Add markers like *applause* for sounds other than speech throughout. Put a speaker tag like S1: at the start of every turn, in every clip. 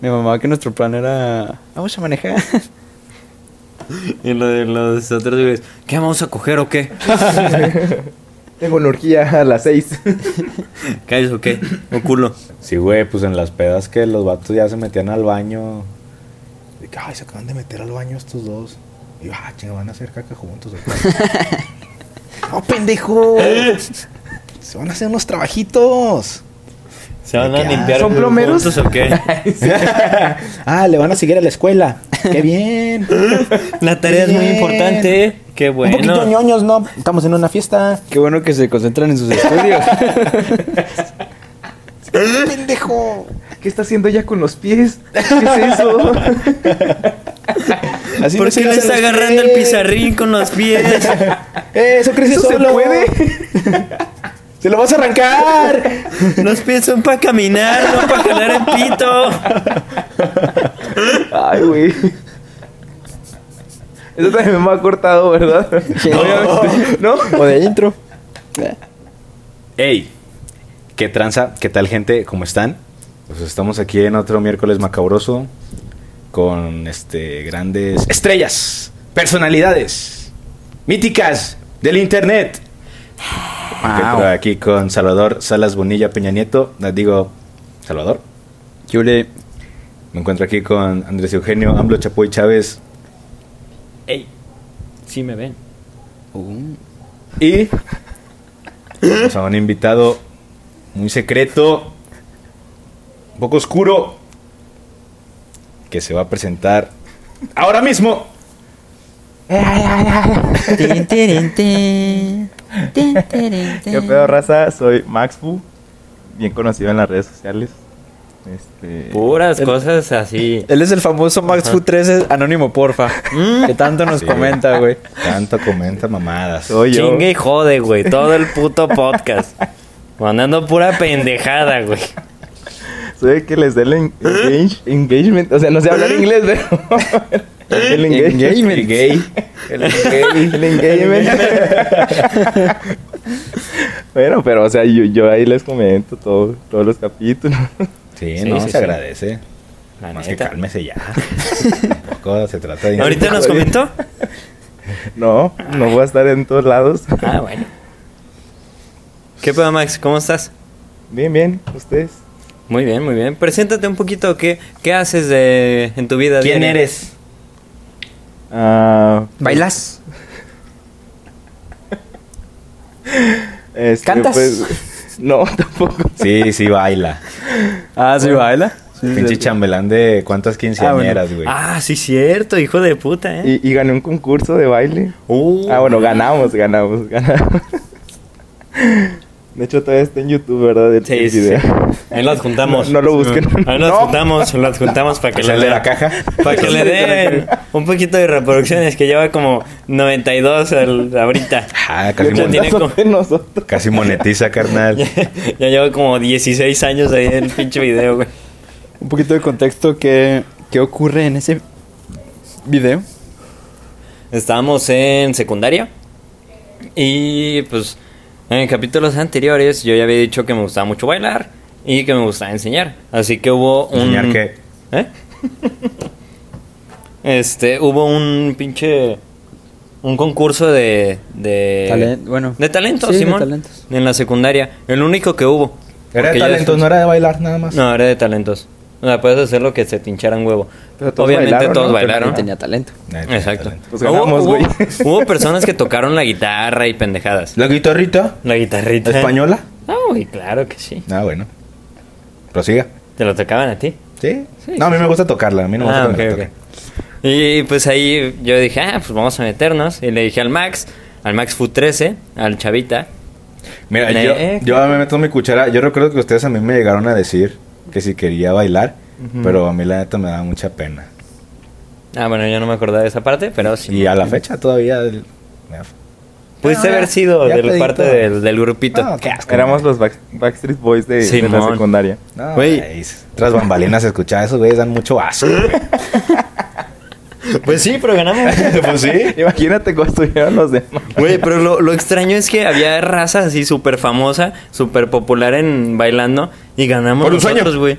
S1: Mi mamá que nuestro plan era, vamos a manejar.
S2: Y lo de los extraterrestres, güey, ¿qué vamos a coger o qué?
S3: Tengo una orgía a las 6.
S2: ¿Calles o *laughs* qué? ¿O culo?
S4: Sí, güey, pues en las pedas que los vatos ya se metían al baño. De que, ay, se acaban de meter al baño estos dos. Y yo, ah, chinga, van a hacer caca juntos.
S1: *laughs*
S4: ¿o qué?" ¡No, pendejo! Se van a hacer unos trabajitos. *laughs*
S2: ¿Se van a
S4: ¿Qué? Ah,
S2: limpiar
S3: ¿son plomeros?
S2: juntos o qué?
S4: ah, le van a seguir a la escuela.
S1: *laughs*
S4: ¡Qué bien!
S2: La tarea es muy
S4: Bien.
S2: importante. ¿eh? Qué
S4: Un poquito
S2: bueno.
S4: ñoños, ¿no? Estamos en una fiesta.
S1: Qué bueno que se concentran en sus
S4: *laughs*
S1: estudios.
S4: ¡Pendejo!
S3: ¿Qué está haciendo ella con los pies? ¿Qué es
S5: *laughs*
S3: eso?
S1: Así
S2: ¿Por
S1: no se
S2: qué le
S1: hacen
S2: está
S1: los-
S2: agarrando el pizarrín con los pies?
S4: ¡Eh, eso crece
S3: ¿Eso se
S4: solo!
S3: puede?
S1: *laughs*
S4: *laughs* ¡Se lo vas a arrancar!
S2: Los pies son para caminar, no para jalar el pito.
S3: Ay, güey. Eso también me ha cortado, ¿verdad?
S1: *laughs*
S3: Obviamente. ¿No?
S1: O de intro.
S4: ¡Ey! ¿Qué tranza? ¿Qué tal, gente? ¿Cómo están? Pues estamos aquí en otro miércoles macabroso con este grandes estrellas, personalidades míticas del internet.
S2: Ah,
S4: Que
S1: Wow.
S4: tra- Aquí con Salvador Salas Bonilla Peña Nieto, eh, digo Salvador.
S1: Yo le...
S4: Me encuentro aquí con Andrés Eugenio Amblo Chapoy Chávez
S2: Ey, sí me ven.
S1: Uh,
S4: y tenemos a un invitado muy secreto, un poco oscuro, que se va a presentar ahora mismo.
S6: Tin, tirin, tin. Tin, tirin,
S5: ¿Qué
S6: tin.
S5: pedo, raza? Soy Maxfu, bien conocido en las redes sociales. Este,
S2: Puras cosas así.
S1: Él es el famoso Max Food 3 es anónimo, porfa. Que tanto nos
S4: Sí.
S1: comenta, güey.
S4: Tanto comenta mamadas.
S5: soy yo.
S2: Chingue y jode, güey. Todo el puto podcast. Mandando pura pendejada, güey.
S5: Soy el que les dé el en- engage- engagement. O sea, no sé hablar inglés, pero. *laughs* el engagement.
S4: El gay. El gay.
S5: El engagement. *laughs* bueno, pero, o sea, yo, yo ahí les comento todo, todos los capítulos. *laughs*
S4: Sí,
S2: Sí,
S4: no,
S2: sí,
S4: se
S2: sí.
S4: agradece.
S2: La
S4: Más que
S2: neta.
S4: cálmese *laughs* ya. Tampoco se trata de...
S2: ¿Ahorita nos comentó?
S5: No, no voy a estar en todos lados.
S2: Ah, bueno. ¿Qué pedo, Max? ¿Cómo estás?
S5: Bien, bien, ustedes.
S2: Muy bien, muy bien. Preséntate un poquito. ¿Qué, qué haces de, en tu vida?
S4: ¿Quién
S2: diaria?
S4: eres?
S5: Ah,
S1: ¿Bailas?
S5: *laughs* este,
S1: ¿Cantas?
S5: pues, no, *laughs* tampoco.
S4: Sí, sí, baila.
S1: Ah, ¿sí baila?
S4: Pinche chambelán de cuántas quinceañeras, güey.
S2: Ah, sí, cierto, hijo de puta, ¿eh?
S5: Y, y gané un concurso de baile.
S2: Uh,
S5: Ah, bueno, ganamos, ganamos, ganamos. De hecho, todavía está en YouTube, ¿verdad? El,
S2: Sí,
S5: el
S2: sí, sí.
S5: video.
S2: Ahí las juntamos.
S5: *laughs* No, no lo busquen.
S2: Ahí las juntamos, las juntamos para que
S4: Sale
S2: le-
S4: Pues la caja.
S2: Para que le den un poquito de reproducciones que lleva como 92 al- ahorita. *laughs*
S4: Ah, casi,
S2: Yo
S4: mon-
S2: tiene como-
S5: de nosotros.
S4: casi monetiza, carnal.
S2: Ya, ya lleva como 16 años ahí el pinche video, güey.
S1: Un poquito de contexto, ¿qué, qué ocurre en ese video?
S2: Estábamos en secundaria y pues en capítulos anteriores yo ya había dicho que me gustaba mucho bailar y que me gustaba enseñar. Así que hubo un...
S4: ¿Enseñar qué?
S2: ¿Eh? Este, hubo un pinche... Un concurso de... de
S1: Talen- bueno.
S2: De talentos,
S1: Sí, de
S2: Simón.
S1: talentos.
S2: En la secundaria. El único que hubo.
S4: Era
S2: Porque
S4: de
S2: ya
S4: talentos,
S2: después-
S4: no era de bailar nada más.
S2: No, era de talentos. O sea, puedes hacer lo que se te hincharan huevo.
S5: Pero todos
S2: Obviamente
S5: bailaron,
S2: todos
S5: ¿no?
S2: bailaron.
S5: Pero
S1: Tenía talento.
S4: Nadie tenía
S2: Exacto.
S4: talento.
S5: Pues
S2: hubo,
S4: *laughs*
S5: ganamos, güey.
S2: hubo- hubo personas que tocaron la guitarra y pendejadas.
S4: *laughs* ¿La guitarrita?
S2: La guitarrita.
S4: ¿Española?
S2: Ah, güey, claro que sí.
S4: Ah, bueno. Prosiga.
S2: Te lo tocaban a ti.
S4: ¿Sí?
S2: Sí,
S4: No, a mí me gusta tocarla. A mí no me gusta
S2: Ah,
S4: que me la
S2: ok, ok.
S4: toquen.
S2: Y pues ahí yo dije, ah, pues vamos a meternos. Y le dije al Max, al Max Food 13, al Chavita.
S4: Mira,
S2: Ne-
S4: yo,
S2: eh,
S4: yo me meto mi cuchara. Yo recuerdo que ustedes a mí me llegaron a decir que si quería bailar, pero a mí la neta me daba mucha pena.
S2: Ah, bueno, yo no me acordaba de esa parte, pero sí.
S4: Y a la fecha todavía. el- me da-
S2: Pudiste
S4: No, ya-
S2: haber sido
S4: Ah, ya
S2: de
S4: pedí
S2: la parte
S4: todo. Ah,
S2: del, del grupito.
S4: No, qué asco.
S5: Éramos los Back- Backstreet Boys de, de la
S2: Simón.
S5: secundaria.
S4: No,
S2: Güey.
S4: güey, Tras bambalinas escuchaba esos güeyes dan mucho asco. güey.
S2: Pues sí, pero ganamos.
S4: *laughs* *laughs* pues sí.
S5: *laughs* Imagínate cómo estuvieron los demás.
S2: Güey, pero lo, lo extraño es que había raza así súper famosa, súper popular en bailando y ganamos
S4: Por un sueño.
S2: nosotros, güey.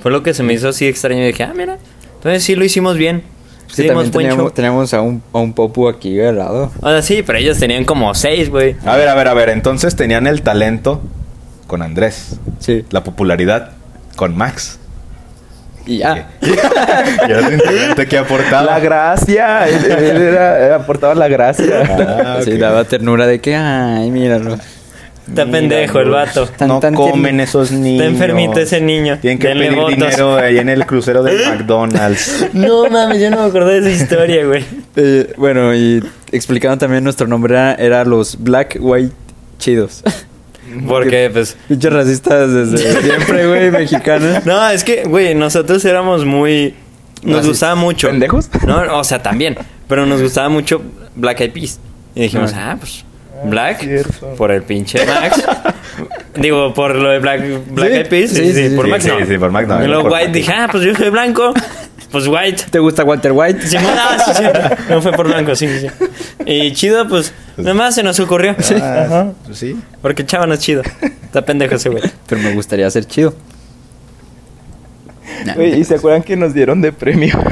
S2: Fue lo que se me hizo así extraño. Y dije, ah, mira. Entonces sí lo hicimos bien.
S1: Sí,
S2: Sí, hicimos
S1: también
S2: buen show.
S1: teníamos, teníamos a, un, a un popu aquí al lado.
S2: O sea, sí, pero ellos tenían como seis, güey.
S4: A ver, a ver, a ver. Entonces tenían el talento con Andrés.
S1: Sí.
S4: La popularidad con Max.
S1: Y
S2: Ah.
S1: ya.
S4: *laughs* Y el otro integrante que aportaba.
S5: La gracia. Él, él era, aportaba la gracia.
S4: Ah,
S1: *laughs* Sí,
S4: ok.
S1: daba ternura de que, ay, míralo.
S2: Está pendejo el vato.
S1: Tan-
S4: no
S1: tan
S4: comen
S1: tierno.
S4: esos niños.
S2: enfermito ese niño.
S4: Tienen que
S2: Denle
S4: pedir
S2: votos.
S4: dinero ahí en el
S2: *laughs*
S4: crucero del McDonald's.
S2: No mames, yo no me acordé de esa historia, güey.
S1: Eh, bueno, y explicaron también nuestro nombre era, era los Black White *laughs* Chidos.
S2: Porque, pues.
S1: Pinches racistas desde siempre, güey, mexicanos.
S2: *laughs* No, es que, güey, nosotros éramos muy. Nos
S1: Racistas.
S2: gustaba mucho.
S5: ¿Pendejos?
S2: No, o sea, también. Pero nos gustaba mucho Black Eyed Peas. Y dijimos,
S1: Ah.
S2: ah, pues. Black, por el pinche Max. Digo, por lo de Black, Black
S1: Sí,
S2: Eyed Peas. Sí,
S1: sí,
S2: sí,
S1: sí,
S2: por
S1: sí.
S2: Max
S4: Sí,
S2: no.
S4: sí, por Max no,
S2: Y luego
S4: por
S2: White,
S4: Max.
S2: dije, ah, pues yo soy blanco. Pues White.
S1: ¿Te gusta Walter White?
S2: Sí, no, ah, sí, sí. No fue por blanco, sí, sí. sí. Y chido, pues, nada más se nos ocurrió.
S4: Ah, sí.
S2: Porque Chava no es chido. Está pendejo ese güey.
S1: Pero me gustaría ser chido. *laughs*
S5: Güey, ¿Y se acuerdan que nos dieron de premio? *laughs*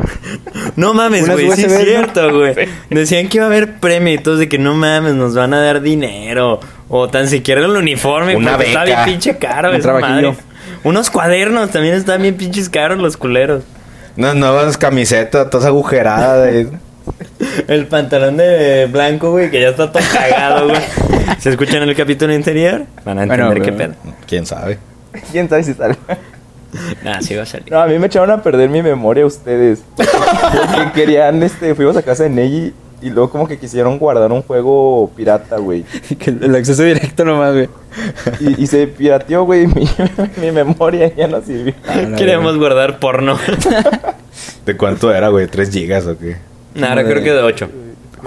S2: No mames,
S1: Unas
S2: güey, sí es
S1: USB, ¿no?
S2: cierto, güey. Decían que iba a haber premio y todos de que no mames, nos van a dar dinero. O tan siquiera el uniforme,
S4: Una
S2: porque está bien
S4: beca.
S2: pinche caro,
S1: Un
S2: esa madre.
S1: trabajillo.
S2: Unos cuadernos también están bien pinches caros los culeros.
S4: Unas nuevas camisetas, todas agujeradas. de-
S2: El pantalón de blanco, güey, que ya está todo cagado, güey. Se escucha en el capítulo interior, van a entender
S1: Bueno,
S2: qué
S1: pero-
S2: pedo.
S4: ¿Quién sabe?
S5: ¿Quién sabe si tal?
S2: Nah, sí va a salir.
S5: No, a mí me echaron a perder mi memoria ustedes. Porque querían, este, fuimos a casa de Neji y luego como que quisieron guardar un juego pirata, güey.
S1: Que el el acceso directo nomás, güey.
S5: Y, y se pirateó, güey, mi, *laughs* mi memoria ya no sirvió.
S2: Queremos guardar porno. *laughs*
S4: ¿De cuánto era, güey? ¿Tres gigas o qué?
S2: Nah, ahora creo que de 8.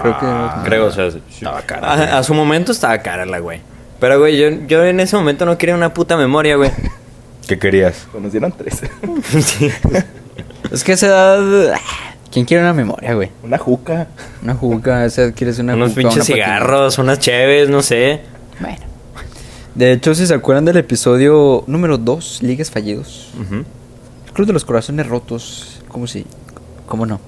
S1: Creo que
S2: Creo, o sea,
S4: Estaba cara. güey.
S2: a, a su momento estaba cara la güey. Pero, güey, yo, yo en ese momento no quería una puta memoria, *laughs* güey.
S4: ¿Qué querías?
S5: Conocieron tres. *laughs*
S2: Sí.
S1: Es que a esa edad. *sighs* ah, ¿Quién quiere una memoria, güey?
S5: Una juca.
S1: Una juca, o sea, quieres una
S2: Unos
S1: juca,
S2: pinches
S1: una
S2: cigarros, unas cheves, no sé.
S1: patineta. Bueno. De hecho, si se acuerdan del episodio número 2, Ligues Fallidos.
S2: Ujú.
S1: El Club de los Corazones Rotos. ¿Cómo si? ¿Cómo no?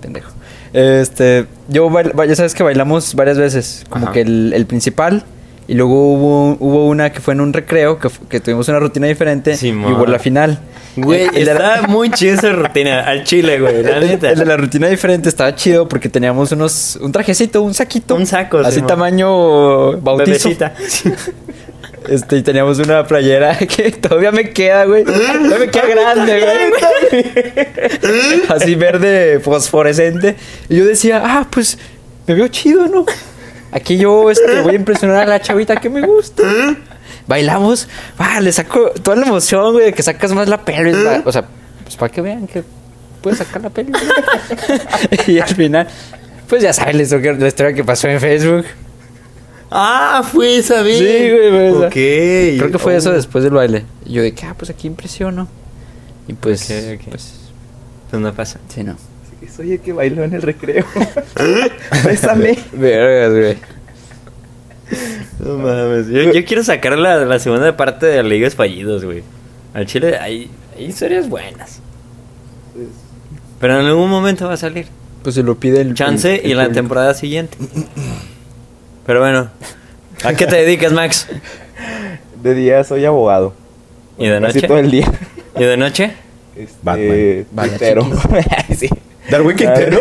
S1: Pendejo. Este, yo, bail- ba- ya sabes que bailamos varias veces. Como
S2: Ajá.
S1: que el, el principal. Y luego hubo, hubo una que fue en un recreo, que, fu- que tuvimos una rutina diferente.
S2: Simón.
S1: y hubo la final.
S2: Güey,
S1: El- el de la-
S2: estaba muy chida esa rutina. Al chile, güey,
S1: *laughs*
S2: la
S1: el,
S2: neta.
S1: el de la rutina diferente estaba chido porque teníamos unos un trajecito, un saquito,
S2: Un saco,
S1: así
S2: Simón.
S1: tamaño bautizo.
S2: *laughs* Bebecita.
S1: Este, y teníamos una playera *laughs* que todavía me queda, güey. Todavía me queda grande, güey. *laughs* Así verde fosforescente. Y yo decía, ah, pues me veo chido, ¿no? Aquí yo este, voy a impresionar a la chavita que me gusta. Bailamos, ah, le saco toda la emoción, güey, de que sacas más la pelvis. la- O sea, pues para que vean que puedes sacar la pelvis. ¿no? *laughs* y al final, pues ya saben la historia la historia que pasó en Facebook.
S2: Ah, fue esa, bien.
S1: Sí, güey, fue esa.
S2: Ok.
S1: Creo que fue
S2: Oh.
S1: eso después del baile. Y yo de que, ah, pues aquí impresiono. Y pues,
S2: Ok, ok.
S1: pues,
S2: Pues no pasa.
S1: sí, no.
S5: Soy el que bailó en el recreo. *laughs* Bésame.
S1: Vergas, güey.
S2: No mames. Yo, yo quiero sacar la, la segunda parte de Ligas Fallidos, güey. Al Chile hay, hay historias buenas. Pero en algún momento va a salir.
S1: Pues se lo pide el
S2: Chance
S1: el- el
S2: y la
S1: público.
S2: temporada siguiente. Pero bueno. ¿A qué te dedicas, Max?
S5: De día soy abogado.
S2: ¿Y de
S5: Así
S2: noche?
S5: todo el día.
S2: ¿Y de noche?
S5: Este,
S4: Batman.
S1: Vaya,
S5: Quintero. *laughs* sí.
S4: ¿Darwin *laughs*
S5: *laughs*
S4: Quintero?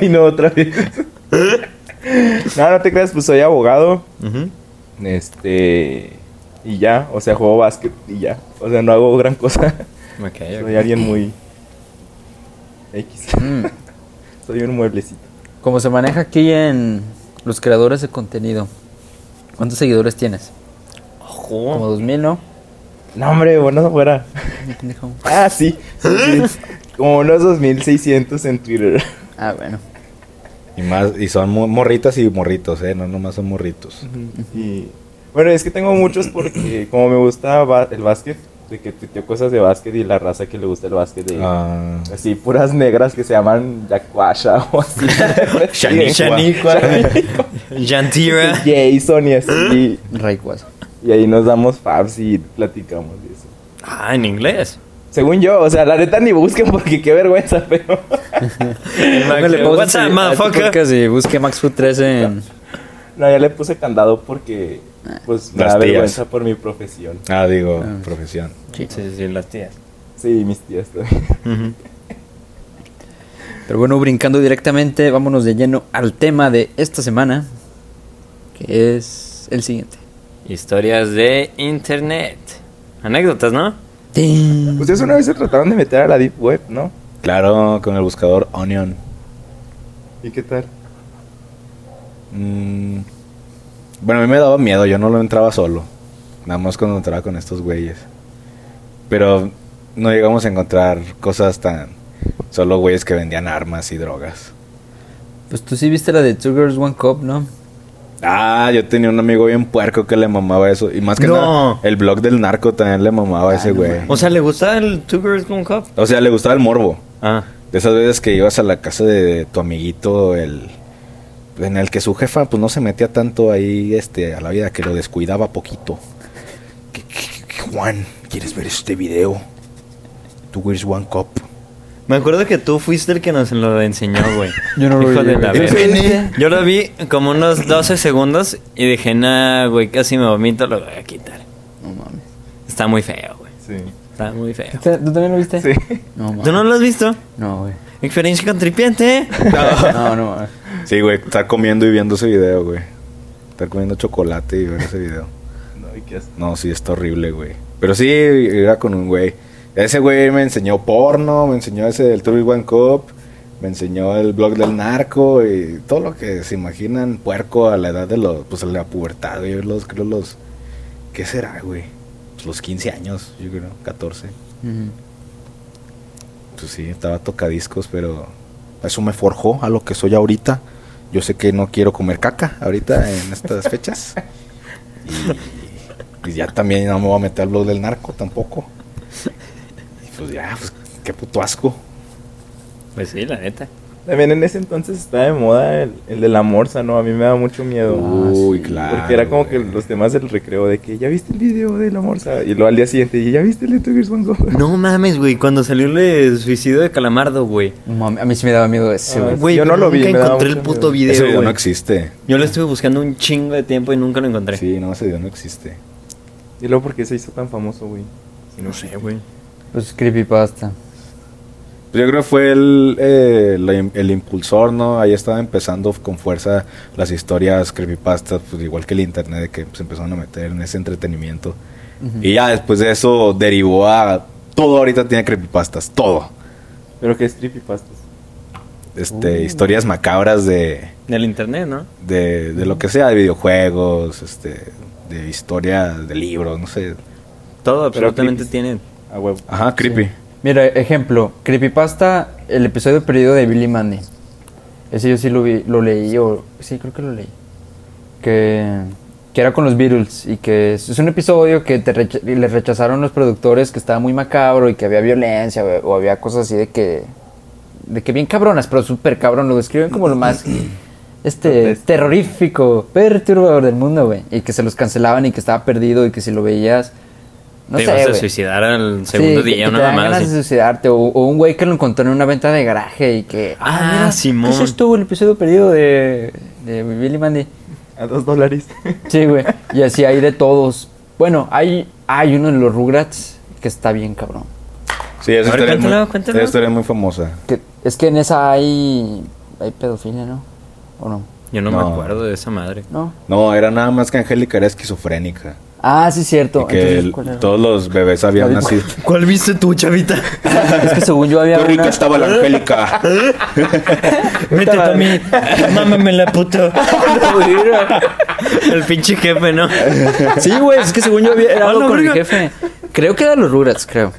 S5: Ay, no, otra vez. no, no te creas, pues soy abogado.
S2: Ujú.
S5: Este. Y ya, o sea, juego básquet y ya. O sea, no hago gran cosa.
S2: Ok,
S5: Soy
S2: ok.
S5: alguien muy. X.
S1: Mm.
S5: Soy un mueblecito.
S1: Como se maneja aquí en los creadores de contenido, ¿cuántos seguidores tienes? Como
S2: Ojo.
S1: 2000,
S2: *laughs*
S1: ¿no?
S5: No, hombre, bueno, afuera.
S1: Pendejo.
S5: Ah, sí. sí, sí. Como unos 2600 en Twitter.
S1: Ah, bueno.
S4: Y, más, y son mo- morritas y morritos, ¿eh? No, nomás son morritos.
S5: Y bueno, es que tengo muchos porque como me gusta ba- el básquet, de que tuiteo cosas de básquet y la raza que le gusta el básquet de
S4: Ah,
S5: así puras negras que se llaman Yakuasha *laughs* o así.
S4: *laughs*
S5: *laughs*
S4: Shani-
S2: Shaniqua. Jantira.
S5: Jason y así.
S4: Ah,
S1: Rayquaza.
S5: Y ahí nos damos faps y platicamos de eso.
S2: Ah, en *laughs* inglés.
S5: Según yo, o sea, la neta ni busquen porque qué vergüenza, *laughs* pero.
S1: Póngale
S2: Like,
S1: pausa
S2: What's
S1: a este-
S2: up,
S1: a este
S2: motherfucker?
S1: podcast y busque Max Food 3 en.
S5: no, ya le puse candado porque. Pues me
S4: Las
S5: da
S4: tías.
S5: vergüenza por mi profesión.
S4: Ah, digo, profesión.
S2: Sí, sí, las tías.
S5: Sí, mis tías también.
S1: Pero bueno, brincando directamente, vámonos de lleno al tema de esta semana, que es el siguiente.
S2: Historias de internet. Anécdotas, ¿no?
S5: Ustedes Pues una vez se trataron de meter a la Deep Web, ¿no?
S4: Claro, con el buscador Onion.
S5: ¿Y qué tal?
S4: Mm, bueno, a mí me daba miedo, yo no lo entraba solo. Nada más cuando entraba con estos güeyes. Pero no llegamos a encontrar cosas tan... Solo güeyes que vendían armas y drogas.
S1: Pues tú sí viste la de Two Girls One Cup, ¿no?
S4: Ah, yo tenía un amigo bien puerco que le mamaba eso. Y más que
S2: No.
S4: nada, el blog del narco también le mamaba a ese güey.
S2: O sea, ¿le gustaba el Two Girls One Cup?
S4: O sea, le gustaba el morbo.
S2: Ah.
S4: De esas veces que ibas a la casa de tu amiguito, el en el que su jefa pues no se metía tanto ahí este a la vida, que lo descuidaba poquito. Que- que- que, Juan, ¿quieres ver este video? Two Girls One Cup.
S2: Me acuerdo que tú fuiste el que nos lo enseñó, güey.
S1: *laughs* Yo no lo
S2: Hijo
S1: vi,
S2: de
S1: güey.
S2: la
S1: Yo
S2: verga.
S1: vine.
S2: Yo lo vi como unos 12 segundos y dije, nah, güey, casi me vomito, lo voy a quitar.
S1: No mames.
S2: Está muy feo, güey.
S5: Sí.
S2: Está muy feo.
S1: ¿Tú también lo viste?
S5: Sí.
S1: No mames.
S2: ¿Tú no lo has visto?
S1: No, güey.
S2: Experiencia con
S1: *laughs*
S2: tripiente, ¿eh?
S1: No, no mames.
S4: Sí, güey, estar comiendo y viendo ese video, güey. Estar comiendo chocolate y ver ese video.
S5: No, ¿y qué haces?
S4: No, sí, está horrible, güey. Pero sí, era con un güey. Ese güey me enseñó porno, me enseñó ese del Turbo One Cup, me enseñó el blog del narco y todo lo que se imaginan puerco a la edad de los, pues a la pubertad, güey. Los, creo los, ¿qué será, güey? Pues los 15 años, yo creo, 14.
S1: Ujú.
S4: Pues sí, estaba tocadiscos, pero eso me forjó a lo que soy ahorita. Yo sé que no quiero comer caca ahorita en estas fechas. Y, y ya también no me voy a meter al blog del narco tampoco. Y pues ya, pues qué puto asco.
S2: Pues sí, la neta.
S5: También en ese entonces estaba de moda el, el de la morsa, ¿no? A mí me da mucho miedo.
S4: Uy, Ah, claro.
S5: Porque era como que
S4: güey.
S5: los temas del recreo de que ya viste el video de la morsa. Y luego al día siguiente, y ya viste el de tu One Go.
S2: No mames, güey, cuando salió el eh, suicidio de Calamardo, güey.
S1: No mames, A mí sí me daba miedo ese,
S5: Ah,
S1: güey.
S2: Güey,
S5: Yo no lo vi,
S2: nunca
S5: me daba
S2: encontré el
S5: mucho
S2: puto
S5: miedo.
S4: Ese
S2: video,
S4: video no
S2: güey.
S4: existe.
S2: Yo lo estuve buscando un chingo de tiempo y nunca lo encontré.
S4: Sí, no, ese video no existe.
S5: Y luego, ¿por qué se hizo tan famoso, güey? Si no sé.
S2: güey.
S1: Pues creepypasta.
S4: Pues yo creo que fue el, eh, la im- el impulsor, ¿no? Ahí estaba empezando con fuerza las historias creepypastas, pues igual que el internet, de que se empezaron a meter en ese entretenimiento. Y ya después de eso derivó a. Todo ahorita tiene creepypastas, todo.
S5: Pero que es creepypastas.
S4: Este, historias macabras de,
S2: Del internet, ¿no?
S4: de, de lo que sea, de videojuegos, este, de historias, de libros, no sé.
S2: Todo,
S5: Pero
S2: absolutamente
S5: creepy.
S2: tiene.
S5: A huevo.
S4: Ajá, creepy.
S1: Mira, ejemplo, creepypasta, el episodio perdido de Billy Mandy. Ese yo sí lo vi, lo leí o sí creo que lo leí. Que, que era con los Beatles y que es, es un episodio que te recha- le rechazaron los productores que estaba muy macabro y que había violencia o, o había cosas así de que de que bien cabronas, pero súper cabrón, lo describen como lo
S2: *coughs*
S1: más este terrorífico, perturbador del mundo, güey, y que se los cancelaban y que estaba perdido y que si lo veías no
S2: te
S1: sé,
S2: vas a
S1: güey.
S2: suicidar al segundo
S1: Sí, que-
S2: día,
S1: que
S2: una
S1: te dan
S2: mamada
S1: ganas
S2: así.
S1: de suicidarte. O, o un güey que lo encontró en una venta de garaje y que. pues
S2: Ah, Simón.
S1: Eso estuvo el episodio perdido de, de Billy Mandy.
S5: A dos dólares.
S1: Sí, güey. Y así hay de todos. Bueno, hay, hay uno de los Rugrats que está bien cabrón.
S4: Sí, esa
S2: A ver,
S4: historia, es muy,
S2: cuéntalo, cuéntalo.
S4: esa historia es muy famosa.
S1: Que- es que en esa hay. Hay pedofilia, ¿no? ¿O no?
S2: Yo no,
S4: No.
S2: me acuerdo de esa madre.
S1: ¿No?
S4: No, era nada más que Angélica era esquizofrénica.
S1: Ah, sí, cierto.
S4: Y que
S1: Entonces,
S4: el-
S1: ¿cuál era?
S4: todos los bebés habían nacido.
S2: ¿Cuál viste tú, chavita?
S1: *laughs* Es que según yo había
S4: Qué rica
S1: una.
S4: estaba la Angélica.
S2: Vete a mí. Mámame la puta. *laughs* el pinche jefe, ¿no?
S1: Sí, güey, es que según yo
S2: *laughs*
S1: había, era
S2: Ah,
S1: algo
S2: no,
S1: con el
S2: verga.
S1: jefe. Creo que era los Rugrats, creo.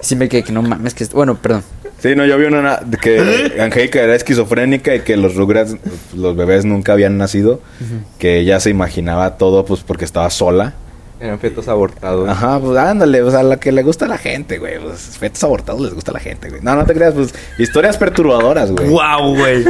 S1: Sí me quedé que no mames, que... Bueno, perdón.
S4: Sí, no, yo vi una na- de que Angélica era esquizofrénica y que los Rugrats, los bebés nunca habían nacido, que ella se imaginaba todo pues porque estaba sola.
S5: *laughs* Eran fetos abortados.
S4: Ajá, pues ándale, o sea, la que le gusta a la gente, güey. Los fetos abortados les gusta a la gente, güey. No, no te creas, pues historias perturbadoras, güey.
S2: Wow, güey.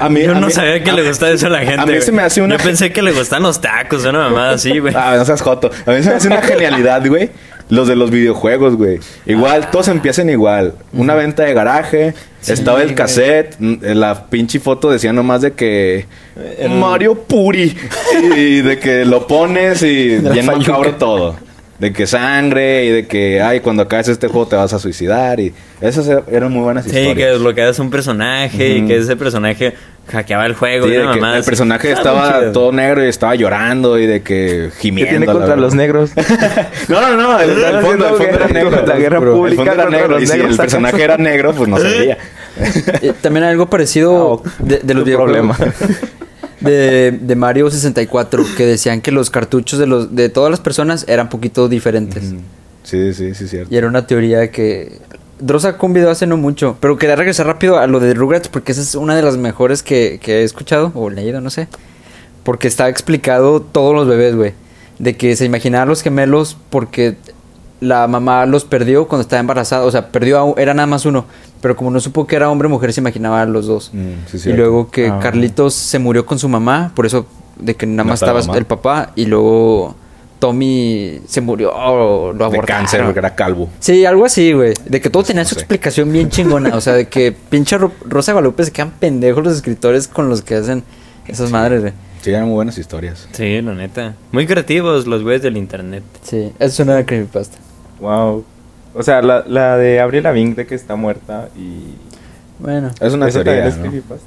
S4: A mí,
S2: Yo
S4: a
S2: no
S4: mí-
S2: sabía que
S4: a-
S2: le gustaba eso a la gente.
S4: A mí se
S2: güey.
S4: me hace una...
S2: Yo pensé que le gustaban los tacos, una mamada así, güey.
S4: Ah, no seas joto. A mí se me hace una genialidad, güey. Los de los videojuegos, güey. Igual, todos empiezan igual. Una venta de garaje, estaba el
S1: güey.
S4: cassette, n- la pinche foto decía nomás de que... Mario Puri. y de que lo pones y
S1: De la
S4: bien
S1: fayuca.
S4: macabro todo. De que sangre y de que, ay, cuando acabes este juego te vas a suicidar. Y esas er- eran muy buenas
S2: Sí,
S4: historias.
S2: que desbloqueabas un personaje y que ese personaje hackeaba el juego.
S4: Sí,
S2: y
S4: de
S2: una
S4: que
S2: mamada
S4: el
S2: así.
S4: personaje
S2: Está muy
S4: estaba
S2: chido.
S4: todo negro y estaba llorando y de que
S5: ¿Qué
S4: gimiendo.
S5: tiene
S4: la
S5: contra
S4: verdad. *laughs*
S5: los negros?
S4: No, no, *laughs* no, el, el
S5: Están
S4: fondo, el
S5: haciendo
S4: fondo era
S5: guerra
S4: negro.
S5: contra la guerra
S4: El fondo
S5: pública
S4: era
S5: contra
S4: negro.
S5: los
S4: Y si
S5: negros,
S4: el
S5: ¿acaso?
S4: personaje era negro, pues no sabía.
S1: Eh, también algo parecido de, de los
S5: tu problema.
S1: videojuegos. De, de Mario 64, que decían que los cartuchos de los de todas las personas eran poquito diferentes.
S4: *laughs* Sí, sí, sí, cierto.
S1: Y era una teoría que. Dross sacó un video hace no mucho, pero quería regresar rápido a lo de Rugrats porque esa es una de las mejores que, que he escuchado o leído, no sé. Porque está explicado todos los bebés, güey. De que se imaginaban los gemelos porque la mamá los perdió cuando estaba embarazada. O sea, perdió a un- era nada más uno. Pero como no supo que era hombre o mujer, se imaginaba a los dos.
S4: Mm, sí,
S1: y
S4: cierto.
S1: luego que Carlitos se murió con su mamá, por eso de que nada
S4: No
S1: más
S4: estaba
S1: estaba
S4: mamá.
S1: el papá. Y luego Tommy se murió, o lo
S4: De
S1: abortaron.
S4: cáncer, porque era calvo.
S1: Sí, algo así, güey. De que todo tenía su
S4: sé.
S1: explicación bien chingona. O sea, de *laughs* que pinche Ro- Rosa Guadalupe se quedan pendejos los escritores con los que hacen esas madres, güey.
S4: Sí, eran muy buenas historias.
S2: Sí, la neta. Muy creativos los güeyes del internet.
S1: Sí, eso es una creepypasta.
S5: Wow. O sea, la, la de Avril Lavigne de que está muerta y...
S1: Bueno.
S4: Es una
S5: Eso
S4: teoría,
S5: también es
S4: ¿no?
S5: creepypasta.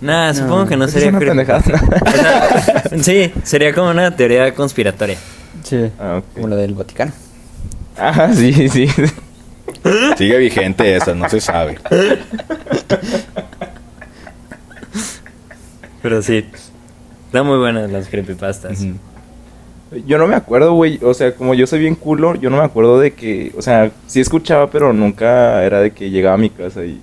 S2: Nah, supongo que no
S5: Eso es
S2: sería
S5: una
S2: creepy.
S5: pendejada.
S2: *laughs* O sea, sí, sería como una teoría conspiratoria.
S1: Sí.
S5: Ah, ok.
S1: Como la del Vaticano.
S5: *laughs* Ah, sí, sí.
S4: Sigue vigente esa, no
S2: *laughs*
S4: se sabe.
S2: Pero sí, están muy buenas las creepypastas.
S4: Ujú.
S5: Yo no me acuerdo, güey. O sea, como yo soy bien culo, yo no me acuerdo de que... O sea, sí escuchaba, pero nunca era de que llegaba a mi casa y...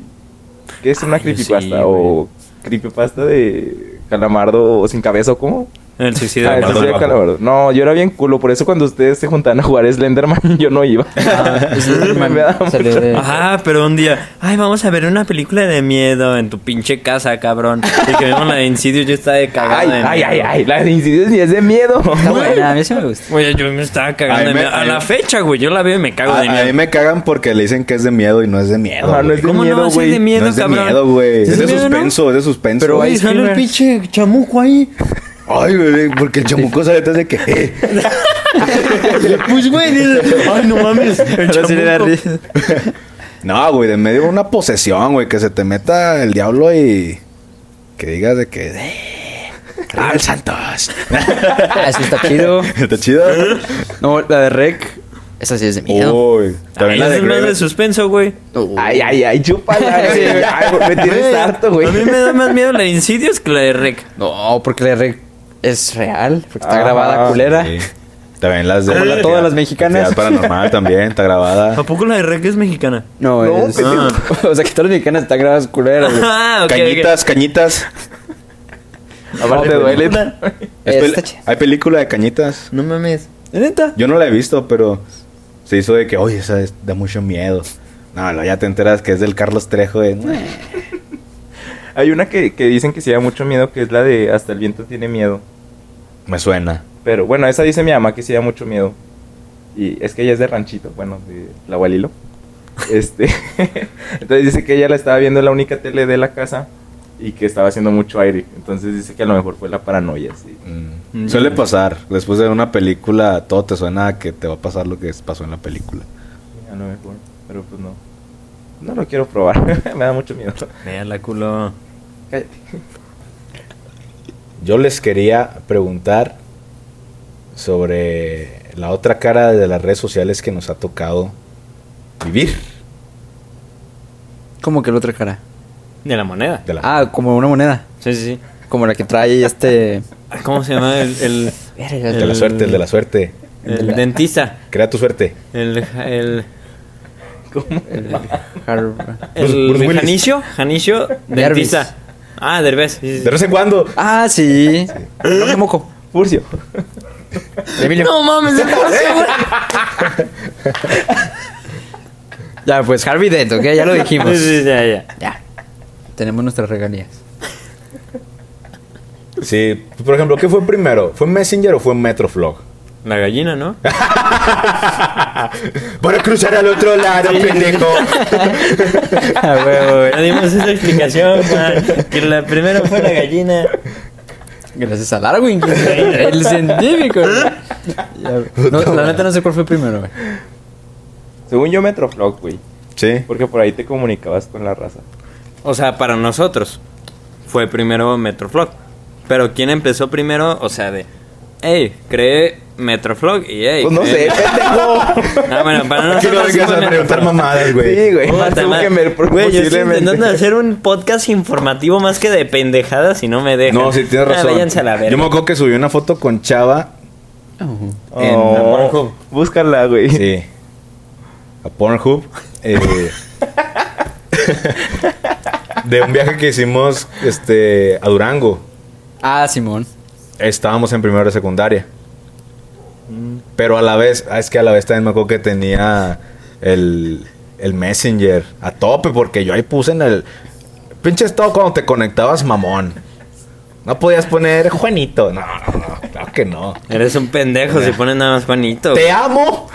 S5: ¿Qué es
S1: Ah,
S5: una
S2: Ay, yo sí,
S5: creepypasta? o creepypasta de calamardo o sin cabeza o cómo?
S2: El suicidio
S5: Ah,
S2: de
S5: ese sí
S2: Calamardo.
S5: era Calamardo. No, yo era bien culo, por eso cuando ustedes se juntaban a jugar Slenderman, *laughs* yo no iba.
S1: *laughs* Ah, Slenderman
S5: *laughs* Me daba
S1: salió
S5: mucho-
S1: de-
S2: Ajá, pero un día, ay, vamos a ver una película de miedo en tu pinche casa, cabrón. Y que vemos la de Insidious, yo estaba de cagada.
S5: Ay,
S2: de
S5: ay,
S2: miedo.
S5: ay, ay, la de incidios ni es de miedo. *laughs*
S1: Está buena, a mí sí me *laughs* gusta.
S2: Güey, yo me estaba cagando
S4: Ay,
S2: de
S4: me-
S2: miedo. A
S4: ay.
S2: la fecha, güey, yo la veo y me cago
S4: A,
S2: de
S4: a mí
S2: miedo.
S4: me cagan porque le dicen que es de miedo y no es de miedo.
S5: Ajá, no
S4: güey.
S5: es de
S2: ¿Cómo
S5: miedo,
S2: no? Sí, es
S5: güey.
S2: de miedo,
S4: No es de
S2: cabrón.
S4: miedo, güey.
S2: ¿Es
S4: Es
S2: de
S4: de
S2: miedo, no?
S4: suspenso, es de suspenso.
S1: Pero
S2: Güey,
S1: hay
S2: sale el
S1: screamers.
S2: pinche chamuco ahí.
S4: Ay, güey, porque el chamuco sale atrás de que... eh.
S2: Pues, güey, dices, ay, no mames. El
S1: Ahora sí le da
S2: chamuco.
S1: risa.
S4: No, güey, de medio una posesión, güey, que se te meta el diablo y que digas de que. "Eh, ¡Raúl Santos!
S1: Ah, eso está chido.
S4: *laughs* ¿Está chido?
S1: No, la de Rec. Oh, Esa sí es de miedo.
S4: Uy,
S2: Ay,
S4: también la
S2: esa
S4: de
S2: es más de
S4: Grey-
S2: suspenso, güey.
S5: Ay, ay, ay, *laughs* chúpala, güey. Ay, güey, me tienes harto, güey.
S2: A mí me da más miedo la de Insidious que la de Rec.
S1: No, porque la de Rec es real. Porque está
S5: Ah,
S1: grabada culera.
S4: Sí. También las de.
S1: Como la- todas las mexicanas.
S4: Actividad Paranormal también, está grabada.
S1: *laughs*
S2: ¿A poco la de Rec es mexicana?
S1: No,
S5: No,
S1: es.
S5: pendejo.
S1: *laughs* o sea, que todas las mexicanas están grabadas culeras, güey.
S2: Ah, ok, ok.
S4: cañitas, cañitas.
S5: Aparte duele.
S4: Es
S1: Está
S4: pel-
S1: chida.
S4: Hay película de cañitas.
S2: No mames.
S1: ¿Neta?
S4: Yo no la he visto, pero se hizo de que, oye, esa es- da mucho miedo. No, no, ya te enteras que es del Carlos Trejo. De,
S5: Hay una que, que dicen que sí da mucho miedo, que es la de Hasta el viento tiene miedo.
S4: Me suena.
S5: Pero bueno, esa dice mi mamá que sí da mucho miedo. Y es que ella es de ranchito, bueno, de la Gualilo. Este. *laughs* Entonces dice que ella la estaba viendo en la única tele de la casa y que estaba haciendo mucho aire. Entonces dice que a lo mejor fue la paranoia, sí.
S4: Mm.
S2: Mm.
S4: Suele pasar. Después de una película, todo te suena a que te va a pasar lo que es- pasó en la película.
S5: A lo mejor, pero pues no. No lo quiero probar, *laughs* me da mucho miedo.
S2: Mira la culo.
S5: Cállate.
S4: Yo les quería preguntar sobre la otra cara de las redes sociales que nos ha tocado vivir.
S1: Como que la otra cara.
S2: De la moneda.
S4: De la-
S1: Ah, como una moneda.
S2: Sí, sí, sí.
S1: Como la que trae este.
S2: Ay, ¿Cómo se llama el, el,
S1: Verga,
S4: el de la
S2: el-
S4: suerte, el de la suerte.
S2: el dentista?
S4: Crea tu suerte.
S2: El, el,
S1: Har-
S2: el
S4: Bruce Willis.
S2: Janicio, Janicio,
S1: Derbez.
S2: dentista. Ah, Derbez. sí, sí, sí.
S4: De vez en cuando.
S1: Ah, sí. No qué moco.
S5: Furcio.
S1: Emilio.
S2: No
S4: *laughs*
S2: mames, el Furcio,
S4: Eh,
S2: güey.
S1: Ya, pues Harvey Dent, ¿ok? Ya lo dijimos.
S2: Sí, sí, ya, ya.
S1: Ya. Tenemos nuestras regalías.
S4: *laughs* Sí. Por ejemplo, ¿qué fue primero? ¿Fue Messenger o fue Metroflog?
S2: La gallina, ¿no?
S4: Para cruzar al otro lado, pendejo.
S2: A huevo, güey. Ya dimos esa explicación, Juan. Que la primera fue la gallina.
S1: Gracias a Darwin, que es el científico. güey. No, la neta no sé cuál fue primero, güey.
S5: Según yo, Metroflog, güey.
S4: Sí.
S5: Porque por ahí te comunicabas con la raza.
S2: O sea, para nosotros fue primero Metroflog. Pero ¿quién empezó primero? O sea, de, hey, creé Metroflog y hey.
S4: Pues no sé,
S2: creé-
S5: *laughs*
S4: pendejo.
S2: Ah, bueno, para *laughs*
S4: No *laughs* quiero
S2: nosotros sí
S4: vengas
S2: fue
S4: a preguntar
S2: Metroflog.
S4: mamadas, güey.
S5: Sí, güey. Mark
S2: Puta madre.
S5: Zuckerberg,
S2: Güey, yo estoy
S5: posiblemente.
S2: intentando hacer un podcast informativo más que de pendejadas y no me dejan.
S4: No, sí, tienes
S2: Ah,
S4: razón.
S2: váyanse a *laughs* la verga.
S4: Yo me acuerdo que subí una foto con Chava en
S5: Oh,
S4: Pornhub.
S5: búscala, güey.
S4: Sí. A Pornhub.
S2: *laughs*
S4: eh, de un viaje que hicimos este, a Durango.
S1: Ah, Simón.
S4: Estábamos en primero de secundaria.
S2: Mm.
S4: Pero a la vez, ah, es que a la vez también me acuerdo que tenía el, el Messenger a tope, porque yo ahí puse en el. Pinche estado cuando te conectabas, mamón. No podías poner Juanito. No, no, no, claro que no.
S2: Eres un pendejo si pones nada más Juanito.
S4: Te amo.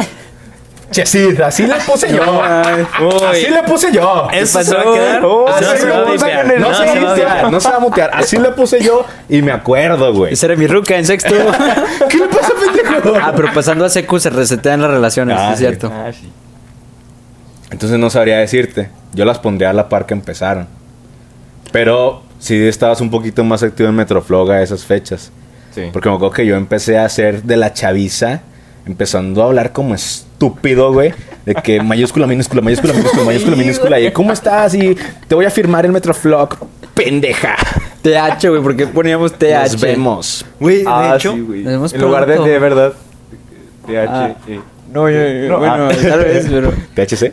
S4: Chesid, así le puse yo.
S2: Uy.
S4: Así le puse yo.
S2: Eso
S1: pasó?
S2: se va a
S4: ¿eh?
S2: quedar.
S5: Oh,
S2: Eso
S4: Así
S2: se
S4: le
S2: va a
S4: puse
S2: vipear.
S4: en el-
S2: No,
S4: No se
S2: se va a
S4: mutea,
S2: vipear.
S4: no se va a mutear. Así le puse yo y me acuerdo, güey.
S1: Esa era mi ruca en sexto.
S4: ¿Qué le pasa, pendejo?
S1: ah, pero pasando a secu se resetean las relaciones,
S4: Ah,
S1: es
S4: sí.
S1: cierto.
S5: Ah, sí.
S4: Entonces no sabría decirte. Yo las pondría a la par que empezaron. Pero sí estabas un poquito más activo en Metroflog a esas fechas.
S5: Sí.
S4: Porque me acuerdo que yo empecé a hacer de la chaviza, empezando a hablar como estúpido, güey. De que *laughs* mayúscula, minúscula, mayúscula, minúscula, mayúscula, minúscula. Y ¿cómo estás? Y te voy a firmar el Metroflog, pendeja.
S1: TH, güey, ¿por qué poníamos TH?
S4: Nos vemos.
S1: Güey,
S5: Ah, sí, güey.
S1: nos vemos
S5: En lugar de,
S1: pronto.
S5: de verdad.
S1: Ah.
S5: TH. eh.
S1: No, yo, yo-
S5: No,
S1: bueno,
S5: ah.
S1: tal
S5: *laughs*
S1: vez,
S4: *laughs*
S1: pero.
S4: THC.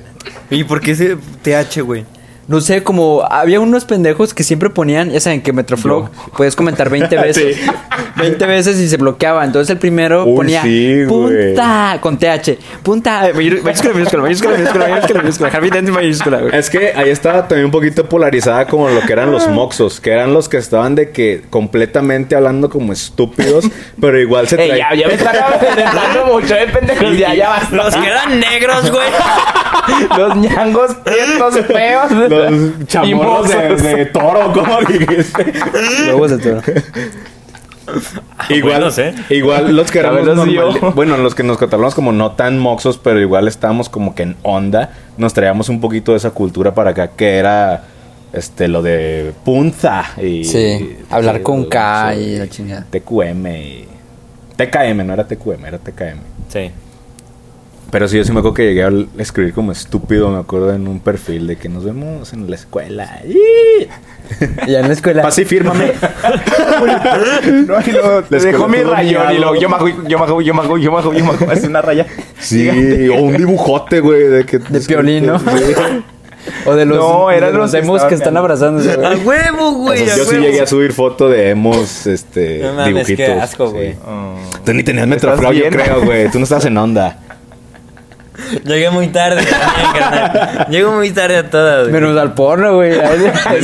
S2: ¿Y por qué ese TH, güey?
S1: No sé, como había unos pendejos que siempre ponían, ya saben que Metroflog puedes comentar
S5: *laughs*
S1: 20 veces. 20 veces y se bloqueaba. Entonces el primero
S4: Uy,
S1: ponía
S4: sí, güey.
S1: punta con TH. Punta eh, mayúscula, mayúscula, mayúscula, mayúscula, mayúscula, mayúscula, Harvey Dent mayúscula, güey.
S4: Es que ahí estaba también un poquito polarizada como lo que eran los
S5: Ah.
S4: moxos, que eran los que estaban de que completamente hablando como estúpidos,
S5: *laughs*
S4: pero igual se
S5: Ey,
S4: traía...
S5: Ah, ya, ya me están *laughs* aventando mucho, eh, pendejos. Ya, ya basta.
S2: Los que eran negros,
S4: *laughs*
S2: güey.
S5: Los ñangos prietos feos.
S4: *laughs* Los chamorros de,
S5: mozos.
S4: de toro, ¿cómo dijiste?
S1: Huevos de toro.
S4: igual,
S2: buenos, ¿eh?
S4: *laughs* igual los que
S5: La
S4: éramos
S5: verdad sí,
S1: *laughs*
S4: normales-
S5: yo.
S4: bueno, los que nos catalogamos como no tan moxos, pero igual estábamos como que en onda, nos traíamos un poquito de esa cultura para acá, que era este lo de punza y...
S1: Sí,
S4: y-
S1: hablar con
S4: sí,
S1: K
S4: sí,
S1: y la chingada.
S4: TQM y... TKM, no era TQM, era TKM.
S2: Sí.
S4: Pero sí, yo sí me acuerdo que llegué a l- escribir como estúpido, me acuerdo en un perfil de que nos vemos en la escuela. ¡Ih!
S1: Ya en la escuela.
S4: Pasa
S1: *laughs*
S4: y fírmame.
S5: No, y luego
S4: Les
S5: dejó mi
S4: cortó un
S5: rayón y
S4: miado.
S5: luego yo mago, yo mago, yo mago, yo mago, yo *laughs* mago. Es una raya.
S4: Sí, o un dibujote, güey. De, que,
S1: De piolín, ¿no?
S4: Sí.
S1: O de los,
S5: No, eran
S1: de
S5: los que
S1: demos que
S5: estaban
S1: están abrazándose,
S2: A
S1: güey.
S2: huevo, *laughs* güey.
S4: Yo sí llegué a subir foto de emos, este,
S2: No mames,
S4: dibujitos.
S2: qué asco,
S4: sí.
S2: güey.
S4: Tú ni tenías Metroflog, yo
S5: bien?
S4: creo, güey. Tú no estabas
S2: *laughs*
S4: en onda.
S2: Llegué muy tarde también, carnal. Llego muy tarde a todas, güey.
S1: Menos al porno, güey.
S5: *laughs*
S4: Menos al-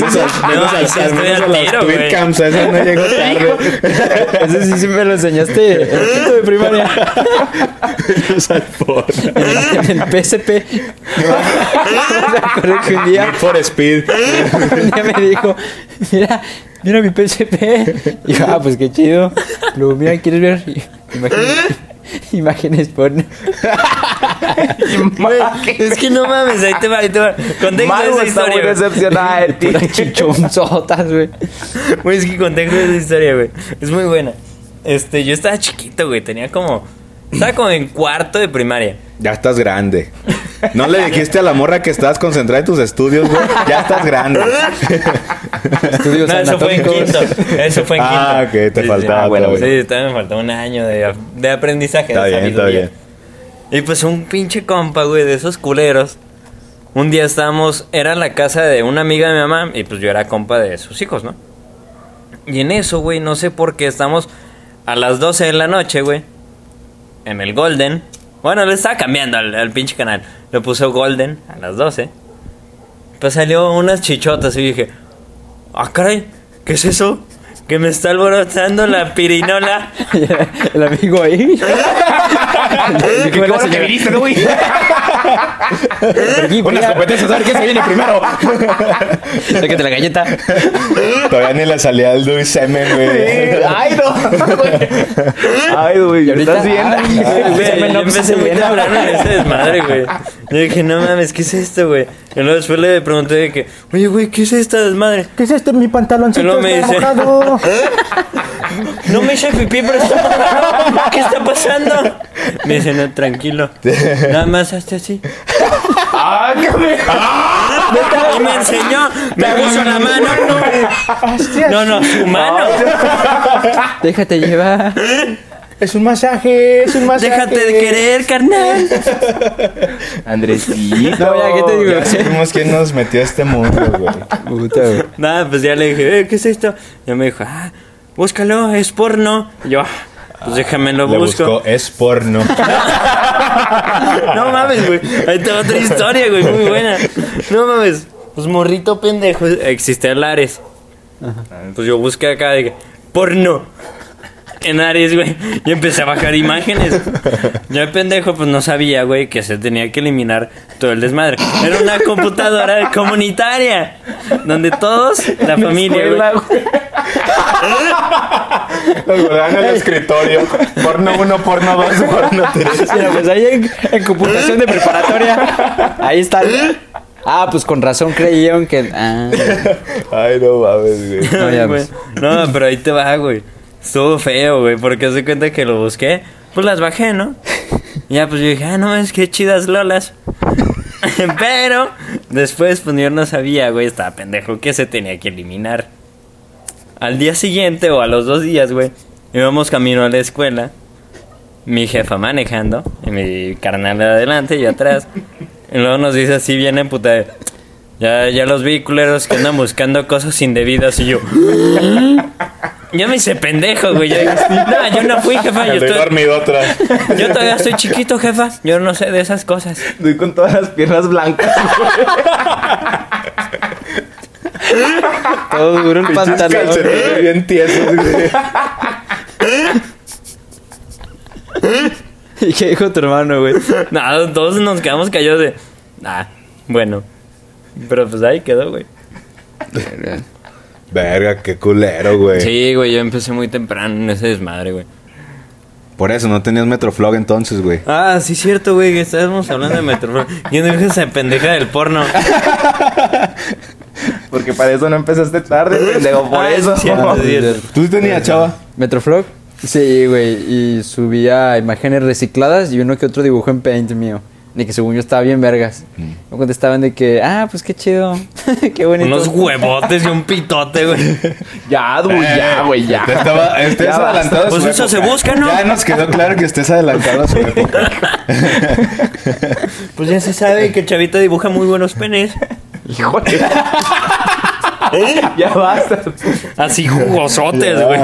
S4: menos
S2: ahí sí
S4: al-
S2: estoy
S4: al menos
S2: al
S4: a las
S2: tiro, güey.
S4: twitcams, a esas
S2: *laughs*
S4: no llegó *laughs* tarde.
S1: Ese sí, sí me lo enseñaste en quinto de primaria.
S4: Menos al
S2: *laughs*
S4: porno.
S1: En el PSP. Me acuerdo que un día,
S4: Need for Speed.
S1: un día me dijo, mira, mira mi PSP. Y yo, ah, pues qué chido. Luego, mira, ¿quieres ver imágenes, imágenes porno?
S2: Güey, Es que no mames, ahí te va, ahí te va. Contexto de
S5: Mago
S2: esa
S5: está muy
S2: historia. güey.
S5: *laughs* decepcionada de ti.
S1: Puras chichonzotas, güey.
S2: Güey, es que contexto de esa historia, güey. Es muy buena. Este, yo estaba chiquito, güey. Tenía como. Estaba como en cuarto de primaria.
S4: Ya estás grande. No le dijiste a la morra que estabas concentrada en tus estudios, güey. Ya estás
S2: *laughs*
S4: grande.
S1: Estudios
S2: no, eso fue en
S1: anatómicos.
S2: quinto. Eso fue en quinto.
S4: Ah, ok, te
S2: Sí,
S4: faltaba
S2: Sí, bueno,
S4: todavía.
S2: sí, todavía me faltaba un año de, de aprendizaje.
S4: Está
S2: de
S4: bien, está
S2: sabiduría.
S4: bien.
S2: Y pues un pinche compa, güey, de esos culeros. Un día estábamos, era la casa de una amiga de mi mamá y pues yo era compa de sus hijos, ¿no? Y en eso, güey, no sé por qué estamos a las 12 de la noche, güey. En el Golden. Bueno, le estaba cambiando al, al pinche canal. Le puso Golden a las 12. Pues salió unas chichotas y dije, ah, caray, ¿qué es eso? que me está alborotando la pirinola.
S1: El amigo
S4: *laughs*
S1: ahí. Dijo la señora,
S4: ¿no, güey?
S1: "Por aquí, por allá,
S4: competencias, a ver quién se viene primero.
S1: sácate la galleta.
S4: Todavía ni le salía el Luis Semen, güey.
S5: Ay, no, güey. Ay, güey,
S1: Y ahorita-
S5: ¿estás viendo?
S1: Ay, güey, no,
S2: Güey, yo
S1: pues,
S2: empecé
S1: se
S2: muy
S1: llena.
S2: temprano en ese desmadre, güey. Yo dije, no mames, ¿qué es esto, güey? Y luego después le pregunté de que, oye, güey, ¿qué es esta desmadre?
S4: ¿Qué es esto? Mi
S2: Y luego
S4: pantaloncito
S2: me
S4: está
S2: dice-
S4: mojado.
S2: *laughs* No me hice pipí, pero está mojado. ¿Qué está pasando? Me dice, no, tranquilo. Nada más hazte así.
S1: Ah,
S2: Y me enseñó, me puso la mano. No, no, su mano.
S1: Déjate llevar.
S4: Es un masaje, es un masaje.
S2: Déjate de querer, carnal.
S5: Andresito.
S1: No, ya, ¿qué te digo?
S4: Ya supimos quién nos metió a este mundo, güey.
S1: Puta, güey.
S2: Nada, pues ya le dije, eh, ¿qué es esto? Y me dijo, ah, búscalo, es porno. Y yo, ah, pues déjame lo
S4: Le
S2: busco.
S4: buscó es porno.
S2: *laughs* No mames, güey. Ahí te va otra historia, güey, muy buena. No mames. Pues morrito pendejo. Existe el Ares. Pues yo busqué acá de que, porno. En Ares, güey. Y empecé a bajar imágenes. Yo el pendejo, pues no sabía, güey, que se tenía que eliminar todo el desmadre. Era una computadora comunitaria. Donde todos, la familia, güey.
S4: Lo guardaban en el escritorio. Porno 1, porno 2, porno 3.
S1: *laughs* Mira, pues ahí en, en computación de preparatoria. Ahí está. Ah, pues con razón creyeron que. Ah,
S4: Ay, no mames, *laughs* güey.
S1: No, ya,
S2: Ay, güey. pues. No, pero ahí te va, güey. Estuvo feo, güey, porque se cuenta que lo busqué. Pues las bajé, ¿no? Y ya, pues yo dije, ah, no, es que chidas lolas. *laughs* pero después, pues yo no sabía, güey, estaba pendejo que se tenía que eliminar. Al día siguiente o a los dos días, güey, íbamos camino a la escuela. Mi jefa manejando, y mi carnal de adelante y atrás. Y luego nos dice así, bien emputada. Ya, ya los vi, culeros, que andan buscando cosas indebidas. Y yo, "Mm". yo me hice pendejo, güey. Yo, no, yo no fui, jefa. Yo,
S4: Estoy
S2: estoy-
S4: dormido atrás.
S2: yo todavía estoy chiquito, jefa. Yo no sé de esas cosas.
S5: Estoy con todas las piernas blancas.
S1: todo duro el pantalón. Eh.
S4: Calcetines bien tiesos, güey.
S1: *laughs* ¿Y qué dijo tu hermano, güey?
S2: Nada, todos nos quedamos callados de. Ah, bueno. Pero pues ahí quedó, güey.
S4: Verga, qué culero, güey.
S2: Sí, güey, yo empecé muy temprano en ese desmadre, güey.
S4: Por eso no tenías Metroflog entonces, güey.
S2: Ah, sí, cierto, güey, que estábamos hablando de Metroflog. ¿Quién dijo esa pendeja del porno?
S5: Porque para eso no empezaste tarde, pendejo. Por
S2: Ah,
S5: eso.
S2: sí, cierto, sí, cierto.
S4: ¿Tú tenías, chava?
S1: ¿Metroflog? Sí, güey. Y subía imágenes recicladas y uno que otro dibujo en paint mío. De que según yo estaba bien vergas.
S4: Mm.
S1: Me contestaban de que, ah, pues qué chido. *laughs* qué bonito.
S2: Unos huevotes y un pitote, güey.
S5: *laughs* Ya,
S4: Eh,
S5: güey, ya, güey, ya.
S4: Te estaba, estés
S5: Ya
S4: adelantado a
S2: Pues
S4: su
S2: eso
S4: época.
S2: se busca, ¿no?
S4: Ya nos quedó claro que estés adelantado a
S2: *laughs*
S4: su época.
S2: Pues ya se sabe que Chavita dibuja muy buenos penes.
S5: *laughs* Híjole. *laughs* Ya basta.
S2: Así jugosotes, güey.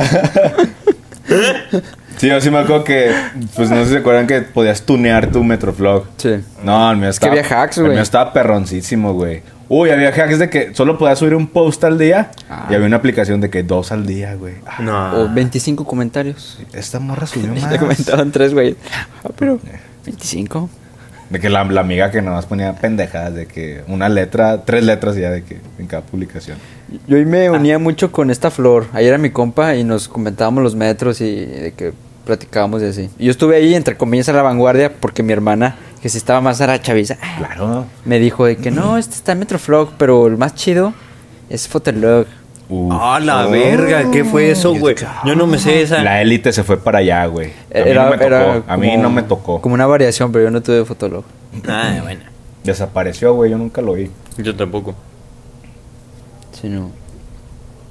S4: Sí, yo sí me acuerdo que, pues no sé si se acuerdan que podías tunear tu Metroflog.
S1: Sí.
S4: No, el mío estaba.
S1: había hacks,
S4: El
S1: güey.
S4: mío estaba perroncísimo, güey. Uy, había hacks de que solo podías subir un post al día.
S1: Ah.
S4: Y había una aplicación de que dos al día, güey. Ah,
S1: O
S2: No.
S1: 25 comentarios. *laughs*
S4: esta morra subió
S1: Te
S4: más.
S1: comentaban tres, güey. Ah, pero. 25.
S4: De que la, la amiga que nomás ponía pendejadas, de que una letra, tres letras ya de que en cada publicación.
S1: Yo ahí
S4: Ah.
S1: me unía mucho con esta flor. Ahí era mi compa y nos comentábamos los metros y de que platicábamos de así. Y Yo estuve ahí, entre comillas, a la vanguardia porque mi hermana, que si estaba más arachaviza,
S4: Claro.
S1: me dijo de que no, este está en Metroflog, pero el más chido es Fotolog.
S4: Uf.
S2: Ah, la verga, ¿qué fue eso, güey? Yo no me sé esa.
S4: La élite se fue para allá, güey. A mí no me tocó. a mí
S1: como-
S4: no me tocó.
S1: Como una variación, pero yo no tuve Fotolog.
S2: Ah, bueno.
S4: Desapareció, güey. Yo nunca lo vi.
S2: Yo tampoco.
S1: Sino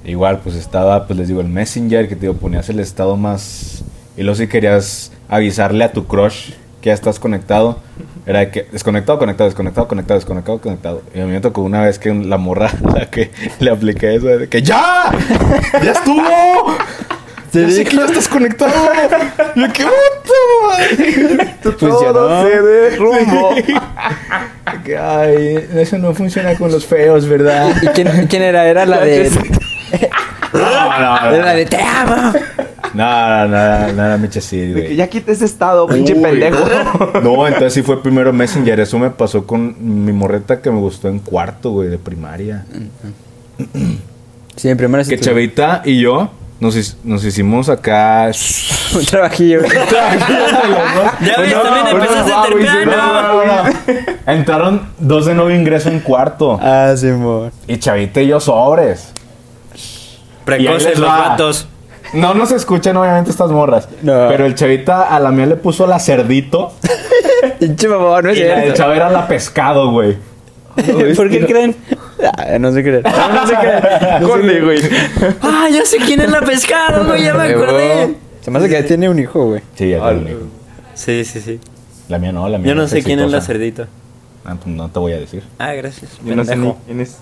S4: Igual, pues estaba, pues les digo, el Messenger, que te digo, ponías el estado más. Y luego si querías avisarle a tu crush que ya estás conectado, era de que desconectado, conectado, desconectado, conectado, desconectado, conectado. Y a mí me tocó una vez que la morra a la que le apliqué eso, de que ¡Ya! ¡Ya estuvo!
S1: Te
S4: Ya sé
S1: dijo.
S4: que ya estás conectado. Yo, qué puto, madre.
S5: Todo se derrumbó.
S4: Que, Ay, eso no funciona con los feos, ¿verdad? *laughs*
S1: ¿Y quién, quién era? Era la de.
S4: no,
S1: Era la
S4: no.
S1: de te amo.
S4: No, no, no, no, no, Miche, sí,
S5: De que
S4: güey.
S5: *laughs* ya quita ese estado,
S4: Uy.
S5: pinche pendejo.
S2: *laughs*
S4: No, entonces sí fue primero Messenger. Eso me pasó con mi morreta que me gustó en cuarto, güey, de primaria.
S1: Sí, en primera sí
S4: Que
S1: tuve
S4: Chavita y yo nos, his- nos hicimos acá.
S1: *laughs* Un trabajillo.
S4: *laughs*
S1: güey.
S2: Ya ves,
S4: Pues No,
S2: también
S4: no,
S2: empezaste a
S4: no, Ah, güey,
S2: terminar.
S4: no, no, no. Entraron dos de nuevo ingreso en cuarto.
S1: ah, Simón.
S4: Y Chavita y yo sobres. Y ahí
S2: Precoces
S4: les
S2: los
S4: va.
S2: gatos.
S4: No nos escuchan, obviamente, estas morras.
S1: No.
S4: Pero el Chavita a la mía le puso la cerdito.
S1: Pinche mamón, no es
S4: Y la de
S1: cierto.
S4: Chava era la pescado, güey.
S1: *laughs* ¿Por qué creen? Ah, no se creen. No se *laughs* creen.
S5: Corre, güey.
S2: Ah, ya sé quién es la pescada, güey, ya me acordé.
S1: Se me hace que ya tiene un hijo, güey.
S4: Sí, ya
S5: Ah,
S4: te lo digo.
S2: Sí, sí, sí.
S4: La mía no, la mía
S2: Yo no sé quién es la
S4: exitosa.
S2: cerdita.
S4: Ah, pues No te voy a decir.
S2: Ah, gracias.
S5: Yo no sé ni
S2: pendejo.
S5: quién es.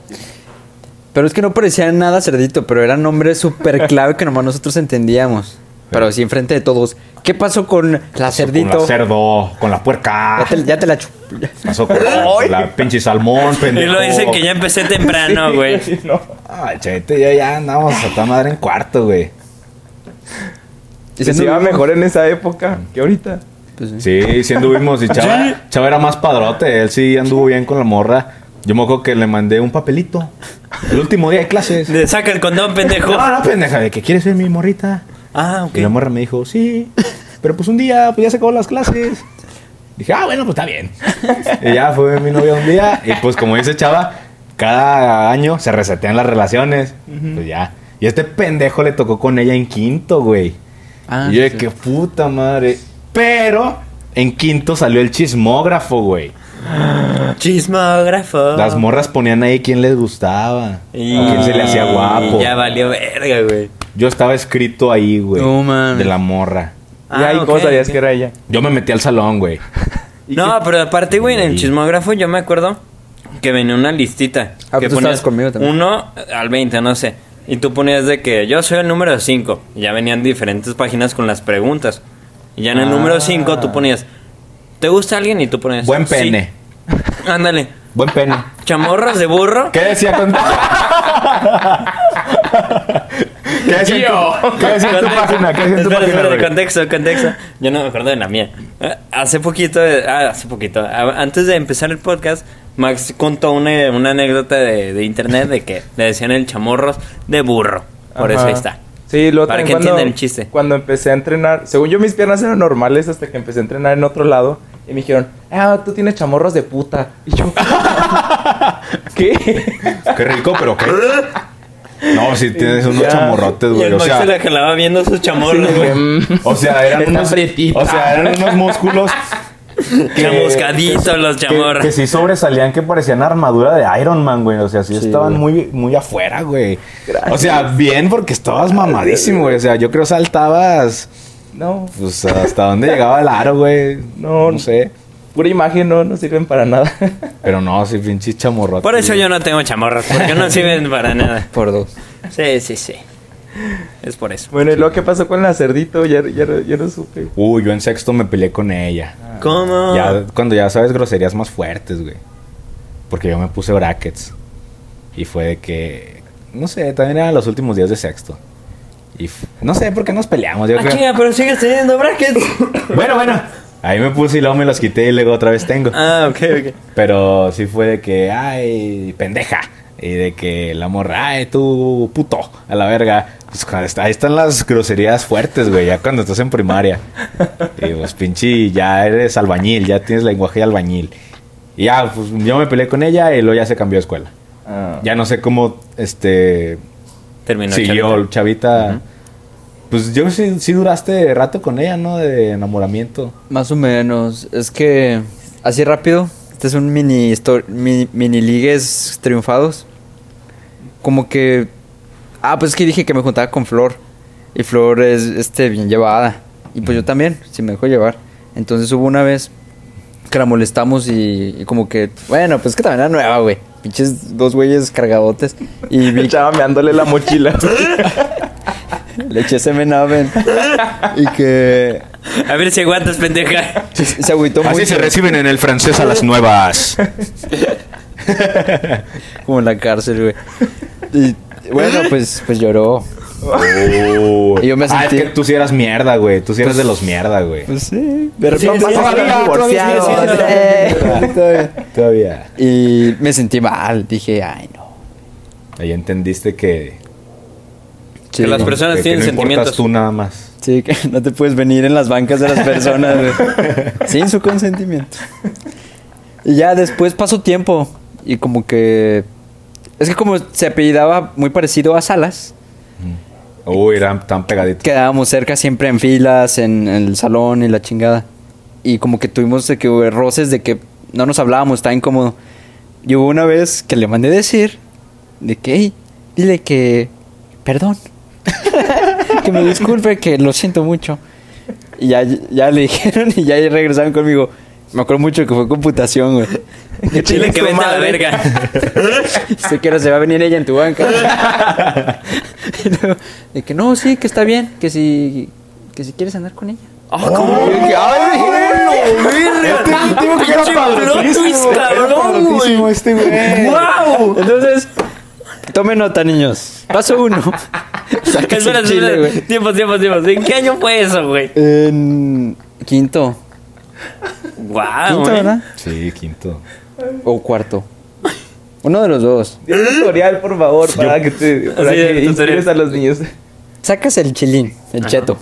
S1: Pero es que no parecía nada cerdito, pero era nombre súper clave que nomás nosotros entendíamos. Pero sí, enfrente de todos. ¿Qué pasó con la
S4: Con
S1: cerdito?
S4: la cerdo, con la puerca.
S1: Ya te, ya te la chup.
S4: Pasó con la pinche salmón,
S2: Y
S4: pendejo.
S2: lo dicen que ya empecé
S4: *laughs*
S2: temprano, güey.
S5: *laughs* No.
S4: Ah, chavita, y yo ya andamos a toda madre en cuarto, güey.
S1: Y
S5: Se
S1: siendo-
S5: iba mejor en esa época que ahorita.
S1: Pues, sí.
S4: Sí, sí anduvimos. Y Chava, Chava era más padrote. Él sí anduvo bien con la morra. Yo me acuerdo que le mandé un papelito. El último día de clases.
S2: De- Saca el condón,
S4: *laughs*
S2: pendejo.
S4: No, no, pendeja, de que quieres ser mi morrita.
S2: Ah,
S4: Y la
S2: ok.
S4: morra me dijo, sí. Pero pues un día, pues ya se acabó las clases. Dije, ah, bueno, pues
S1: *laughs*
S4: está bien. Y ya fue mi novia un día. Y pues como dice Chava, cada año se resetean las relaciones. Pues ya. Y este pendejo le tocó con ella en quinto, güey.
S1: Ah,
S4: y yo de
S1: sí, sí.
S4: que puta madre. Pero en quinto salió el chismógrafo, güey.
S1: Ah.
S2: Chismógrafo.
S4: Las morras ponían ahí quién les gustaba.
S2: Y-
S4: A quién se le hacía guapo.
S2: Ya valió verga, güey.
S4: Yo estaba escrito ahí, güey.
S1: No mames.
S4: de la morra.
S5: y ahí
S2: Ah,
S5: cómo
S2: ok,
S5: sabías
S2: ok.
S5: que era ella.
S4: Yo me metí al
S2: *laughs*
S4: salón, güey.
S5: ¿Y
S2: No,
S5: qué-
S2: pero aparte, güey, en el
S4: Sí.
S2: chismógrafo yo me acuerdo que venía una listita.
S4: pues
S1: Ah,
S2: que
S1: tú estabas conmigo también.
S2: Uno al 20, no sé. Y tú ponías de que yo soy el número 5. Ya venían diferentes páginas con las preguntas. Y ya en el número 5 tú ponías, ¿te gusta alguien? Y tú ponías...
S4: Ah. Buen
S2: "Sí".
S4: pene.
S2: Ándale.
S4: Buen pene.
S2: Chamorras de burro.
S4: ¿Qué decía
S2: *laughs*
S4: con... ¿Qué decía, en tu- ¿Qué decía en tu página? ¿Qué decía en tu
S2: Espera,
S4: página,
S2: espera,
S4: güey?
S2: contexto, contexto. Yo no me acuerdo de la mía. Eh, Hace poquito, eh, ah, hace poquito, a- antes de empezar el podcast, Max contó una, una anécdota de, de internet de que le decían el chamorros de burro. Por eso
S5: Ajá.
S2: ahí está.
S5: Sí, lo
S2: Para que entiendan el chiste.
S5: Cuando empecé a entrenar, según yo mis piernas eran normales hasta que empecé a entrenar en otro lado y me dijeron, ah, tú tienes chamorros de puta. Y yo, *laughs* ¿qué?
S4: Qué rico,
S2: *laughs*
S4: pero qué... No, si tienes unos
S5: Ya.
S4: chamorrotes,
S2: Y
S4: güey.
S2: el
S4: O
S2: Max
S4: sea,
S2: se la jalaba viendo sus chamorros, güey.
S4: o sea, eran
S5: Está
S4: unos...
S5: fritita.
S4: O sea, eran unos músculos...
S2: Chamuscaditos los
S4: que-
S2: chamorros.
S4: Que, sí sobresalían, que parecían armadura de Iron Man, güey. O sea, sí, estaban muy, muy afuera, güey. O sea, bien porque estabas mamadísimo, güey. O sea, yo creo saltabas...
S5: No,
S4: Pues hasta dónde llegaba el aro, güey. No,
S5: No,
S4: no sé.
S5: pura imagen no, no sirven para nada. *laughs*
S4: Pero no, sí, pinche chamorro.
S2: Por eso yo no tengo chamorros, porque no sirven para nada.
S1: Por dos.
S2: Sí, sí, sí. Es por eso.
S5: bueno, y luego qué pasó con la cerdito, ya, ya, no- ya no supe.
S4: Uy, yo en sexto me peleé con ella.
S2: ¿Cómo?
S4: Ya, cuando ya sabes groserías más fuertes, güey. Porque yo me puse brackets. Y fue de que. No sé, también eran los últimos días de sexto. Y f- no sé por qué nos peleamos. Yo
S2: Ah,
S4: creo-
S2: chinga, pero sigues teniendo
S4: *laughs*
S2: brackets.
S4: Bueno, bueno. Ahí me puse y luego me los quité y luego otra vez tengo.
S2: ah, ok, ok.
S4: Pero sí fue de que, ay, pendeja. Y de que la morra, ay, tú, puto, a la verga. Pues cuando está- ahí están las groserías fuertes, güey, ya cuando estás en primaria. Y pues, pinche, ya eres albañil, ya tienes lenguaje de albañil. Y ya, pues yo me peleé con ella y luego ya se cambió de escuela.
S5: *laughs* Ah,
S4: Ya no sé cómo, este,
S2: Terminó.
S4: siguió
S2: Chavita.
S4: chavita. Pues yo sí, sí duraste rato con ella, ¿no? De enamoramiento.
S1: Más o menos. Es que, así rápido, este es un mini, histo- mi- mini ligues triunfados. Como que... Ah, pues es que dije que me juntaba con Flor. Y Flor es este, bien llevada. Y pues yo también, si me dejó llevar. Entonces hubo una vez que la molestamos y, y como que... Bueno, pues es que también era nueva, güey. Pinches dos güeyes cargadotes. Y
S5: *laughs*
S1: vi
S5: el chava meándole
S2: *laughs*
S5: la mochila.
S1: le eché semen a Aven. Y que...
S2: A ver si aguantas, pendeja.
S5: *laughs*
S1: Se agüitó mucho.
S4: reciben en el francés
S1: *laughs*
S4: a las nuevas.
S1: Como en la cárcel, güey. Y bueno, pues, pues lloró.
S4: Oh.
S1: Y yo me
S4: Ah, es
S1: sentí-
S4: que tú sí eras mierda, güey. Tú sí eras de los mierda, güey.
S1: Pues sí, de
S4: Sí,
S1: repente
S4: sí,
S1: pasó
S4: todavía,
S1: algo
S4: todavía sigue
S1: divorciado,
S4: siendo la
S1: eh.
S4: mierda. *laughs* Todavía.
S1: Y me sentí mal, dije, ay no.
S4: Ahí entendiste que.
S1: Sí,
S2: Que las personas-
S4: que- que
S2: tienen
S4: no
S2: sentimientos.
S4: importas tú nada más.
S1: sí, que no te puedes venir en las bancas de las personas güey, sin su consentimiento. Y ya después pasó tiempo y como que... Es que como se apellidaba muy parecido a Salas,
S4: Uy, eran tan pegaditos.
S1: quedábamos cerca siempre en filas, en, en el salón y la chingada. Y como que tuvimos de que hubo roces de que no nos hablábamos, estaba incómodo. Y hubo una vez que le mandé decir de que, "Ey, dile que, perdón, *laughs* que me disculpe, que lo siento mucho. Y ya, ya le dijeron y ya regresaron conmigo. Me acuerdo mucho que fue computación, güey.
S2: Chile que venda
S1: *laughs*
S2: la verga.
S1: Sé que ahora se va a venir ella en tu banca. *laughs* Y luego, de que no, sí, que está bien, que si, que si quieres andar con ella.
S2: Ah,
S1: Y yo dije, "Ay,
S2: este
S1: güey". Entonces, tome nota, niños. Paso
S2: *laughs*
S1: uno. Sáquense el
S2: Espera,
S1: chile,
S2: espera.
S1: güey.
S2: Tiempos, tiempos, tiempos. ¿En qué año fue eso, güey?
S1: En quinto.
S2: Guau,
S1: Quinto,
S2: güey.
S1: ¿verdad?
S4: Sí, quinto.
S1: O cuarto. Uno de los dos.
S5: Di un tutorial, por favor, para que te para
S2: Así es,
S5: que
S2: tutorial.
S5: inspires a los niños.
S1: Sacas el chilín, el cheto.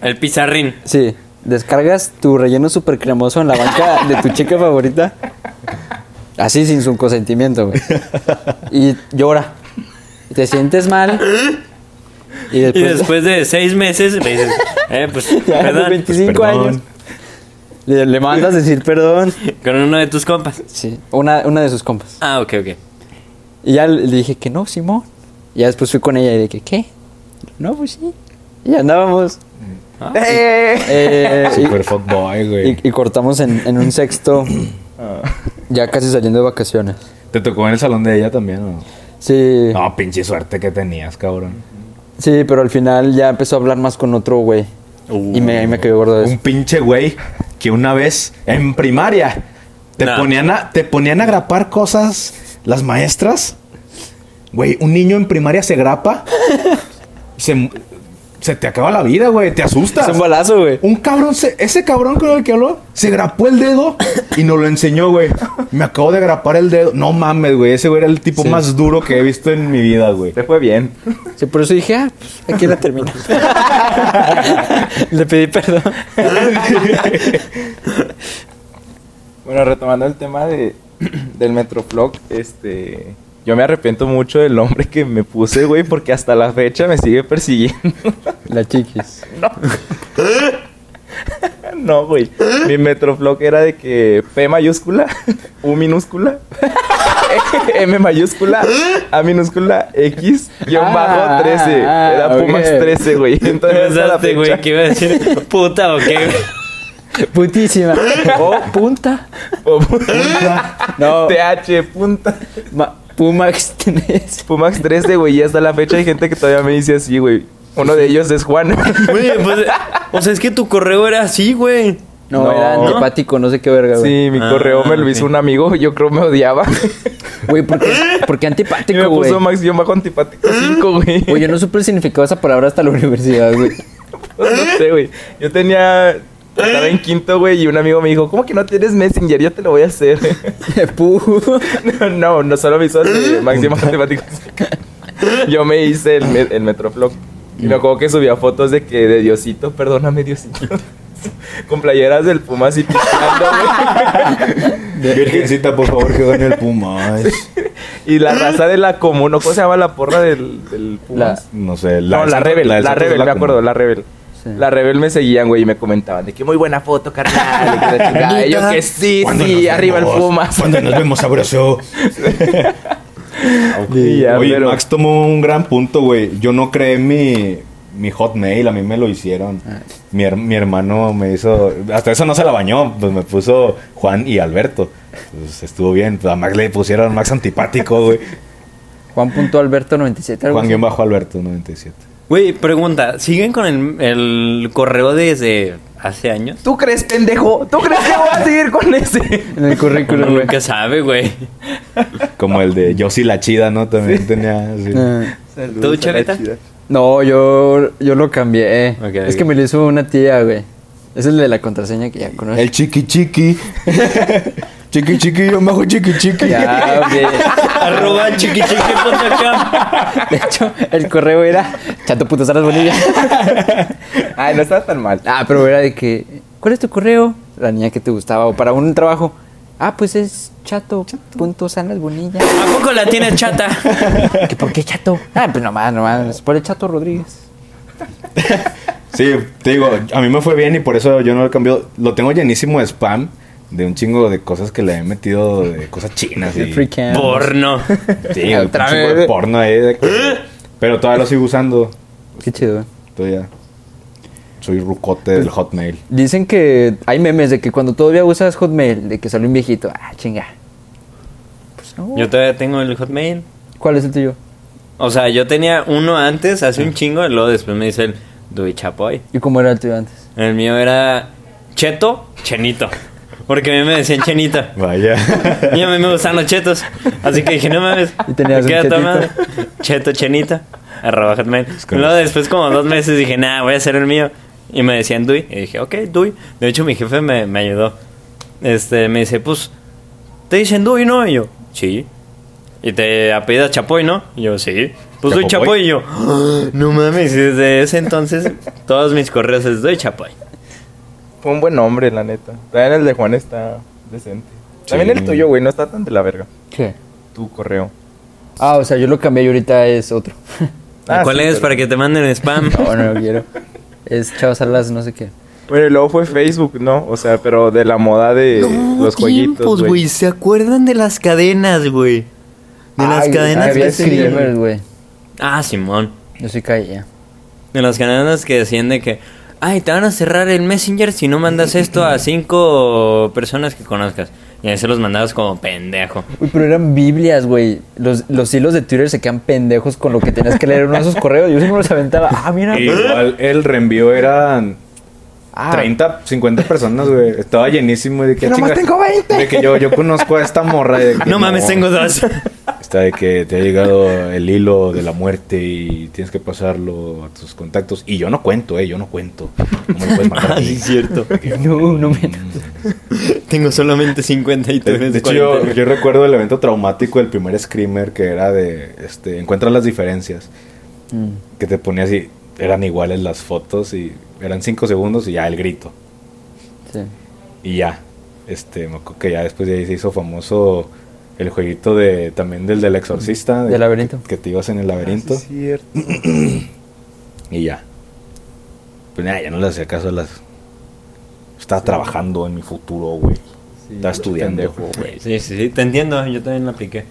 S2: El pizarrín.
S1: Sí. Descargas tu relleno super cremoso en la banca de tu chica favorita. Así sin su consentimiento, güey. Y llora. Y Te sientes mal. Y
S2: Y
S1: después,
S2: después de seis meses me dices, eh, pues,
S1: *laughs* ya a los
S2: perdón,
S1: 25
S4: perdón.
S1: años. Le, le mandas decir perdón.
S2: con uno de tus compas.
S1: Sí, una, una de sus compas.
S2: Ah, ok, ok.
S1: Y ya le dije que no, Simón. Y ya después fui con ella y dije, ¿qué? No, pues sí. Y andábamos.
S2: Ah.
S1: *laughs*
S4: *laughs*
S1: Eh, y-
S4: Super fuckboy, güey.
S1: y, y cortamos en, en un sexto,
S5: Ah.
S1: ya casi saliendo de vacaciones.
S4: ¿Te tocó en el salón de ella también o no?
S1: Sí,
S4: No, pinche suerte que tenías, cabrón.
S1: sí, pero al final ya empezó a hablar más con otro güey. y me, y me quedé gordo de
S4: Un
S1: eso.
S4: pinche güey que una vez en primaria te,
S2: No.
S4: ponían a, te ponían a grapar cosas las maestras. Güey, un niño en primaria se grapa. se, mu- se te acaba la vida, güey. Te asustas.
S1: Es un balazo, güey.
S4: Un cabrón, se- ese cabrón con el que habló, se grapó el dedo y nos lo enseñó, güey. Me acabo de grapar el dedo. No mames, güey. Ese güey era el tipo más duro que he visto en mi vida, güey.
S5: Te fue bien.
S1: Sí, por eso dije, ah, pues aquí la termino. *laughs* Le pedí perdón.
S5: Bueno, retomando el tema de, *clears throat* del Metroflog, este. Yo me arrepiento mucho del nombre que me puse, güey, porque hasta la fecha me sigue persiguiendo.
S1: *laughs*
S5: *laughs*
S1: La chiquis.
S5: No, güey. Mi Metroflog era de que P mayúscula, *laughs* U minúscula, *laughs* M mayúscula, A minúscula, X, guión
S1: Ah,
S5: bajo 13. Era
S1: ok.
S5: Pumas
S1: *laughs*
S5: 13, güey. Entonces, hasta la
S2: Pensaste, güey,
S5: fecha.
S2: que iba a decir puta o qué, güey?
S1: Putísima. O punta. *laughs* No,
S5: TH, punta.
S1: ma- Pumax tenés.
S5: Pumax 13, güey. Y hasta la fecha hay gente que todavía me dice así, güey. Uno de ellos es Juan. *laughs*
S2: Güey, pues, o sea, es que tu correo era así, güey.
S1: No,
S5: No.
S1: era antipático, no sé qué verga, güey.
S5: Sí, mi
S2: Ah,
S5: correo me lo hizo
S2: ok.
S5: un amigo. Yo creo me odiaba.
S1: Güey, ¿por *laughs* qué, por qué
S5: Y me
S1: antipático, güey?
S5: puso Max guión bajo antipático 5, güey.
S1: Güey, yo no supe el significado de esa palabra hasta la universidad, *laughs* güey.
S5: *laughs* No sé, güey. Yo tenía. Estaba en quinto, güey, y un amigo me dijo, ¿cómo que no tienes Messenger? Yo te lo voy a hacer. *laughs*
S1: Pu-
S5: no, no, no solo me hizo el máximo matemático. Yo me hice el, me- el Metroflog. Y me acuerdo que subía fotos de que de Diosito, perdóname Diosito. *laughs* Con playeras del Pumas y pisando, güey.
S4: Virgencita, por favor, que gane el Puma. Ay,
S5: Y la raza de la común, ¿no? ¿cómo se llama la porra del, del Pumas?
S4: No sé.
S5: no, la
S4: Santa-
S5: Rebel, la,
S4: de Santa
S5: Rebel,
S4: Cruz
S5: me acuerdo,
S4: Común.
S5: la Rebel. La Rebel me seguían, güey, y me comentaban de que muy buena foto, carnal. y que la chingada. Y yo que sí,
S4: Cuando nos
S5: sí,
S4: vemos,
S5: arriba el Pumas.
S4: Cuando nos vemos sabroso.
S5: Y ya,
S4: Oye,
S5: pero-
S4: Max tomó un gran punto, güey. Yo no creé mi, mi hotmail, a mí me lo hicieron.
S5: Ah.
S4: Mi, her- mi hermano me hizo. Hasta eso no se la bañó, pues me puso Juan y Alberto. Pues estuvo bien. Pues a Max le pusieron Max antipático,
S5: *laughs*
S4: güey.
S1: Juan.alberto97. algo
S4: Juan
S1: así.
S4: guión bajo Alberto 97.
S2: Güey, pregunta, ¿siguen con el, el correo desde hace años?
S5: ¿Tú crees, pendejo? ¿Tú crees que voy a seguir con ese?
S1: En el *laughs*
S2: Uno
S1: currículum, güey.
S2: nunca sabe, güey.
S4: Como el de Yo sí la chida, ¿no? También tenía. así.
S1: Ah,
S2: ¿Tú, Chaveta?
S1: No, No, yo, yo lo cambié.
S2: Ok,
S1: es
S2: ok.
S1: que me lo hizo una tía, güey. Es el de la contraseña que ya *laughs* conoces.
S4: El chiqui
S5: *laughs*
S4: chiqui. chiqui chiqui, yo majo chiqui chiqui.
S1: Ya, güey.
S2: *laughs* Arroba chiquichiqui.com.
S1: De hecho, el correo era chato putas a las *laughs* bolillas.
S5: *laughs* Ay, no estaba tan mal.
S1: Ah, pero era de que, ¿cuál es tu correo? La niña que te gustaba o para un trabajo. Ah, pues es chato, punto sanas bonillas.
S2: ¿A poco la tienes chata?
S1: *laughs* ¿Que ¿Por qué chato? Ah, pues nomás, nomás. Por el chato Rodríguez.
S4: Sí, te digo, a mí me fue bien y por eso yo no lo cambiado. Lo tengo llenísimo de spam, de un chingo de cosas que le he metido, de cosas chinas.
S1: De
S4: y-
S1: free cam.
S2: *laughs* Porno.
S4: Sí, un
S1: Otra
S4: chingo de
S1: vez.
S4: porno ahí. de- Pero todavía lo sigo usando.
S1: Qué chido.
S4: Todavía. Soy rucote del Hotmail.
S1: Dicen que hay memes de que cuando todavía usas Hotmail, de que salió un viejito. Ah, chinga. Pues no.
S2: Yo todavía tengo el Hotmail.
S1: ¿Cuál es el tuyo?
S2: O sea, yo tenía uno antes, hace un chingo, y luego después me dice el Dui Chapoy.
S1: ¿Y cómo era el tuyo antes?
S2: El mío era Cheto, Chenito. Porque a mí me decían Chenito.
S4: Vaya.
S2: *laughs* Y a mí me gustan los chetos. Así que dije, no mames.
S1: Y tenías
S2: me
S1: un
S2: queda toda
S1: chetito.
S2: madre. Cheto, chenito. Arroba hotmail.
S4: que
S2: Luego
S4: no-
S2: después como dos meses dije, nah, voy a hacer el mío. Y me decían Dui. Y dije, ok, Dui. De hecho, mi jefe me, me ayudó. Este, me dice, pues, te dicen Dui, ¿no? Y yo, sí. Y te apellidas Chapoy, ¿no? Y yo, sí. Pues soy
S4: ¿Chapopoy?
S2: Chapoy. Y yo, "Ah, no mames. Y desde ese entonces, todos mis correos es Dui Chapoy.
S5: Fue un buen nombre, la neta. También el de Juan está decente. También
S4: Sí.
S5: el tuyo, güey, no está tan de la verga.
S1: ¿Qué?
S5: Tu correo.
S1: Ah, o sea, yo lo cambié y ahorita es otro. *laughs*
S5: Ah,
S2: ¿Cuál
S5: sí,
S2: es?
S5: pero-
S2: Para que te manden spam.
S1: no, no lo quiero. Es Chava Salas, no sé qué.
S5: Bueno, y luego fue Facebook, ¿no? O sea, pero de la moda de los jueguitos, güey.
S2: ¿Se acuerdan de las cadenas, güey? De las cadenas
S1: Había
S2: que se
S1: screamers, güey.
S2: Ah, Simón.
S1: Yo sí caía.
S2: De las cadenas que decían de que... Ay, te van a cerrar el Messenger si no mandas esto a cinco personas que conozcas. Y ahí se los mandabas como *laughs* pendejo.
S1: Uy, pero eran Biblias, güey. Los, los hilos de Twitter se quedan pendejos con lo que tenías que leer en uno de esos correos. Yo siempre los aventaba. Ah, mira.
S4: *laughs* Igual el reenvío eran
S1: Ah.
S4: 30, 50 personas, güey. Estaba llenísimo. De que,
S1: Nomás
S4: chinga,
S1: tengo 20.
S4: De que yo, yo conozco a esta morra. de que
S2: No mames, tengo *laughs* dos.
S4: Está de que te ha llegado el hilo de la muerte y tienes que pasarlo a tus contactos. Y yo no cuento, eh, yo no cuento. No me lo puedes matar. a mí. Mm.
S2: cierto.
S1: *laughs* No, no me.
S2: Tengo solamente 50 y tú
S4: De, de
S2: eres
S4: hecho, yo,
S2: 40.
S4: yo recuerdo el evento traumático del primer screamer que era de este, Encuentra las diferencias.
S1: Mm.
S4: Que te ponía así, eran iguales las fotos y eran 5 segundos y ya el grito.
S1: Sí.
S4: Y ya. Este, me acuerdo que ya después de ahí se hizo famoso el jueguito de también del del exorcista. de-
S1: Del laberinto.
S4: Que, que te ibas en el laberinto.
S5: Ah, Sí, cierto.
S4: *clears throat* Y ya. Pues nada, ya no le hacía caso a las. Estaba trabajando en mi futuro, güey.
S5: Sí,
S4: Estaba estudiando, güey.
S2: Sí, sí, sí. Te entiendo. Yo también la apliqué.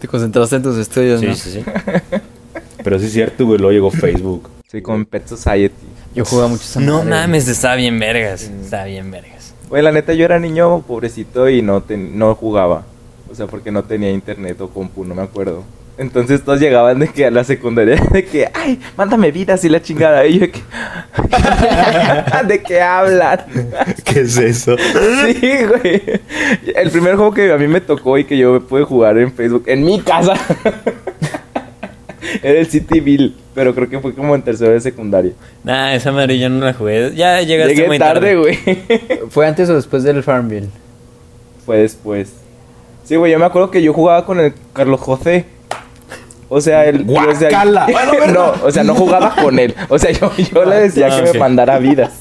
S1: Te concentraste en tus estudios,
S2: Sí,
S1: ¿no?
S2: sí, sí.
S4: Pero sí es cierto, güey. Luego llegó Facebook.
S5: *laughs* Sí, con Pet Society.
S1: Yo jugaba mucho esa
S2: No
S1: madre, güey.
S2: mames, está bien vergas. Está bien vergas.
S5: Güey, la neta, yo era niño pobrecito y no, ten- no jugaba. O sea, porque no tenía internet o compu, no me acuerdo. Entonces todos llegaban de que a la secundaria, *laughs* de que, ay, mándame vidas y la chingada. Y yo de que, *laughs* ¿de qué hablan? *laughs*
S4: ¿Qué es eso?
S5: Sí, güey. El primer juego que a mí me tocó y que yo pude jugar en Facebook, en mi casa, *laughs* era el City Bill. Pero creo que fue como en tercero de secundaria.
S2: Nah, esa madre yo no la jugué. Ya llegaste
S5: Llegué
S2: muy
S5: tarde, güey. *laughs*
S1: ¿Fue antes o después del Farmville?
S5: Fue después. Sí, güey, yo me acuerdo que yo jugaba con el Carlos José. O sea, el. yo, o sea, *laughs*
S4: ¡Guácala!
S5: no, o sea, no jugaba con él. O sea, yo, yo le decía
S2: Ah,
S5: que
S2: ok.
S5: me mandara vidas.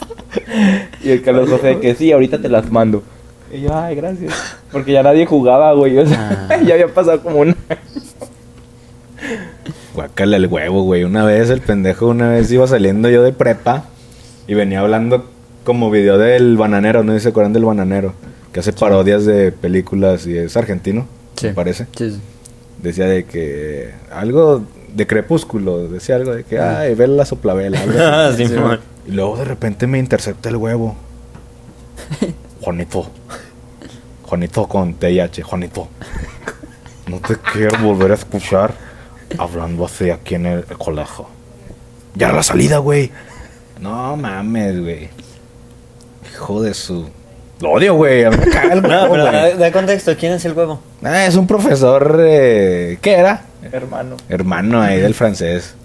S5: Y el Carlos José que sí, ahorita te las mando. Y yo, ay, gracias. Porque ya nadie jugaba, güey. O sea, *laughs* ya había pasado como un.
S4: Guácala el huevo, güey. Una vez, el pendejo, una vez iba saliendo yo de prepa y venía hablando como video del bananero. No sé si se acuerdan del bananero. Que hace parodias de películas y es argentino, me parece.
S1: Sí, sí.
S4: Decía de que algo de crepúsculo, decía algo de que, ay, ver la soplavela.
S2: *laughs*
S4: algo así.
S2: Ah, Simón.
S4: Y luego de repente me intercepta
S2: *laughs*
S4: el huevo. Juanito. Juanito con TH, Juanito. No te quiero volver a escuchar hablando así aquí en el colegio. Ya la salida, güey. No mames, güey. Hijo de su. Lo odio, güey. A mí me caga el
S2: *laughs* No,
S4: huevo,
S2: pero da,
S4: güey.
S2: da contexto, ¿quién es el huevo?
S4: Ah, es un profesor. eh, ¿Qué era?
S5: Hermano.
S4: Hermano ahí del francés.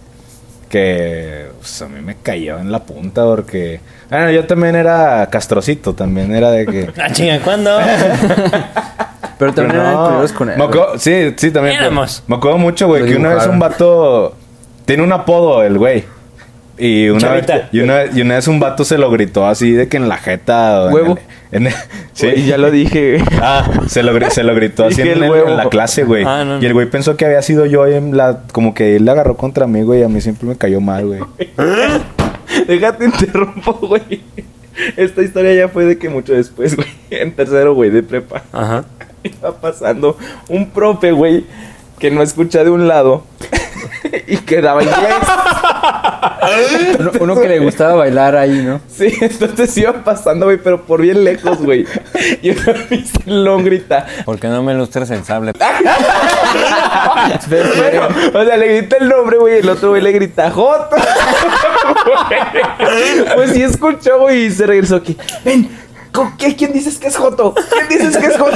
S4: que pues, a mí me cayó en la punta porque... Bueno, yo también era castrocito, también era de que...
S2: Ah, chinga, *laughs* ¿cuándo?
S1: Pero *laughs* también
S4: Pero
S1: eran
S4: no.
S1: culeros con él.
S4: Me
S1: güey.
S4: acuerdo- sí, sí, también. pero-
S2: Éramos.
S4: Me acuerdo mucho, güey,
S1: Lo
S4: que una vez
S1: dibujaron.
S4: un vato. Tiene un apodo el güey. Y una, vez,
S2: Chavita.
S4: y, una, y una vez un vato se lo gritó así de que en la jeta. o en
S1: Huevo.
S4: el- *laughs* en- sí.
S5: Güey, ya lo dije. güey.
S4: Ah, se lo, gri- se lo
S5: *laughs*
S4: gritó así
S5: Dije
S4: en,
S5: el
S4: el-
S5: huevo.
S4: en la clase, güey.
S2: Ah, no, no.
S4: Y el güey pensó que había sido yo en la... Como que él la agarró contra mí, güey. y A mí siempre me cayó mal, güey.
S5: *laughs* Déjate interrumpo, güey. Esta historia ya fue de que mucho después, güey. En tercero, güey, de prepa.
S2: Ajá.
S5: *laughs* Iba pasando un profe, güey, que no escucha de un lado. *laughs* y que daba inglés.
S1: Uno, uno que le gustaba bailar ahí, ¿no?
S5: Sí, entonces iba pasando, güey, pero por bien lejos, güey. Y una lo grita.
S2: ¿Por qué no me ilustras el sable?
S5: Bueno, o sea, le grita el nombre, güey, y el otro güey le grita Joto. *laughs* pues sí escuchó, güey, y se regresó aquí. Ven, ¿con qué? ¿Quién dices que es Joto? ¿Quién dices que es Joto?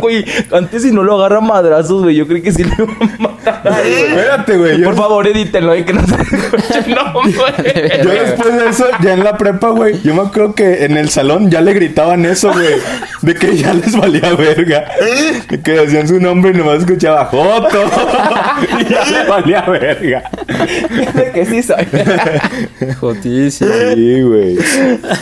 S5: *laughs* Güey, antes si no lo agarra a madrazos, güey, yo creo que sí le iba a matar.
S4: *laughs* Espérate, güey. Yo,
S5: Por favor, edítenlo, eh, que *laughs* no se escuche el nombre.
S4: yo después de eso, ya en la prepa, güey. Yo me acuerdo que en el salón ya le gritaban eso, güey. De que ya les valía verga. De que decían su nombre y nomás escuchaba Joto. *laughs* y ya les valía verga.
S5: De que sí soy.
S1: Jotísimo.
S4: Sí, güey.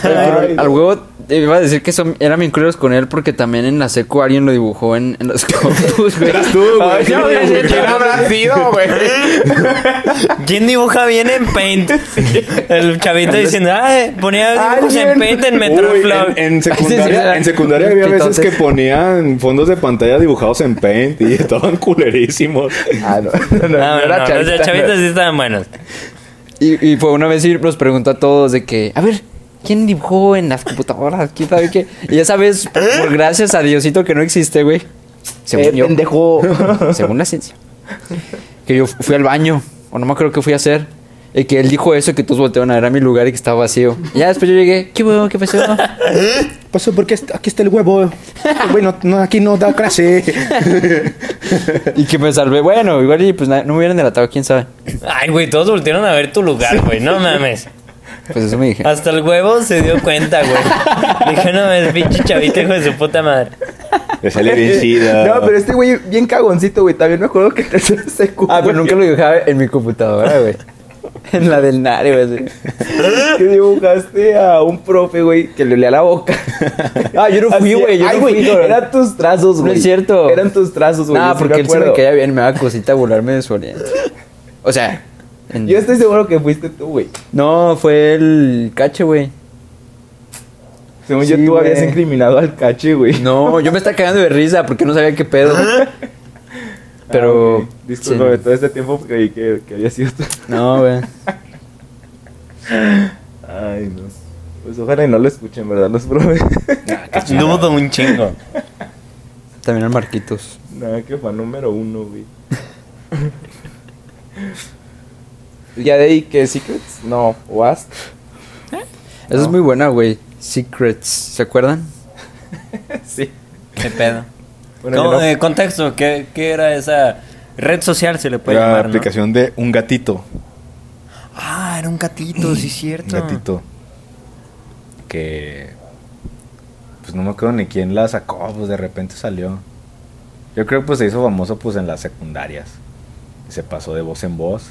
S1: Pero al huevo eh, iba a decir que son, eran bien culeros con él porque también en la secu alguien lo dibujó en, en *laughs* las cosas, güey.
S4: Eras tú, güey.
S1: Ay, no, güey,
S5: ¿Quién habrá sido, güey?
S2: *laughs* ¿Quién dibuja bien en Paint? El chavito diciendo, ah, ponía dibujos en
S4: Alguien.
S2: Paint en
S4: Uy,
S2: Metroflow.
S4: en, en secundaria, en secundaria había veces que ponían fondos de pantalla dibujados en Paint y *laughs* estaban culerísimos.
S5: Ah, no. No, no, no,
S2: No, no,
S5: era
S2: no,
S5: chavita.
S2: los de chavitos sí estaban buenos.
S1: Y, y fue una vez y nos preguntó a todos de que, a ver, ¿quién dibujó en las computadoras? ¿Quién sabe qué? Y esa vez, por gracias a Diosito que no existe, güey. Según
S5: Eh,
S1: yo.
S5: pendejo.
S1: *laughs* Según la ciencia. Que yo fui al baño, o no me acuerdo qué fui a hacer. Y que él dijo eso, que todos voltearon a ver a mi lugar y que estaba vacío. Y ya después yo llegué, ¿qué huevo? ¿Qué
S5: *laughs*
S1: pasó?
S4: Pasó Pues, porque aquí está el huevo. Bueno, aquí no da clase.
S1: Y que me salvé. Bueno, igual y pues na- no me hubieran delatado, quién sabe.
S2: Ay, güey, todos voltearon a ver tu lugar, güey. No mames.
S1: Pues eso me dije.
S2: Hasta el huevo se dio cuenta, güey. Dije, no mames, pinche chavito, hijo de su puta madre.
S4: Le sale bien chido.
S5: *laughs* No, pero este güey bien cagoncito, güey. También me acuerdo que *laughs* en tercero secu.
S1: Ah, pero
S5: güey,
S1: nunca lo dibujaba en mi computadora, güey. *laughs* En la del Nare, *laughs* güey. así.
S5: *laughs* Que dibujaste a un profe, güey, que le olía la *laughs* boca.
S1: Ah, yo no fui,
S5: Así-
S1: güey, yo no
S5: Ay,
S1: fui,
S5: güey.
S1: cabrón.
S5: Eran tus trazos,
S1: No
S5: güey.
S1: es cierto.
S5: Eran tus trazos, güey.
S1: Ah,
S5: yo sí
S1: porque él se me
S5: acuerdo.
S1: caía bien, me daba cosita burlarme de su aliento. O sea, en-
S5: Yo estoy seguro que fuiste tú, güey.
S1: no, fue el cache, güey.
S5: Según yo,
S1: Sí,
S5: tú
S1: güey.
S5: habías incriminado al cache, güey.
S1: No, yo me estaba cagando de risa porque no sabía qué pedo. Pero.
S5: Ah, ok. Discúlpame
S1: sí.
S5: todo este tiempo creí que, que había sido tú.
S1: No, güey.
S5: Ay, no. Pues ojalá y no lo escuchen, ¿verdad? Los profes.
S2: Dudo un chingo.
S1: También al Marquitos.
S5: Nada, que fue número uno, güey. ya de ahí que Secrets, no, Was.
S1: Esa es muy buena, güey. Secrets, ¿se acuerdan?
S5: *laughs* sí.
S2: ¿Qué pedo?
S5: Bueno,
S2: ¿Cómo,
S5: yo no.
S2: eh, contexto, ¿qué, qué era esa red social? Se le puede
S4: la
S2: llamar, ¿no?
S4: aplicación de un gatito.
S2: Ah, era un gatito, sí, cierto.
S4: Un gatito. Que. Pues no me acuerdo ni quién la sacó, pues de repente salió. Yo creo que pues se hizo famoso pues en las secundarias. Y se pasó de voz en voz.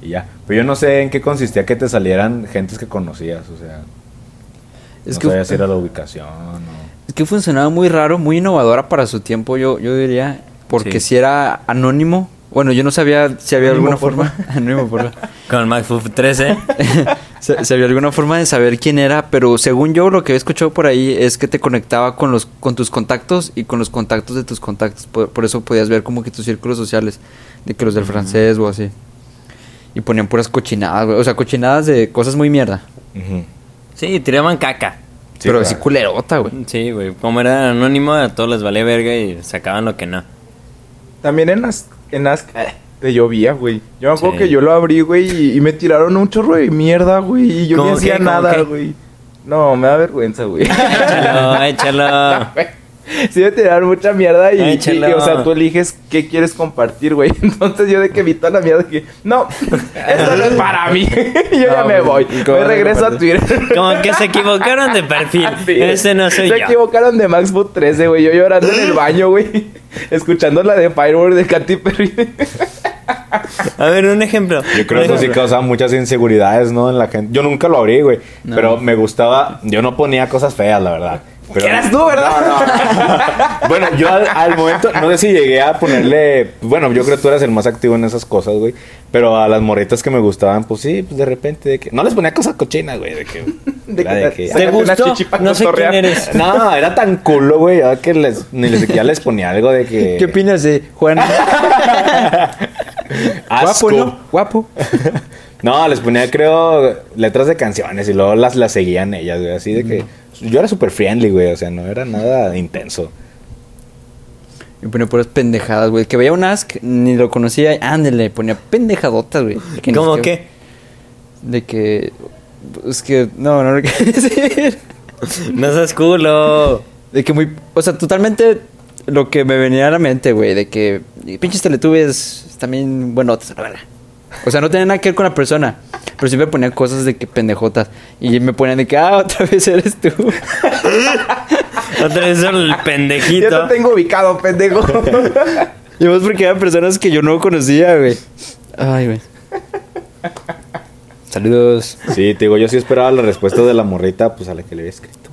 S4: Y ya. Pero yo no sé en qué consistía que te salieran gentes que conocías, o sea.
S1: Es
S4: no
S1: que
S4: sabías si era la ubicación o.
S1: Es que funcionaba muy raro, muy innovadora para su tiempo, yo, yo diría. Porque
S2: Sí.
S1: si era anónimo. Bueno, yo no sabía si había
S5: Anónimo
S1: alguna
S5: por
S1: forma. *laughs* Anónimo, por favor.
S2: Con el MacBook 13.
S1: Si si había alguna forma de saber quién era, pero según yo lo que he escuchado por ahí es que te conectaba con los con tus contactos y con los contactos de tus contactos. Por, por eso podías ver como que tus círculos sociales, de que los del francés o así. Y ponían puras cochinadas, güey. O sea, cochinadas de cosas muy mierda.
S4: Ujú.
S2: *laughs* Sí, tiraban caca.
S4: Sí,
S1: pero
S4: claro.
S1: así culerota, güey.
S2: Sí, güey. Como era anónimo, a todos les valía verga y sacaban lo que no.
S5: También en As en As te llovía, güey. Yo me acuerdo
S2: Sí.
S5: que yo lo abrí, güey, y, y me tiraron un chorro de mierda, güey, y yo ni
S2: ¿Cómo
S5: hacía
S2: qué? ¿Cómo
S5: nada,
S2: qué?
S4: *laughs*
S5: güey. No, me da vergüenza, güey.
S2: Échalo, échalo.
S5: Sí, me tiraron mucha mierda y,
S2: Ay,
S5: y-
S2: chelo.
S5: y, o sea, tú eliges qué quieres compartir, güey. *laughs* Entonces yo de que vi toda la mierda dije, no,
S2: *laughs*
S5: esto no es para mí. *laughs* Y yo ya me voy. Me regreso a Twitter.
S2: Como que se equivocaron de
S5: *laughs*
S2: perfil. Ese no soy
S5: Se
S2: yo.
S5: equivocaron de Max Boot 13, güey. Yo llorando en
S2: *gasps*
S5: el baño, güey. *laughs* Escuchando la de Firework de Katy Perry. *laughs*
S2: A ver, un ejemplo.
S4: Yo creo
S2: Un
S4: que eso sí
S2: ejemplo.
S4: causaba muchas inseguridades, ¿no? En la gente. Yo nunca lo abrí, güey. Pero me gustaba. Yo no ponía cosas feas, la verdad. Pero...
S5: Eras tú, ¿verdad? *laughs*
S4: Bueno, yo al, al momento, no sé si llegué a ponerle. Bueno, yo creo que tú eras el más activo en esas cosas, güey. Pero a las morritas que me gustaban, pues sí, pues de repente. de que- no les ponía cosas cochinas, güey. De que.
S5: *laughs* De
S4: era
S5: que-
S4: de que-
S2: ¿Te
S5: Sácate una
S2: gustó?
S5: chichi pa'
S2: No sé
S5: cotorrear.
S2: quién
S5: *laughs*
S2: eres.
S4: No, era tan culo, güey. ya que les, ni les, siquiera les ponía algo de que.
S1: ¿Qué opinas de Juan?
S4: asco.
S1: Guapo, ¿no? Guapo.
S4: No, les ponía, creo, letras de canciones y luego las, las seguían ellas, güey. Así de que. Yo era súper friendly, güey. O sea, no era nada intenso.
S1: Me ponía puras pendejadas, güey. Que veía un ask, ni lo conocía. Ándale, ponía pendejadotas, güey. Que ni
S2: ¿Cómo
S1: siquiera-
S2: qué?
S1: De que. Es que. No, no lo *laughs* quiero decir.
S2: No seas culo.
S1: De que muy. O sea, totalmente lo que me venía a la mente, güey. De que. y Pinches teletubbies también buenotas, la verdad. O sea, no tenía nada que ver con la persona. Pero siempre ponía cosas de que pendejotas. Y me ponían de que, ah, otra vez eres tú. *laughs*
S2: Otra
S4: *laughs*
S2: vez el
S5: Yo
S2: pendejito.
S5: te tengo
S2: *laughs*
S5: ubicado, pendejo.
S1: Y vos porque eran personas que yo no conocía, güey. Ay, güey. Saludos,
S4: Sí, te digo, yo sí esperaba la respuesta de la morrita, pues a la que le había escrito.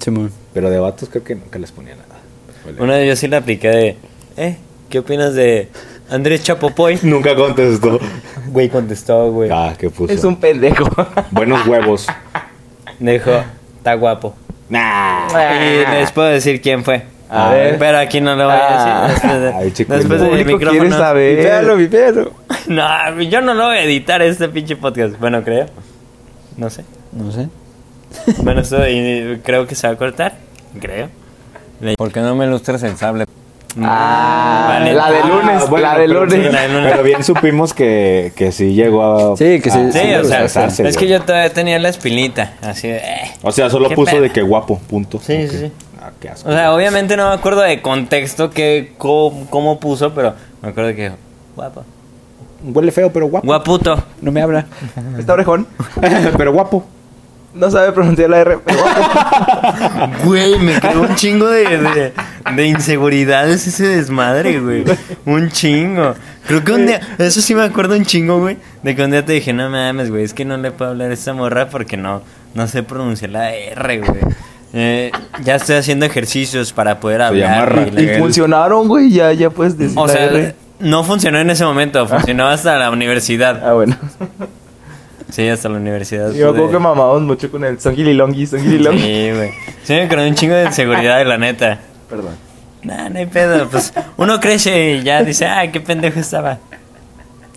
S1: Simón.
S4: Pero de vatos creo que nunca les ponía nada.
S2: Una vez yo sí la apliqué de, eh, ¿qué opinas de Andrés Chapopoy?
S4: Nunca contestó.
S2: Güey, contestó, güey.
S4: Ah, ¿qué puso?
S5: es
S2: *laughs*
S5: un pendejo.
S4: Buenos huevos.
S2: Dijo, está guapo.
S4: Nah.
S2: Y les puedo decir quién fue.
S5: A
S2: A ver.
S5: ver.
S2: Pero aquí no lo voy a
S5: Ah.
S2: decir. Después de,
S4: Ay, chico,
S2: después
S4: el
S2: del
S5: público quiere
S2: micrófono.
S5: saber.
S1: Vipéalo, vipéalo.
S2: No, yo no lo voy a editar este pinche podcast. Bueno, creo. No sé.
S1: No sé.
S2: Bueno, esto y creo que se va a cortar. Creo. ¿Por qué no me ilustras el sable?
S5: Ah,
S2: Vale.
S5: la de lunes,
S4: Ah, bueno,
S5: la de
S4: pero
S5: lunes.
S2: sí, la de lunes.
S4: Pero bien supimos que, que sí llegó a.
S1: Sí, que sí,
S4: a-
S2: Sí,
S1: sí,
S4: a
S2: o sea,
S4: expresarse,
S2: es que
S4: güey.
S2: yo todavía tenía la espinita. Así de, eh.
S4: O sea, solo
S2: ¿Qué
S4: puso
S2: pedo?
S4: de que guapo, punto.
S2: Sí,
S4: Ok.
S2: sí, sí.
S4: Ah, qué asco.
S2: O sea, obviamente no me acuerdo de contexto que cómo, cómo puso, pero me acuerdo que dijo, guapo.
S4: Huele feo, pero guapo.
S2: Guaputo.
S1: No me habla.
S5: Está orejón.
S4: *laughs* pero guapo.
S5: No sabe pronunciar la R.
S2: Güey, me quedó un chingo de, de, de inseguridades ese desmadre, güey. Un chingo. Creo que un día, eso sí me acuerdo un chingo, güey, de que un día te dije, no mames, güey, es que no le puedo hablar a esta morra porque no, no sé pronunciar la R, güey. Eh, ya estoy haciendo ejercicios para poder
S4: llama
S2: hablar. güey, la-
S5: Y funcionaron, güey. Ya, ya puedes decir
S2: O
S5: la
S2: sea,
S5: R.
S2: no funcionó en ese momento, funcionó hasta la universidad.
S5: Ah, bueno.
S2: Sí, hasta la universidad.
S5: Yo creo
S2: pude-
S5: que mamamos mucho con el songililongi, songililongi.
S2: Sí, güey. Sí, me quedó un chingo de inseguridad de la neta.
S5: Perdón.
S2: Nah, no hay pedo. Pues uno crece y ya dice, ah, qué pendejo estaba.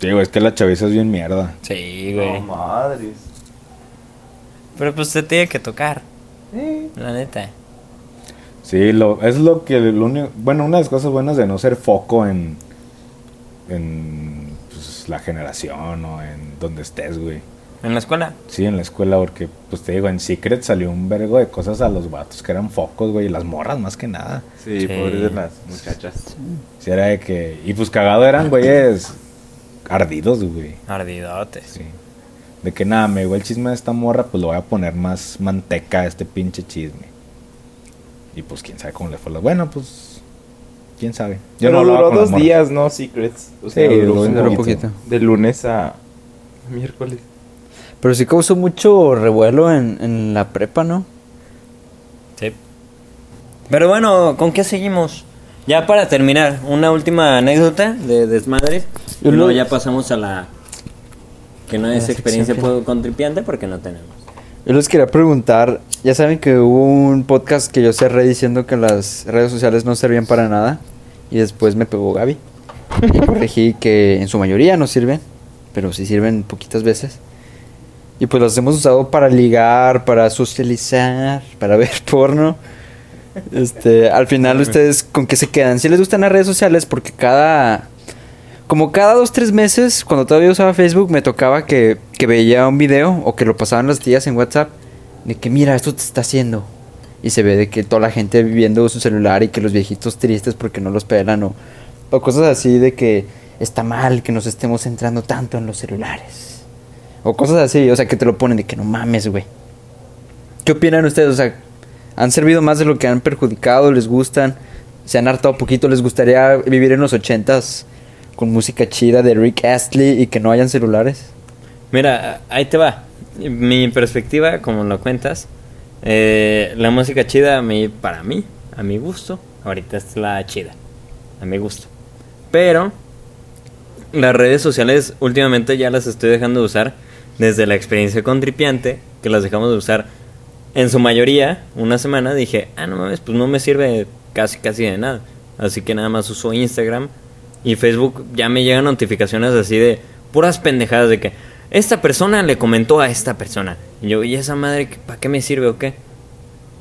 S4: Sí, güey, es que la chaviza es bien mierda.
S2: Sí, güey.
S5: madres.
S2: Pero pues te tiene que tocar,
S5: Sí.
S2: la neta.
S4: Sí, lo, es lo que lo único, bueno, una de las cosas buenas de no ser foco en en pues, la generación o en donde estés, güey.
S2: En la escuela.
S4: Sí, en la escuela porque pues te digo, en Secret salió un vergo de cosas a los vatos que eran focos, güey, y las morras más que nada.
S5: Sí,
S2: Sí.
S5: pobres de las muchachas.
S4: Si era de que y pues cagado eran güeyes ardidos, güey.
S2: Ardidotes.
S4: Sí. De que nada, me llegó el chisme de esta morra, pues le voy a poner más manteca a este pinche chisme. Y pues quién sabe cómo le fue. a la- Bueno, pues quién sabe.
S5: Yo no
S4: hablaba
S5: duró
S4: con las
S5: dos
S4: morras.
S5: días, ¿no? Secrets. O sea,
S4: Sí,
S5: duró
S4: duró
S5: como
S1: un poquito.
S5: De lunes a miércoles.
S1: Pero sí causó mucho revuelo en, en la prepa, ¿no?
S2: Sí. Pero bueno, ¿con qué seguimos? Ya para terminar, una última anécdota de desmadre. Y
S1: Yo
S2: luego
S1: no-
S2: ya pasamos a la... Que no es
S1: sección
S2: experiencia
S1: final.
S2: con tripiante porque no tenemos.
S1: Yo les quería preguntar, ya saben que hubo un podcast que yo cerré diciendo que las redes sociales no servían para nada y después me pegó Gaby. Y corregí que en su mayoría no sirven, pero sí sirven poquitas veces. Y pues las hemos usado para ligar, para socializar, para *laughs* ver porno. Este, al final ustedes con qué se quedan? Si les gustan las redes sociales porque cada como cada dos, tres meses, cuando todavía usaba Facebook, me tocaba que, que veía un video o que lo pasaban las tías en WhatsApp de que mira, esto te está haciendo. y se ve de que toda la gente viendo su celular y que los viejitos tristes porque no los pelan o, o cosas así de que está mal que nos estemos centrando tanto en los celulares. O cosas así, o sea, que te lo ponen de que no mames, güey. ¿Qué opinan ustedes? O sea, ¿han servido más de lo que han perjudicado? ¿Les gustan? ¿Se han hartado poquito? ¿Les gustaría vivir en los ochentas con música chida de Rick Astley y que no hayan celulares?
S2: Mira, ahí te va. Mi perspectiva, como lo cuentas, eh, la música chida a mí- para mí, a mi gusto, ahorita es la chida, a mi gusto. Pero las redes sociales últimamente ya las estoy dejando de usar desde la experiencia con Tripiante, que las dejamos de usar en su mayoría una semana. Dije, ah, no mames, pues no me sirve casi, casi de nada. Así que nada más uso Instagram y Facebook. Ya me llegan notificaciones así de puras pendejadas de que esta persona le comentó a esta persona. Y yo, ¿y esa madre para qué me sirve o qué?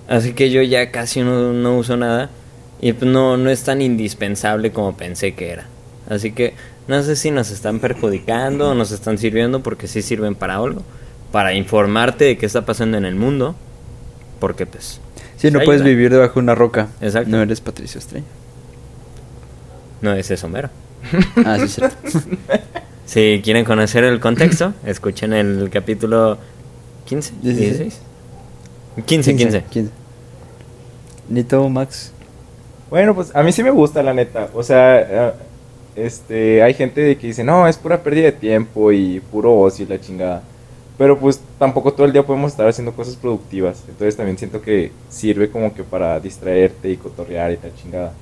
S2: Así que yo ya casi no, no uso nada. Y pues no, no es tan indispensable como pensé que era. Así que no sé si nos están perjudicando o nos están sirviendo porque sí sirven para algo. Para informarte de qué está pasando en el mundo. Porque pues...
S1: Sí, no
S2: ayuda.
S1: puedes vivir debajo de una roca.
S2: Exacto.
S1: No eres Patricio Estrella.
S2: No es eso, mero.
S1: Ah, sí, es *laughs* cierto.
S2: Si quieren conocer
S1: *clears throat*
S2: el contexto, escuchen el capítulo 15, 16. 15, 15.
S1: 15. Nito, Max.
S5: Bueno, pues a mí sí me gusta, la neta. O sea, eh, este, hay gente de que dice, no, es pura pérdida de tiempo y puro ocio y la chingada. Pero pues tampoco todo el día podemos estar haciendo cosas productivas. Entonces también siento que sirve como que para distraerte y cotorrear y tal chingada.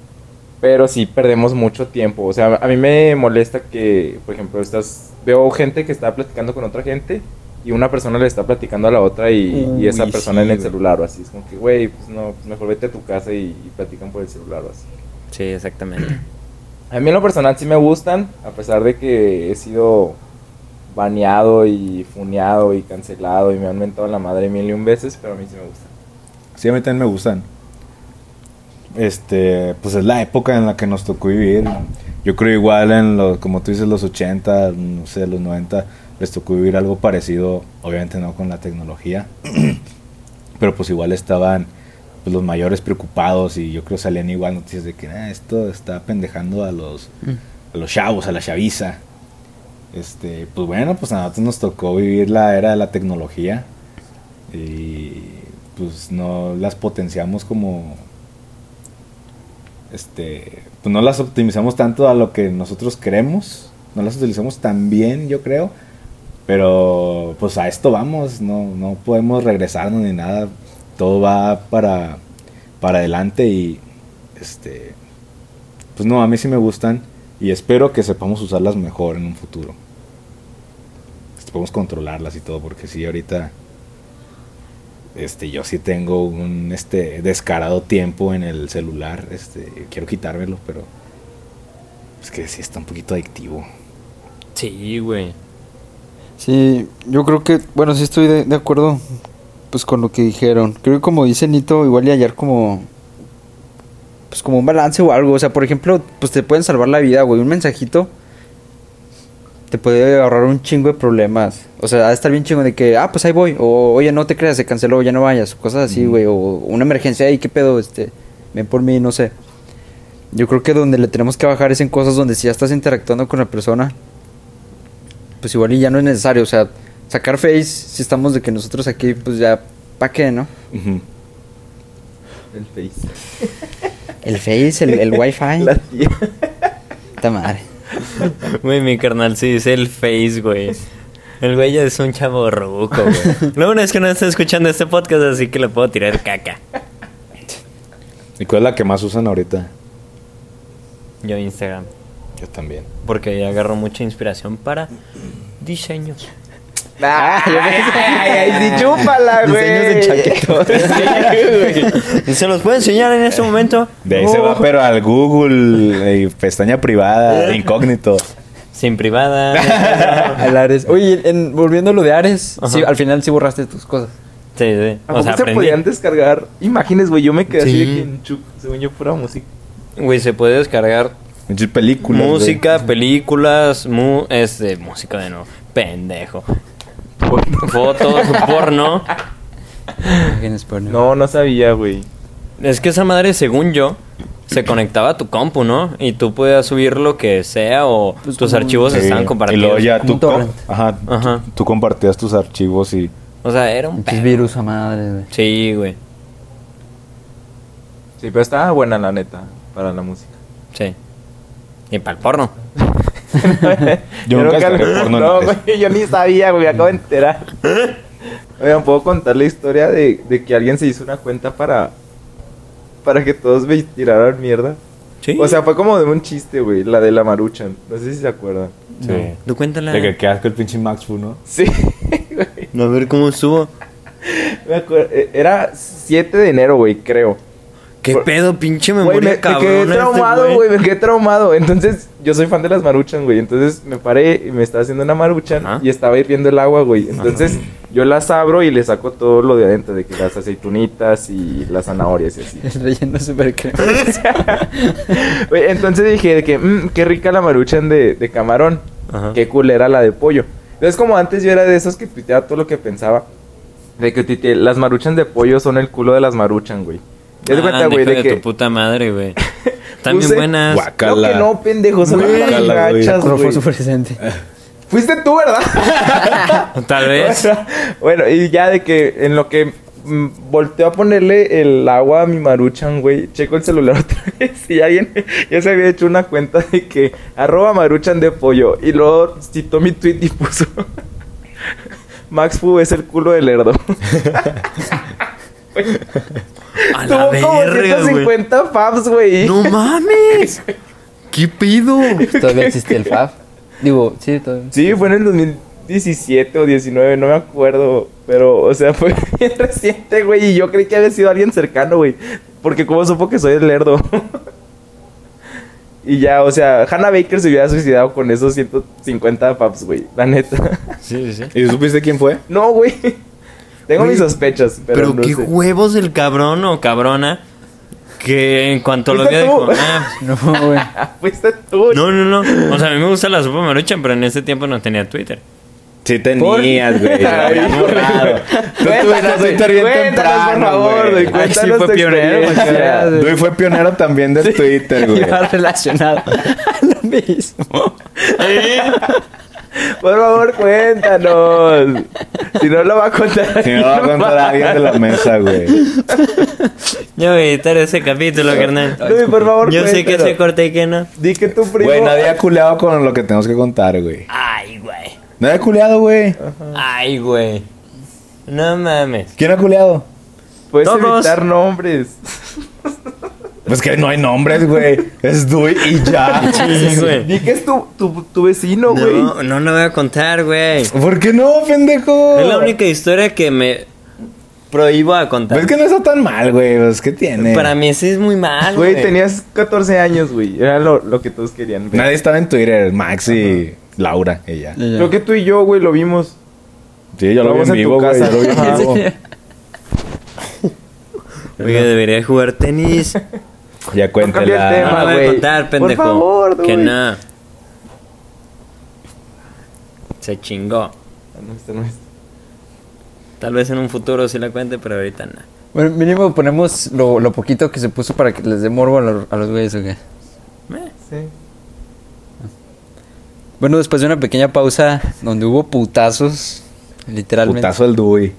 S5: Pero sí perdemos mucho tiempo. O sea, a mí me molesta que, por ejemplo, estás veo gente que está platicando con otra gente y una persona le está platicando a la otra y, y esa
S1: Uy,
S5: persona
S1: sí,
S5: en el
S1: güey.
S5: celular o así. Es como que, güey, pues no, pues, mejor vete a tu casa y, y platican por el celular o así.
S2: Sí, exactamente.
S5: A mí en lo personal sí me gustan, a pesar de que he sido baneado y funeado y cancelado y me han mentado la madre mil y un veces, pero a mí sí me gustan.
S4: Sí, a mí también me gustan. Este, pues es la época en la que nos tocó vivir. Yo creo igual en los, como tú dices, los 80, no sé, los 90, les tocó vivir algo parecido, obviamente no con la tecnología, *clears throat* pero pues igual estaban pues, los mayores preocupados y yo creo salían igual noticias de que "Ah, esto está pendejando a los, a los chavos, a la chaviza. Este, pues bueno, pues a nosotros nos tocó vivir la era de la tecnología y pues no las potenciamos como este pues no las optimizamos tanto a lo que nosotros queremos no las utilizamos tan bien yo creo pero pues a esto vamos no, no podemos regresarnos ni nada todo va para para adelante y este pues no a mí sí me gustan y espero que sepamos usarlas mejor en un futuro Este, podemos controlarlas y todo porque sí ahorita este yo sí tengo un este descarado tiempo en el celular este quiero quitármelo pero es que sí está un poquito adictivo
S2: Sí, güey.
S1: Sí, yo creo que, bueno, sí estoy de, de acuerdo pues con lo que dijeron. Creo que como dice Nito, igual y hallar como pues como un balance o algo, o sea, por ejemplo, pues te pueden salvar la vida, güey, un mensajito te puede ahorrar un chingo de problemas. O sea, ha de estar bien chingo de que, ah, pues ahí voy o oye, no te creas, se canceló, ya no vayas, o cosas así, güey, o una emergencia, y qué pedo, este, ven por mí, no sé. Yo creo que donde le tenemos que bajar es en cosas donde si ya estás interactuando con la persona, pues igual y ya no es necesario, o sea, sacar face, si estamos de que nosotros aquí, pues ya, ¿pa' qué, no?
S5: El Face.
S1: El face, *laughs* el, el wifi,
S5: *laughs* La
S2: *laughs*
S5: tía.
S1: puta madre.
S2: Güey, mi carnal sí dice el face, güey. El güey ya es un chavo ruco, güey. Lo bueno es que no está escuchando este podcast, así que le puedo tirar caca.
S4: y cuál es la que más usan ahorita
S2: Yo Instagram.
S4: yo también
S2: Porque ahí agarro mucha inspiración para diseños. *laughs*
S1: Ah,
S5: Ay,
S1: *laughs*
S5: ay, sí, chúpala,
S1: Diseños de
S5: güey.
S1: chaquetos.
S5: *laughs*
S2: Se los puedo enseñar en este momento.
S4: de ahí se va pero al *laughs* Google eh, pestaña privada de incógnito
S2: Sin
S1: *laughs*
S2: privada.
S1: *laughs* Al Ares. Oye, en, volviendo a lo de Ares,
S2: Ajá.
S1: sí, al final sí borraste tus cosas.
S2: Sí, sí. O
S5: ¿A poco
S2: sea,
S5: se
S2: aprendí.
S5: podían descargar imágenes, güey? Yo me quedé así de
S2: Sí.
S5: que en chuc, según yo, pura música.
S2: Güey, se puede descargar
S4: Muchas películas güey.
S2: música, películas, mu este, música de nuevo. Pendejo. Fotos, porno.
S1: Imágenes pues, porno.
S5: No, no sabía, güey.
S2: Es que esa madre, según yo, se conectaba a tu compu, ¿no? Y tú podías subir lo que sea o
S1: Pues
S2: tus
S1: como-
S2: archivos
S4: Sí,
S2: estaban
S4: Y luego
S2: compartidos.
S4: ya
S1: Como
S4: tú,
S1: un torrent.
S4: com- ajá, tú-
S2: Ajá.
S4: tú compartías tus archivos y.
S2: O sea, era un
S6: Muchos
S2: pedo.
S6: virus a
S1: *laughs*
S6: madre, güey.
S2: Sí, güey.
S5: Sí, pero estaba buena la neta para la música.
S2: Sí. Y para el porno.
S5: *laughs*
S4: Yo nunca descargué porno en
S5: No,
S4: la tele. ¿Eh?
S5: güey, yo ni sabía, güey, me acabo
S4: *laughs*
S5: de enterar. Oigan, ¿puedo contar la historia de, de que alguien se hizo una cuenta para para que todos me tiraran mierda?
S2: Sí.
S5: O sea, fue como de un chiste, güey, la de la maruchan. No sé si se acuerdan.
S4: Sí.
S2: tú cuéntala.
S4: De que qué asco el pinche Max Fu, ¿no?
S5: Sí,
S2: A ver cómo subo.
S5: *laughs* me acuerdo. Era 7 de enero, güey, creo.
S2: ¿Qué
S5: Por-
S2: pedo, pinche
S5: Güey, me,
S2: memoria este
S5: me
S2: cabrón?
S5: quedé traumado, güey, me quedé traumado. Entonces, yo soy fan de las maruchan, güey. Entonces, me paré y me estaba haciendo una maruchan
S2: Ajá.
S5: y estaba hirviendo el agua, güey. Entonces, yo las abro y le saco todo lo de adentro, de que las aceitunitas y las zanahorias
S2: *laughs*
S5: y así.
S1: El relleno súper
S5: *laughs*
S1: crema.
S5: Güey, entonces dije de que, "Mm, qué rica la maruchan de, de camarón.
S2: Ajá.
S5: Qué culera la de pollo. Entonces, como antes yo era de esos que tuiteaba todo lo que pensaba. De que tuiteé, las maruchan de pollo son el culo de las maruchan, güey. Ya te cuenta, güey, de,
S2: Ah, de
S5: que...
S2: tu puta madre,
S5: *laughs*
S2: güey. Están bien
S5: Puse-
S2: buenas.
S4: Guac.
S5: Creo que
S4: Guácala.
S5: no, pendejo, son
S4: Güey.
S5: las
S4: Guácala, güey.
S5: gachas,
S1: Pero fue
S5: güey.
S1: súper decente.
S5: Fuiste tú, ¿verdad?
S2: Tal
S5: *laughs*
S2: vez.
S5: bueno, y ya de que en lo que mm, volteo a ponerle el agua a mi maruchan, güey, checo el celular *laughs* otra vez y alguien ya se había hecho una cuenta de que arroba maruchan de pollo y luego citó mi tweet y puso *laughs* Max Fu es el culo del lerdo.
S2: A la
S5: Tuvo como
S2: verga, güey.
S5: 150 faps, güey.
S2: No
S5: *laughs*
S2: mames. ¿Qué pedo?
S6: Todavía existe el FAF. Digo, sí, todavía.
S5: Sí, fue en el 2017 o 19, no me acuerdo. Pero, o sea, *laughs* fue bien reciente, güey. Y yo creí que había sido alguien cercano, güey. Porque como supo que soy el lerdo. *laughs* y ya, o sea, Hannah Baker se hubiera suicidado con esos 150 paps, güey. La neta. *laughs*
S2: Sí, sí.
S4: ¿Y tú supiste quién fue?
S5: no, güey. Tengo
S2: Güey,
S5: mis sospechas, pero,
S2: Pero,
S5: no
S2: qué
S5: sé.
S2: huevos el cabrón o cabrona que en cuanto lo
S5: Fuiste
S2: vio dijo,
S5: tú.
S2: "Ah, pues,
S1: No, güey.
S5: Ah, Fuiste tú.
S2: no, no, no. O sea, a mí me gusta la sopa maruchan, pero en ese tiempo no tenía
S5: *laughs*
S2: Twitter.
S4: Sí tenías, güey. lo habían borrado. Tú
S5: Cuéntanos,
S4: tuvieras
S5: güey,
S4: Twitter bien
S5: cuéntanos, por
S4: temprano,
S5: favor, güey,
S4: Ay, sí,
S5: cuéntanos tu
S4: fue pionero.
S5: experiencia.
S4: para que veas. Dui fue pionero también del Twitter, güey.
S1: Iba relacionado a lo mismo.
S5: Por favor, cuéntanos. Si no lo va a contar.
S4: Si no, va a contar a alguien de la mesa, güey.
S2: Yo voy a editar ese capítulo, carnal.
S5: Luis, por favor,
S2: Yo sé que
S5: cuéntalo.
S2: se corta y que no.
S5: Di que tu primo.
S4: Güey, nadie ha culeado con lo que tenemos que contar, güey.
S2: Ay, güey.
S4: Nadie ha culeado, güey.
S2: Ay, güey. No mames.
S4: ¿Quién ha culeado?
S5: Puedes
S2: Todos.
S5: evitar nombres.
S4: Pues que no hay nombres, güey. Es Dui y ya.
S2: Sí, güey.
S5: Di que es tu, tu, tu vecino, güey.
S2: No, no lo voy a contar, güey.
S4: ¿Por qué no, pendejo?
S2: Es la única historia que me prohíbo a contar.
S4: Pues es que no está tan mal, güey. Pues, ¿qué tiene?
S2: Para mí sí es muy mal,
S5: Güey,
S2: güey.
S5: tenías 14 años, güey. Era lo, lo que todos querían. ver.
S4: Nadie estaba en Twitter. Max y Laura, ella.
S5: Creo que tú y yo, güey, lo vimos.
S4: Sí, yo lo vi
S5: Vamos
S4: en
S5: a tu
S4: vivo, güey.
S5: casa.
S4: Yo lo vi
S1: Ah,
S5: Ajá.
S4: en vivo.
S2: Oye, debería jugar tenis.
S4: Ya
S5: cambié el
S2: No
S4: cuéntela.
S5: tema.
S2: la voy a
S5: güey.
S2: contar,
S5: Por
S2: pendejo.
S5: favor,
S2: Que
S5: güey.
S2: no. Se chingó.
S5: Ah, No, esta no es.
S2: Tal vez en un futuro sí la cuente, pero ahorita no.
S6: Bueno, mínimo ponemos lo, lo poquito que se puso para que les dé morbo a, los- a los güeyes, ¿o qué?
S5: Sí.
S6: Bueno, después de una pequeña pausa donde hubo putazos, literalmente.
S4: Putazo al Dui.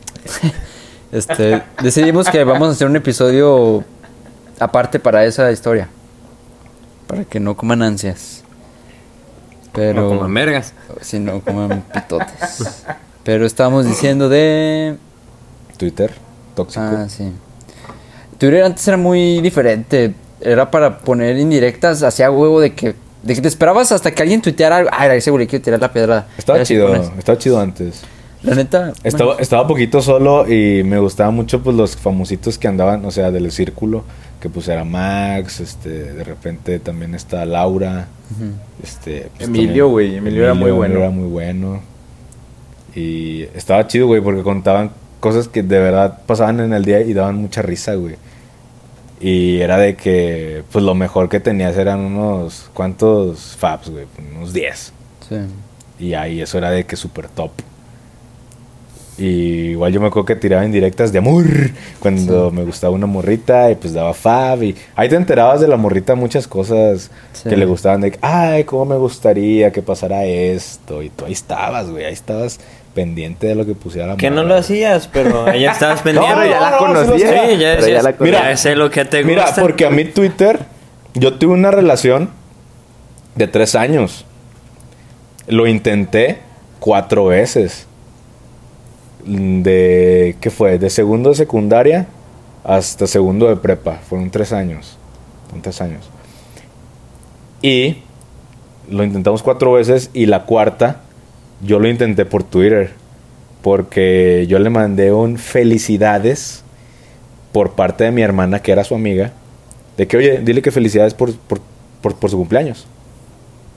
S6: Este, decidimos que vamos a hacer un episodio aparte para esa historia. Para que no coman ansias. Pero.
S2: No coman vergas.
S6: Si no coman pitotes. Pero estábamos diciendo de.
S4: Twitter. Tóxico.
S6: Ah, sí. Twitter antes era muy diferente. Era para poner indirectas hacia huevo de que. De que te esperabas hasta que alguien tuiteara algo. Ay, ese güey le quiero tirar la piedra.
S4: estaba
S6: Era así
S4: chido.
S6: con eso.
S4: Estaba chido antes.
S6: La neta.
S4: Estaba,
S6: bueno,
S4: estaba poquito solo y me gustaban mucho pues los famositos que andaban, o sea, del círculo, que pues era Max, este, de repente también está Laura, este pues,
S5: Emilio,
S4: también-
S5: güey, Emilio era muy bueno.
S4: era muy bueno. Y estaba chido, güey, porque contaban cosas que de verdad pasaban en el día y daban mucha risa, güey. Y era de que pues lo mejor que tenías eran unos cuantos faps, güey, unos 10.
S6: sí.
S4: Y ahí eso era de que super top. Y igual yo me acuerdo que tiraba indirectas de amor cuando me gustaba una morrita y pues daba fab y ahí te enterabas de la morrita muchas cosas
S1: Sí.
S4: que le gustaban de que, ay, cómo me gustaría que pasara esto y tú ahí estabas, güey, ahí estabas pendiente de lo que pusiera la
S2: Que no
S4: morra.
S2: lo hacías, pero ahí estabas
S4: No,
S2: pendiente.
S4: pero ya la
S2: Sí, ya,
S4: conocía.
S5: Pero ya
S2: decías,
S5: la
S2: mira,
S5: conocía.
S2: ya sé lo que te
S4: Mira,
S2: gusta.
S4: porque a mí Twitter, yo tuve una relación de tres años. Lo intenté cuatro veces. De, ¿qué fue? De segundo de secundaria hasta segundo de prepa. Fueron tres años. Fueron tres años. Y lo intentamos cuatro veces y la cuarta yo lo intenté por Twitter. Porque yo le mandé un felicidades por parte de mi hermana, que era su amiga, de que, oye, dile que felicidades por, por, por- por su cumpleaños.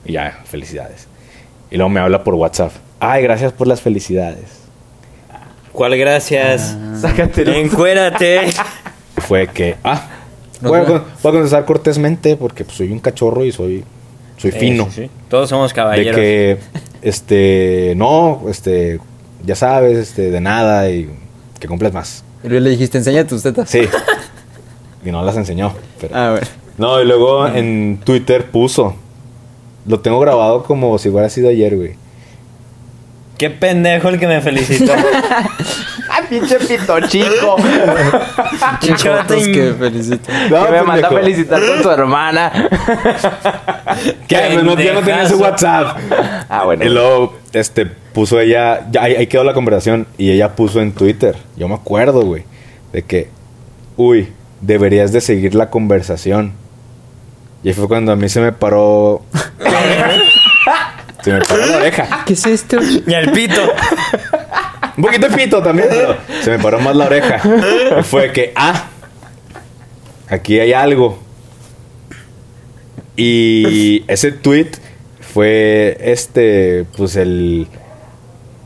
S4: Y ya, felicidades. Y luego me habla por WhatsApp. Ay, gracias por las felicidades.
S2: ¿Cuál gracias?
S5: Ah. Sácatelo.
S2: Encuérate.
S4: Fue que, ah,
S1: No,
S4: voy a,
S1: no.
S4: con- voy a contestar cortésmente porque pues, soy un cachorro y soy, soy fino.
S2: Eh, Sí, sí, sí. Todos somos
S4: De
S2: caballeros.
S4: que, este, no, este, ya sabes, este, de nada y que cumples más.
S1: Y luego le dijiste, enseña tus tetas.
S2: *laughs*
S4: Sí. y no las enseñó. Pero...
S1: A ver.
S4: No, y luego en Twitter puso. Lo tengo grabado como si hubiera sido ayer, güey.
S2: Qué pendejo el que me
S4: *laughs*
S2: felicitó.
S5: *laughs* ¡Ah, pinche pito chico!
S1: Chichotos que felicito.
S5: que me mandó a
S4: pendejo.
S5: felicitar con su hermana.
S4: ¿Qué? Pues no, ya no tenía
S2: Pendejazo.
S4: su WhatsApp.
S5: Ah, bueno.
S4: Y luego, este, puso ella. ya, ahí, ahí quedó la conversación. Y ella puso en Twitter. Yo me acuerdo, güey. De que, uy, deberías de seguir la conversación. Y ahí fue cuando a mí se me paró. se me paró la oreja.
S1: ¿Qué es esto?
S2: y el pito.
S4: Un poquito de pito también, pero se me paró más la oreja. Y Fue que, ah, aquí hay algo. Y ese tweet fue este, pues el,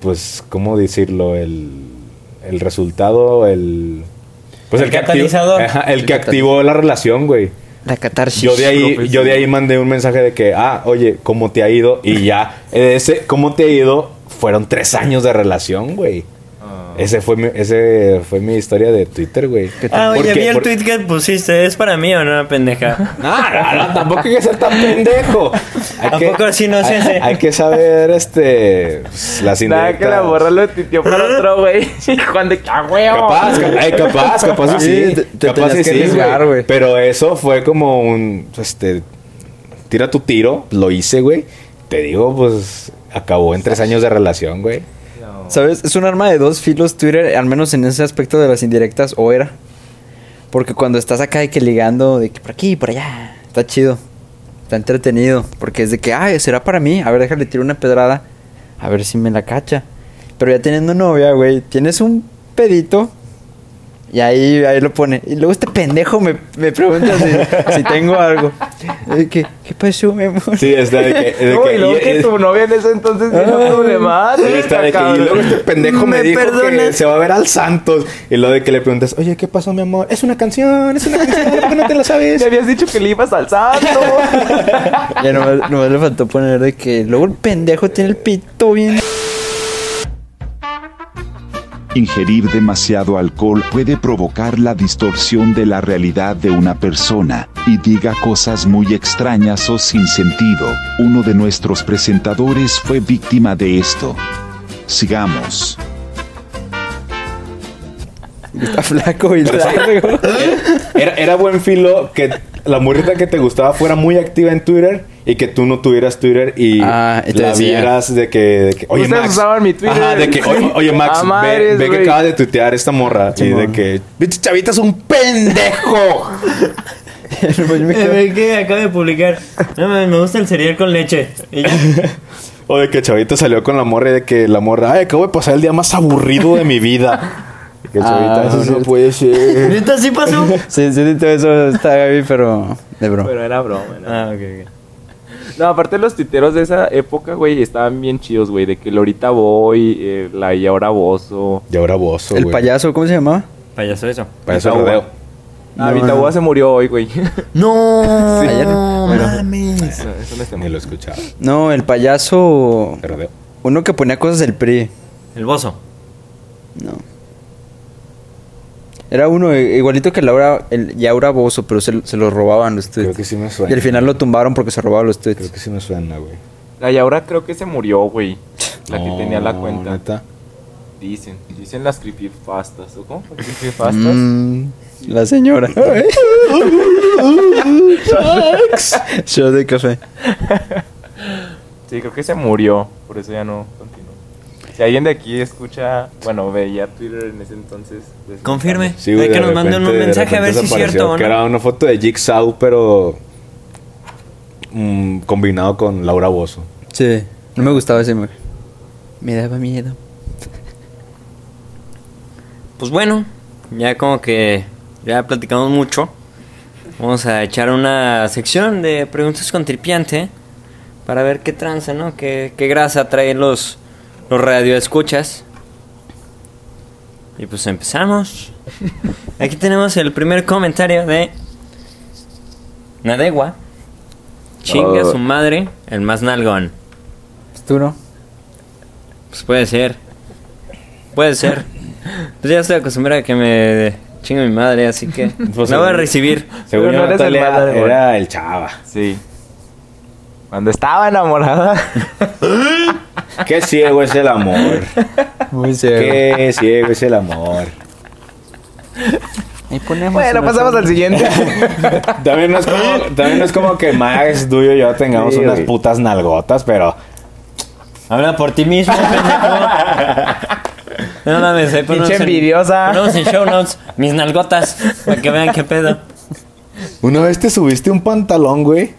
S4: pues, ¿cómo decirlo? El, el resultado, el... Pues
S2: El
S4: que activ-
S2: catalizador.
S4: ajá, el que activó la relación, güey.
S1: La catarsis.
S4: Yo de ahí, yo de ahí mandé un mensaje de que, ah, oye, ¿cómo te ha ido? Y ya, ese, ¿cómo te ha ido? Fueron tres años de relación, güey. Ese fue mi, ese fue mi historia de Twitter, güey.
S2: Ah, oye,
S4: Porque-
S2: vi el
S4: por-
S2: tweet que pusiste. ¿Es para mí o no,
S4: *laughs*
S2: pendeja?
S4: No, no, no, tampoco hay que ser
S2: *laughs*
S4: tan pendejo. Hay
S2: ¿A poco así no se
S4: hay-
S2: hace?
S4: Hay que saber, este, pues, las
S5: Nada,
S4: indirectas.
S5: que la borra lo titió para otro, güey. *laughs* Y Juan de ¡Ah, huevo!
S4: Capaz, ca- ay, capaz, capaz y sí.
S1: Sí, te- te
S4: capaz y
S1: tenías que
S4: sí, güey.
S1: arriesgar, güey.
S4: Pero eso fue como un, este, tira tu tiro, lo hice, güey. Te digo, pues, acabó en tres años de relación, güey.
S1: ¿Sabes? Es un arma de dos filos Twitter, al menos en ese aspecto de las indirectas, o era. Porque cuando estás acá de que ligando, de que por aquí, por allá, está chido. Está entretenido. Porque es de que, ay, será para mí. A ver, déjale tirar una pedrada. A ver si me la cacha. Pero ya teniendo novia, güey, tienes un pedito. Y ahí, ahí lo pone. Y luego este pendejo me, me pregunta si, si tengo algo. Y que, ¿Qué pasó, mi amor?
S4: Sí, está de que. de
S5: No, y luego
S4: y-
S5: que tu novia en ese entonces era problemática,
S4: Sí, está de que, y
S5: cabrón.
S4: luego
S5: *laughs*
S4: este pendejo me,
S1: ¿Me
S4: dijo que
S1: perdonas?
S4: se va a ver al Santos. Y lo de que le preguntas, oye, ¿qué pasó, mi amor? Es una canción, es una canción, ¿por qué no te la sabes?
S5: Te habías dicho que le ibas al santo.
S1: Ya nomás, nomás le faltó poner de que luego el pendejo tiene el pito bien
S7: Ingerir demasiado alcohol puede provocar la distorsión de la realidad de una persona, y diga cosas muy extrañas o sin sentido. Uno de nuestros presentadores fue víctima de esto. Sigamos.
S1: Está flaco *laughs* y largo.
S4: *laughs* Era, era buen filo que la morrita que te gustaba fuera muy activa en Twitter y que tú no tuvieras Twitter y,
S1: Ah, y te
S4: la
S1: decía.
S4: vieras de que, de que, oye
S5: Ustedes
S4: Max,
S5: usaban mi Twitter.
S4: Ajá, de que
S5: *laughs*
S4: oye, oye, Max,
S5: Ah,
S4: ve-
S5: madres,
S4: ve, que
S5: güey.
S4: acaba de tuitear esta morra y de
S1: Simón.
S4: que "Pinche chavita es un pendejo.
S1: Pues me
S2: Eh,
S1: quedo-
S2: ve que acabo de publicar. No, mames, me gusta el cereal con leche. Y ya.
S4: *laughs* O de que Chavita salió con la morra y de que la morra, ay, acabo de pasar el día más aburrido de mi vida. Y que Chavita,
S1: Ah,
S4: eso
S1: sí.
S4: no puede
S1: *laughs*
S4: ser.
S2: ¿Neta sí
S4: *laughs*
S2: pasó?
S1: *laughs* Sí, sí, todo eso está Gaby, pero de bro.
S5: Pero era broma, ¿no?
S2: Ah, ok, ok.
S5: No, aparte los tuiteros de esa época, güey, estaban bien chidos, güey. De que Lorita Boy, eh, la y ahora Bozo.
S4: Y ahora vos,
S1: El payaso, ¿cómo se llamaba?
S2: Payaso eso.
S4: Para eso
S5: Vita
S4: rodeo.
S5: Boa. Ah, Vita Boa se murió hoy,
S4: *laughs*
S5: güey.
S2: No,
S1: Ayer, pero-
S5: No, eso no es tema.
S4: Ni lo escuchaba.
S1: No, el payaso.
S4: Te rodeo.
S1: Uno que ponía cosas del PRI.
S2: El bozo.
S6: No. Era uno eh, igualito que Laura, el Yaura Bozo, pero se, se lo robaban los tweets.
S4: Creo que sí me suena.
S6: Y al final lo tumbaron porque se robaban los tweets.
S4: Creo que sí me suena, güey.
S5: La Yaura creo que se murió, güey. La que tenía la
S4: No,
S5: cuenta.
S4: ¿Neta?
S5: Dicen, dicen las creepypastas, ¿o cómo? fue? Creepypastas.
S6: Mm,
S4: *laughs*
S6: la señora. Yo de café.
S5: Sí, creo que se murió, por eso ya no continuó. Si alguien de aquí escucha, bueno, veía Twitter en ese entonces. pues,
S2: Confirme.
S4: Sí, güey.
S2: Hay que
S4: de
S2: nos manden un
S4: repente- de
S2: mensaje a
S4: repente
S2: ver si es
S4: desapareció,
S2: cierto o
S4: Que
S2: no.
S4: era una foto de Jigsaw, pero. mm, combinado con Laura Bozo.
S6: Sí. No me gustaba ese mujer. Me daba miedo.
S2: Pues bueno, ya como que ya platicamos mucho. Vamos a echar una sección de preguntas con tripiante para ver qué tranza, ¿no? Qué, qué grasa traen los, los radioescuchas. Y pues empezamos. Aquí tenemos el primer comentario de Nadegua. Chinga
S5: Oh.
S2: su madre, el más nalgón.
S6: Pues tú no.
S2: Pues puede ser. Puede ser. Pues ya estoy acostumbrado a que me chingue mi madre, así que
S4: Pues
S2: la voy a
S4: seguro.
S2: recibir.
S4: Según
S5: no
S4: yo,
S5: eres el
S4: Natalia
S5: madre, güey.
S4: era el chava.
S5: Sí. Cuando estaba *laughs* enamorada.
S4: Qué ciego es el amor. Pues
S6: Muy serio.
S4: Qué ciego es el amor.
S5: bueno, pasamos al *laughs* siguiente.
S4: También no es como, también no es como que Max, tú y yo tengamos
S5: Sí,
S4: unas
S5: güey.
S4: putas nalgotas, pero.
S2: Habla por ti mismo, pendejo. No mames, ahí ponemos
S5: Pinche
S2: en-
S5: envidiosa.
S2: Ponemos en show notes mis nalgotas para que vean qué pedo.
S4: Una vez te subiste un pantalón, güey.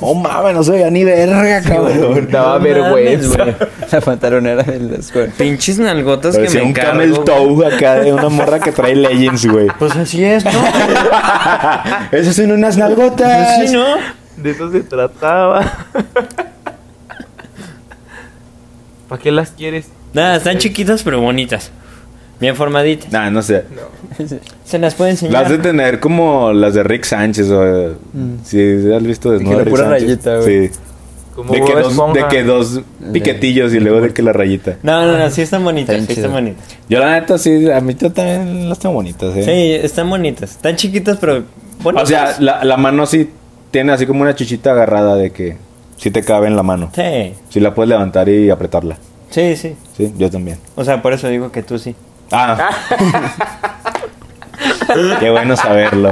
S4: Oh mames, no se veía ni verga, cabrón.
S5: Daba
S2: No
S5: vergüenza.
S2: mames, güey.
S6: *laughs* La pantalonera de la escuela.
S2: Pinches nalgotas que me
S4: Parecía un
S2: encargo.
S4: camel toe acá de una morra que trae legends, güey.
S2: Pues así es,
S6: *laughs*
S2: ¿no?
S4: Esas son unas nalgotas.
S2: Así, Pues ¿no?
S5: De eso se trataba. ¿Para qué las quieres? Eh,
S2: Nada, están chiquitas pero bonitas. Bien formaditas.
S4: Nah, no sé.
S2: Se las puedo enseñar.
S4: Las de tener como las de Rick Sánchez o si has visto desnudo.
S6: que la
S4: a Rick
S6: pura
S4: Sánchez.
S6: rayita, güey.
S4: Sí.
S5: Como
S4: De que,
S5: Bob
S4: dos, de
S5: Esponja.
S4: que dos piquetillos y luego de que la rayita.
S2: No, no, no, sí están bonitas,
S6: Están
S2: sí están
S6: chidas.
S2: bonitas.
S4: Yo la neta sí, a mí yo también las tengo bonitas, eh.
S2: Sí, pues. están bonitas. Están chiquitas, pero bonitas.
S4: O sea, la, la mano sí tiene así como una chichita agarrada de que sí te cabe en la mano.
S2: Sí,
S4: Sí la puedes levantar y apretarla.
S2: sí, sí.
S4: Sí, yo también.
S2: O sea, por eso digo que tú sí.
S4: Ah. *laughs* Qué bueno saberlo.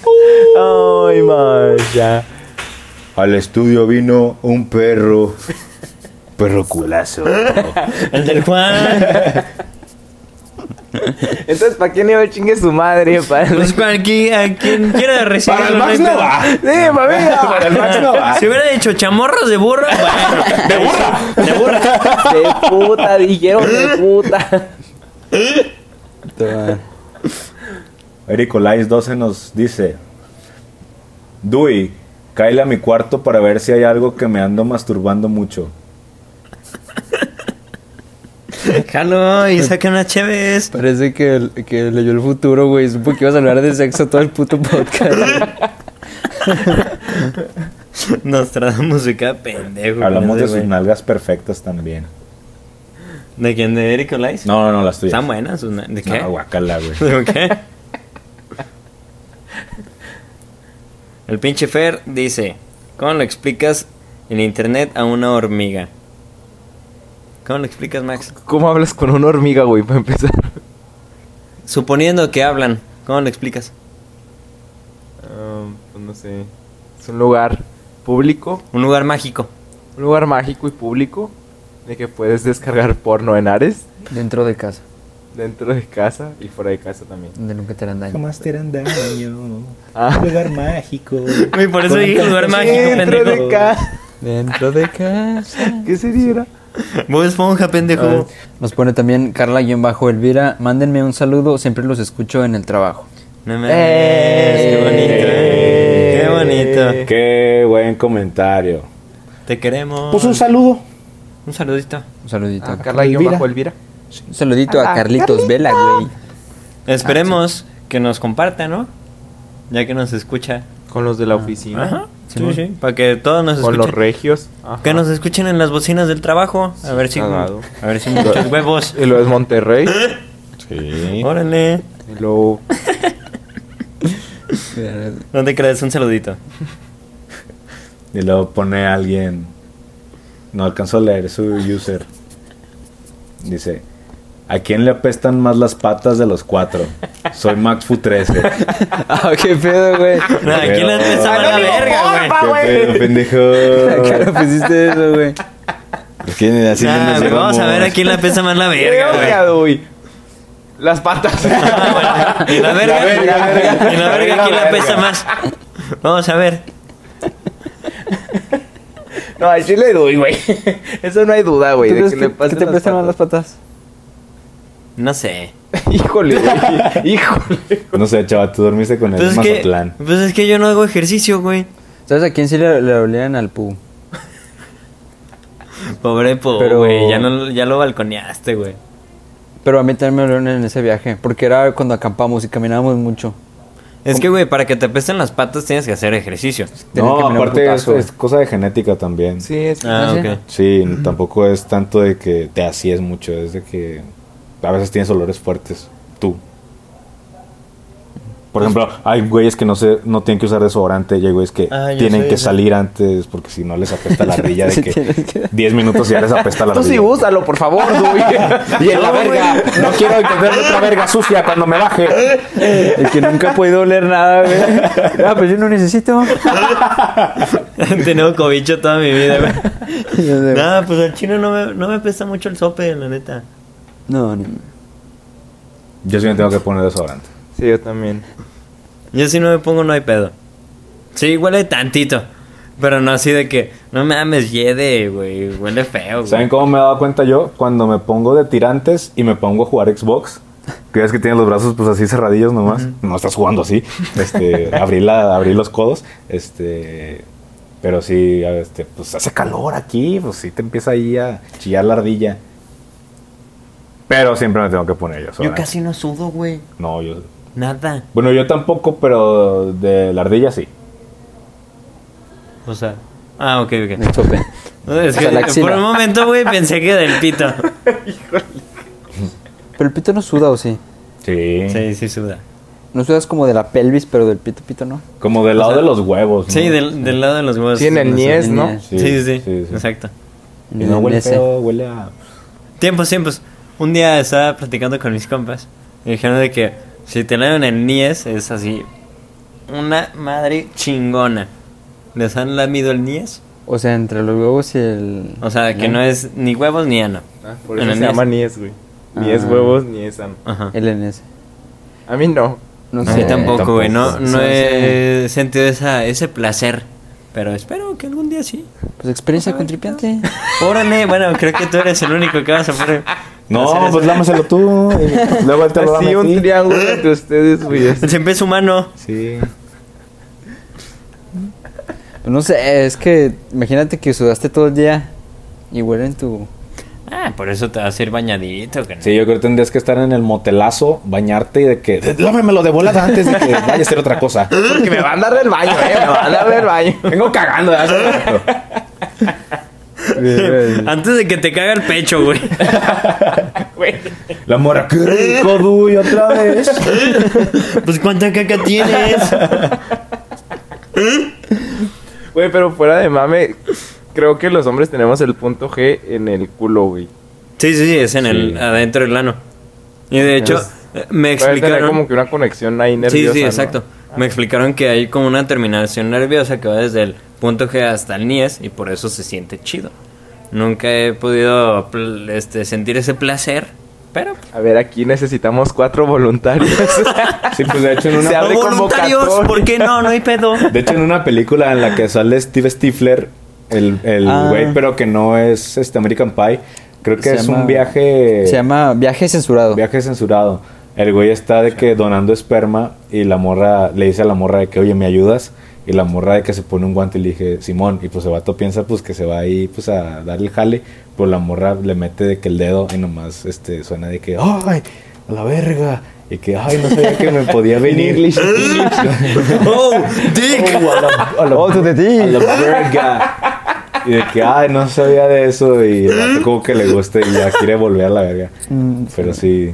S5: Ay, man, ya.
S4: Al estudio vino un perro. Perro culazo.
S2: El *laughs* del Juan.
S5: Entonces, ¿para qué nivel chingue su madre? Para el...
S2: Pues cualquiera, a quien quiera recibir.
S4: Para el Max no va.
S5: Sí, mami.
S4: Para el Max no va.
S2: Si hubiera dicho chamorros de burro, *laughs* bueno,
S4: De burra.
S2: de burro.
S5: De puta, dijeron de puta.
S4: Eric Olais 12 nos dice: Dui, cáele a mi cuarto para ver si hay algo que me ando masturbando mucho.
S2: Jalo y saca unas chéves.
S6: Parece que, el- que leyó el futuro, güey. Supo que ibas a hablar de sexo todo el puto podcast.
S2: Nos trae música pendejo.
S4: Hablamos de sus
S2: su
S4: nalgas perfectas también.
S2: ¿De quién? ¿De Eric Olais?
S4: No, no, no, las tuyas.
S2: Están buenas. sus na- ¿De qué?
S4: No, guacala, güey.
S2: *laughs* ¿De qué? El pinche Fer dice, ¿cómo lo explicas en internet a una hormiga? ¿Cómo lo explicas, Max?
S5: ¿Cómo hablas con una hormiga, güey, para empezar?
S2: Suponiendo que hablan, ¿cómo lo explicas?
S5: Um, pues no sé. Es un lugar público,
S2: Un lugar *laughs* mágico.
S5: un lugar mágico y público de que puedes descargar porno en Ares
S6: *laughs* Dentro de casa,
S5: dentro de casa y fuera de casa también.
S6: donde nunca te harán daño.
S4: Jamás te harán daño.
S5: Ah.
S4: Lugar mágico.
S2: Güey, por eso dije lugar mágico,
S5: dentro
S2: pendejo.
S5: de casa.
S6: Dentro de casa.
S5: ¿Qué sería?
S2: Vos esponja, pendejo.
S6: Nos pone también Carla guión bajo Elvira. Mándenme un saludo, siempre los escucho en el trabajo.
S2: No me
S5: Eh.
S2: qué bonito. eh. Qué bonito.
S4: Qué buen comentario.
S2: Te queremos.
S4: Pues un saludo.
S2: Un saludito.
S6: Un saludito.
S5: Ah, Carla guión bajo Elvira. Ah,
S6: Un saludito a Carlitos Vela, güey.
S2: Ah, Esperemos que nos comparta, ¿no? Ya que nos escucha.
S5: Con los de la oficina.
S2: Ajá. Sí, sí, Para que todos nos
S5: Con los
S2: escuchen.
S5: regios. Ajá.
S2: Que nos escuchen en las bocinas del trabajo. A ver si.
S5: cagado.
S2: A ver si muchos huevos.
S5: Y luego es Monterrey.
S4: Sí.
S2: Órale.
S5: y luego.
S2: No te crees, un saludito.
S4: Y luego pone alguien. No alcanzó a leer su user. Dice: ¿A quién le apestan más las patas de los cuatro? Soy MaxFu 13.
S6: Ah, qué pedo, *laughs* güey.
S2: No, aquí les
S4: Pero-
S2: pensaba la verga, güey.
S4: ¿Qué
S1: *laughs*
S4: pedo,
S6: ¿Qué le
S4: pendejo?
S6: pusiste pues, eso, güey?
S4: Es que así no
S2: Ah,
S4: nos
S2: güey, vamos a
S4: llevamos.
S2: ver a quién la pesa más la verga, güey.
S5: Verga, güey. Las *laughs* patas.
S2: Ah, bueno, *laughs* Y la verga. Y la verga, ¿quién la pesa más? Vamos a ver.
S5: no, ahí sí le doy, güey. *laughs* Eso no hay duda, güey.
S6: ¿Tú
S5: de
S6: crees
S5: que
S6: que,
S5: le
S6: que
S5: pasen
S6: te prestan más
S5: patas.
S6: las patas?
S2: No sé.
S5: Híjole, güey. *laughs* Híjole.
S4: No sé, chaval, tú dormiste con el
S2: Pues es, que,
S4: Mazatlán.
S2: pues es que yo no hago ejercicio, güey.
S6: ¿Sabes a quién sí le, le olían al pu?
S2: Pobre po,
S6: Pero-
S2: güey. Ya, no, ya lo balconeaste, güey.
S6: Pero a mí también me olieron en ese viaje, porque era cuando acampamos y caminábamos mucho.
S2: Es que, güey, para que te pesten las patas tienes que hacer ejercicio.
S6: Tenía que
S4: No,
S6: mirar un
S4: aparte es,
S6: putazo.
S4: es cosa de genética también.
S5: Sí, es que
S2: Ah,
S6: ¿Ah, sí?
S2: ok. *laughs*
S4: Sí, tampoco es tanto de que te hacías mucho, es de que a veces tienes olores fuertes, tú. Por ejemplo, hay güeyes que no se, no tienen que usar desodorante y hay güeyes que
S2: Ah, yo
S4: tienen
S2: sé,
S4: que
S2: yo sé.
S4: salir antes porque si no les apesta la ardilla de que 10 minutos y ya les apesta la
S5: Tú sí
S4: ardilla.
S5: úsalo, por
S6: *laughs*
S5: favor, güey.
S4: y en la verga, no quiero encontrar otra verga sucia cuando me baje.
S6: El que nunca ha podido oler nada, güey. Ah, pues yo no necesito.
S2: He tenido cobicho toda mi vida, *laughs* güey.
S6: Yo de-
S2: Nada, pues al chino no me, no me pesa mucho el sope, la neta.
S6: No, ni-
S4: Yo sí me tengo que poner desodorante.
S5: Sí, yo también.
S2: Yo si no me pongo no hay pedo. Sí, huele tantito. Pero no así de que, no mames, yede, güey. Huele feo, güey.
S4: ¿Saben cómo me he dado cuenta yo? Cuando me pongo de tirantes y me pongo a jugar Xbox, que ves que tienes los brazos pues así cerradillos nomás, no estás jugando así, este, abrí, la, abrí los codos, este, pero sí, a- este, pues hace calor aquí, pues sí te empieza ahí a chillar la ardilla. Pero siempre me tengo que poner yo sola.
S2: Yo casi no sudo, güey.
S4: No, yo...
S2: Nada.
S4: Bueno, yo tampoco, pero de la ardilla sí.
S2: O sea. Ah, ok, ok.
S6: el sope.
S2: Es
S6: o sea, la
S2: que
S6: axila.
S2: por un momento, güey, pensé que del pito.
S6: Pero el pito no suda, ¿o sí?
S4: Sí.
S2: Sí, sí suda.
S6: No sudas como de la pelvis, pero del pito, pito no.
S4: Como del lado de los huevos. ¿no?
S2: Sí, del, del lado de los huevos.
S5: Sí, en
S2: Pues
S5: el
S2: No sé.
S5: niés, ¿no?
S6: Niés.
S2: Sí sí, sí,
S4: sí, sí.
S2: Exacto.
S4: Y no
S6: En
S4: huele
S6: ese.
S4: feo, huele a...
S2: Tiempos, tiempos. Un día estaba platicando con mis compas. Y dijeron de que si te lavan el niés es así. Una madre chingona. ¿Les han lamido el niés?
S6: O sea, entre los huevos y el...
S2: O sea, que no es ni huevos ni ano.
S5: Ah, por
S2: En
S5: eso
S2: el
S5: se
S2: niés.
S5: llama Nies, güey. Ni es
S6: Ah.
S5: huevos, ni es ano.
S2: Ajá.
S6: El NS.
S5: A mí no.
S6: No
S2: A mí
S6: sé.
S2: tampoco, güey. No,
S4: tampoco.
S2: no
S6: Sí,
S2: he sentido esa, ese placer. Pero espero que algún día sí.
S6: Pues experiencia con tripiante.
S2: Órale, bueno, creo que tú eres el único que vas a poder. hacer
S4: No,
S2: eso.
S4: pues lámaselo tú.
S5: *laughs*
S4: y Luego él te lo
S5: Así
S4: lame a
S5: un
S4: ti.
S5: triángulo *laughs* entre ustedes, güey. así.
S2: Siempre es humano.
S4: Sí.
S6: Pues no sé, es que imagínate que sudaste todo el día y huele en tu...
S2: Ah, por eso te vas a ir bañadito. Que
S4: Sí, yo creo que tendrías que estar en el motelazo, bañarte y de que lámemelo de volada antes de *laughs* que vaya a ser otra cosa.
S5: Porque me van a dar del baño, eh. Me van a dar del baño.
S4: *laughs* Vengo cagando.
S5: *laughs*
S4: ¿verdad?
S2: Antes de que te caga el pecho, güey.
S4: La mora, qué rico, duy, otra vez.
S2: *laughs* Pues cuánta caca tienes.
S5: Güey, pero fuera de mame, creo que los hombres tenemos el punto G en el culo, güey.
S2: Sí, sí, sí, es en el
S4: Sí.
S2: adentro del ano. Y de hecho,
S5: Es-
S2: eh, me
S5: Puede tener
S2: explicaron.
S5: como que una conexión ahí
S2: Sí,
S5: nerviosa.
S2: sí,
S5: ¿no? Ah.
S2: exacto. Me explicaron que hay como una terminación nerviosa que va desde el punto G hasta el niés y por eso se siente chido. Nunca he podido pl- este, sentir ese placer, pero
S5: A ver, aquí necesitamos
S2: *laughs*
S5: cuatro voluntarios.
S4: Sí, pues de hecho en
S5: Se
S4: una,
S5: abre
S2: ¡No, voluntarios,
S5: convocatoria.
S2: ¿por qué no? No hay pedo.
S4: de hecho en una película en la que sale Steve Stifler, el el
S6: Ah.
S4: güey, pero que no es este American Pie. Creo que
S6: Se
S4: es
S6: llama-
S4: un viaje.
S6: Se llama viaje censurado.
S4: Viaje censurado. El güey está de que donando esperma y la morra le dice a la morra de que, oye, ¿me ayudas? Y la morra de que se pone un guante y le dije, Simón, y pues el vato piensa pues que se va ahí pues a dar el jale, pues la morra le mete de que el dedo y nomás este suena de que, ¡ay! A la verga. Y que, ay, no sabía que me
S2: *laughs*
S4: podía venir.
S2: ¡Oh!
S4: *laughs*
S2: ¡Dick!
S4: Uh, a la, a la- a la verga. Y de que, ay, no sabía de eso. Y el vato como que le gusta y ya quiere volver a la verga. Pero sí.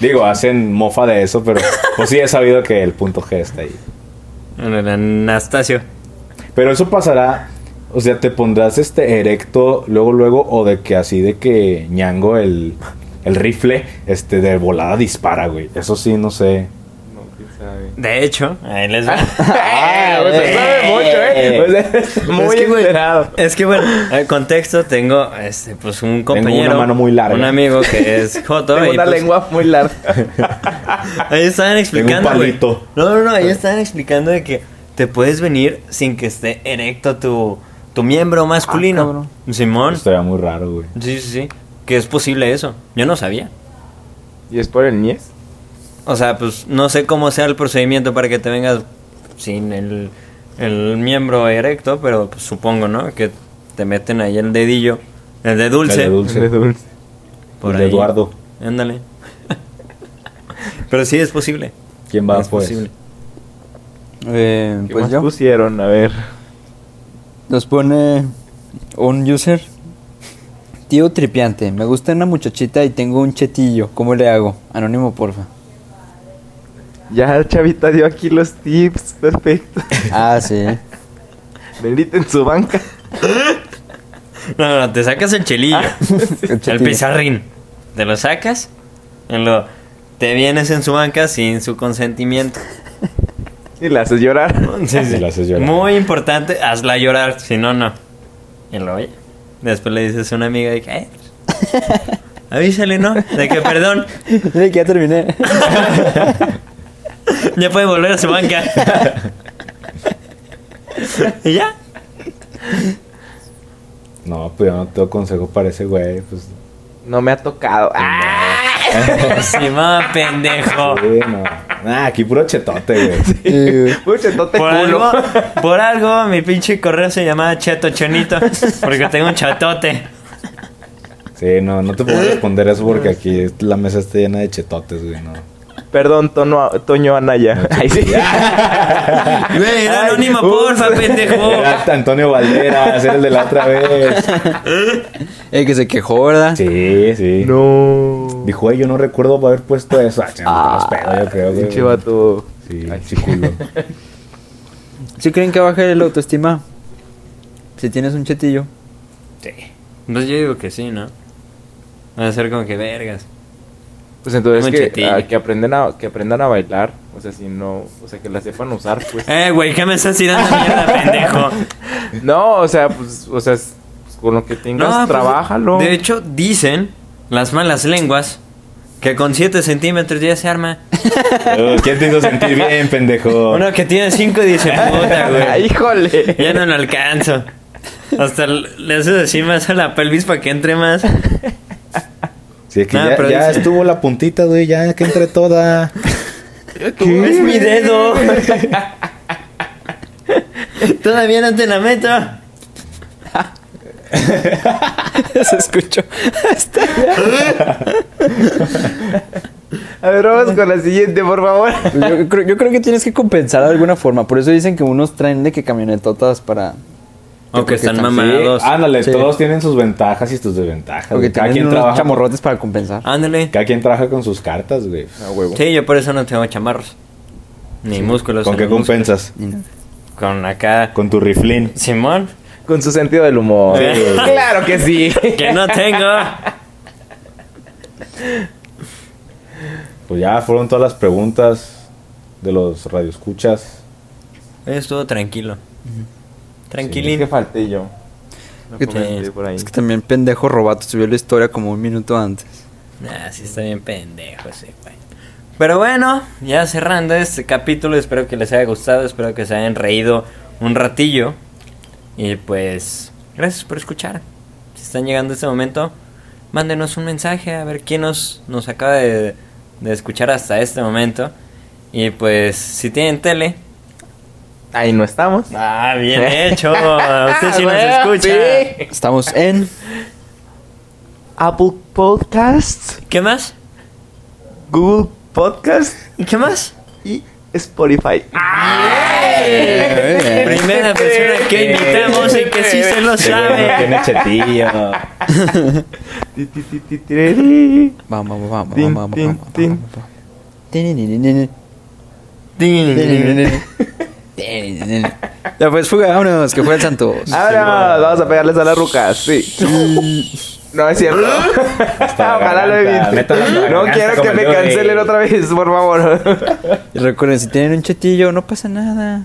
S4: Digo, hacen mofa de eso, pero pues sí he sabido que el punto G está ahí.
S2: Anastasio.
S4: Pero eso pasará. O sea, te pondrás este erecto luego, luego, o de que así de que ñango el, el rifle, este, de volada dispara, güey. Eso sí,
S2: *laughs*
S4: no sé.
S5: No, quién sabe.
S2: De hecho, ahí les va.
S5: *laughs* Ah, pues, se sabe mucho, ¿eh? O sea, es muy
S2: es que, güey,
S5: enterado.
S2: es que bueno, el contexto tengo este, pues un compañero.
S4: una mano muy larga.
S2: Un amigo que es Joto.
S5: Tengo
S2: y,
S5: una
S2: pues,
S5: lengua muy larga.
S2: Ahí estaban explicando. güey.
S4: palito.
S2: No, no, no, ahí estaban explicando de que te puedes venir sin que esté erecto tu, tu miembro masculino. Simón.
S4: Estaría muy raro, güey.
S2: Sí, sí, sí. Que es posible eso. Yo no sabía.
S5: ¿Y es por el niés?
S2: O sea, pues no sé cómo sea el procedimiento para que te vengas sin el, el miembro erecto, pero pues, supongo, ¿no? Que te meten ahí el dedillo, el de dulce.
S4: El de dulce.
S5: De dulce.
S2: por
S4: el de
S2: ahí.
S4: Eduardo.
S2: Ándale. *laughs* pero sí es posible.
S4: ¿Quién va,
S2: es
S4: pues?
S2: posible.
S6: Eh,
S5: ¿Qué
S6: pues
S5: más
S6: yo.
S5: pusieron? A ver.
S6: Nos pone un user. Tío tripiante, me gusta una muchachita y tengo un chetillo. ¿Cómo le hago? Anónimo, porfa.
S5: Ya Chavita dio aquí los tips.
S2: *laughs*
S5: Perfecto.
S6: Ah, sí.
S5: Bendita en su banca.
S2: No, no, te sacas el chelillo,
S4: Ah, *laughs*
S6: El
S2: el
S6: chetillo. *laughs*
S2: pizarrín. Te lo sacas, y luego te vienes en su banca sin su
S4: *laughs*
S2: consentimiento.
S5: Y la haces llorar.
S2: Sí, sí.
S4: Y la haces llorar.
S2: Muy importante, hazla llorar, si no, no. Y lo oye. Después le dices a una amiga de que,
S4: *laughs*
S2: eh, avísale, ¿no? De que, perdón, *laughs*
S6: Mira que ya terminé.
S2: ya puede volver a su
S4: *laughs*
S2: banca. *laughs* y ya.
S4: No, pues yo no tengo consejo para ese güey. Pues,
S5: No me ha tocado. ¡Ah!
S2: Sí, mamá, *laughs* pendejo.
S5: *laughs*
S4: sí,
S5: Este
S4: no. Nah, aquí puro chetote, güey.
S5: Mucho tote
S2: Por
S5: culo.
S2: algo, por algo, mi pinche correo se llamaba Chato Chonito. Porque tengo un chatote.
S4: Sí, no, no te puedo responder eso porque aquí la mesa está llena de chetotes, güey, no.
S5: Perdón, tono, Toño Anaya. Ay, sí.
S2: Güey, *laughs* era
S5: Ay,
S2: anónimo, porfa, pendejo.
S5: *laughs*
S4: Era hasta Antonio Valderas, era el de la otra vez.
S6: El eh, que se quejó, ¿verdad?
S4: Sí, sí.
S5: No.
S4: Dijo, "Ey, yo no recuerdo haber puesto eso. Ah, chingada, estamos pedo, yo creo, güey.
S5: Pinche vato.
S4: Sí, sí, culo.
S6: ¿Sí creen que baje el autoestima? Si tienes un chetillo.
S2: Pues yo digo que sí, ¿no? Va a ser como que vergas.
S5: Pues entonces que,
S2: Muchetillo.
S5: a- que aprenden a, que aprendan a bailar. O sea, si no, o sea, que la sepan usar, pues.
S2: *laughs* Eh, güey, ¿qué me estás tirando mierda, pendejo?
S5: No, o sea, pues, o sea, es- pues, con lo que tengas,
S2: pues,
S5: trabájalo.
S2: De hecho, dicen las malas lenguas que con 7 centímetros ya se arma.
S4: Eh, ¿Quién te hizo sentir bien, pendejo?
S2: Uno que tiene 5 dice, puta,
S5: *laughs*
S2: güey.
S5: Ay, híjole.
S2: Ya no lo alcanzo. Hasta l- le haces así más a la pelvis para que entre más.
S4: Sí, es que
S2: Ah,
S4: ya,
S2: pero
S4: ya
S2: dice-
S4: estuvo la puntita, güey, ya que entre toda.
S2: Es mi dedo. Todavía no te la meto.
S6: Se escuchó.
S5: A ver, vamos con la siguiente, por favor.
S6: Yo creo, yo creo que tienes que compensar de alguna forma. Por eso dicen que unos traen de que camionetotas para.
S2: Aunque están mamados.
S4: Sí, ándale,
S6: Sí.
S4: todos tienen sus ventajas y sus desventajas.
S6: O que
S4: güey. Cada
S6: tienen
S4: quien,
S6: unos
S4: trabaja,
S6: chamorrotes para compensar.
S2: Ándale.
S4: cada quien trabaja con sus cartas, Ah, güey.
S5: A huevo.
S2: Sí, yo por eso no tengo chamarros. Ni músculos.
S4: ¿Con
S2: ni
S4: qué
S2: músculos.
S4: compensas?
S2: Con acá.
S4: Con tu riflín.
S2: Simón.
S5: Con su sentido del humor.
S2: Sí.
S5: Claro
S2: *laughs*
S5: que sí.
S2: Que no tengo.
S4: Pues ya fueron todas las preguntas de los
S5: *laughs*
S4: radioescuchas.
S2: Hoy estuvo tranquilo.
S5: Es que
S2: Tranquilín.
S5: falté yo. No
S6: Que-
S5: comenté por ahí.
S6: Es que también pendejo robato subió la historia como un minuto antes.
S2: Nah, sí está bien pendejo ese güey. Pero bueno, ya cerrando este capítulo, espero que les haya gustado, espero que se hayan reído un ratillo. Y pues, gracias por escuchar. Si están llegando a este momento, mándenos un mensaje a ver quién nos, nos acaba de, de escuchar hasta este momento. Y pues, si tienen tele,
S5: Ahí no estamos.
S2: ah,
S5: *laughs*
S2: bien hecho. Usted sí nos
S5: Ah, bueno,
S2: escucha.
S5: sí.
S6: Estamos *laughs* en.
S5: Apple Podcasts,
S2: ¿Qué más?
S5: Google Podcast
S2: ¿Y qué más?
S5: y
S4: *laughs*
S5: Spotify. Eh.
S2: Primera persona que invitamos y que sí se lo
S5: *laughs*
S2: sabe.
S4: Tiene chetillo.
S5: Ti, ti, ti, ti, tiriri.
S1: Vamos, vamos, vamos,
S5: Tin,
S1: vamos,
S5: tin,
S1: vamos,
S5: tin.
S1: vamos, vamos. *laughs* Tinininin. Tinininin. Tinininin. Ya pues fuga, vámonos, que fuera el Santos.
S6: Ah.
S5: Ahora vamos a pegarles a las rucas, sí. No
S4: *laughs*
S5: es cierto. *laughs* Ojalá lo
S4: garganta,
S5: evite.
S4: neta la
S5: No
S4: garganta
S5: quiero que
S4: como eh.
S5: me
S4: el Yuri.
S5: cancelen otra vez, por favor.
S1: Y recuerden, si tienen un chetillo, no pasa nada.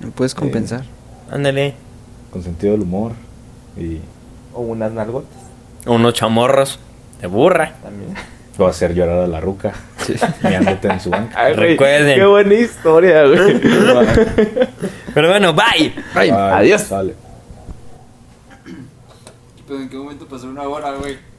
S1: Lo puedes compensar.
S2: Ándale.
S4: Con sentido del humor. Y
S5: O unas nalgotas
S2: Unos chamorros de burra.
S5: también.
S4: lo va a hacer llorar a la ruca. Meándote en su banca.
S5: Ay, güey,
S2: Recuerden.
S5: Qué buena historia, güey.
S2: Pero bueno, bye.
S4: Ay,
S5: *laughs* Adiós.
S4: sale.
S1: Pero en qué momento pasó una hora, güey.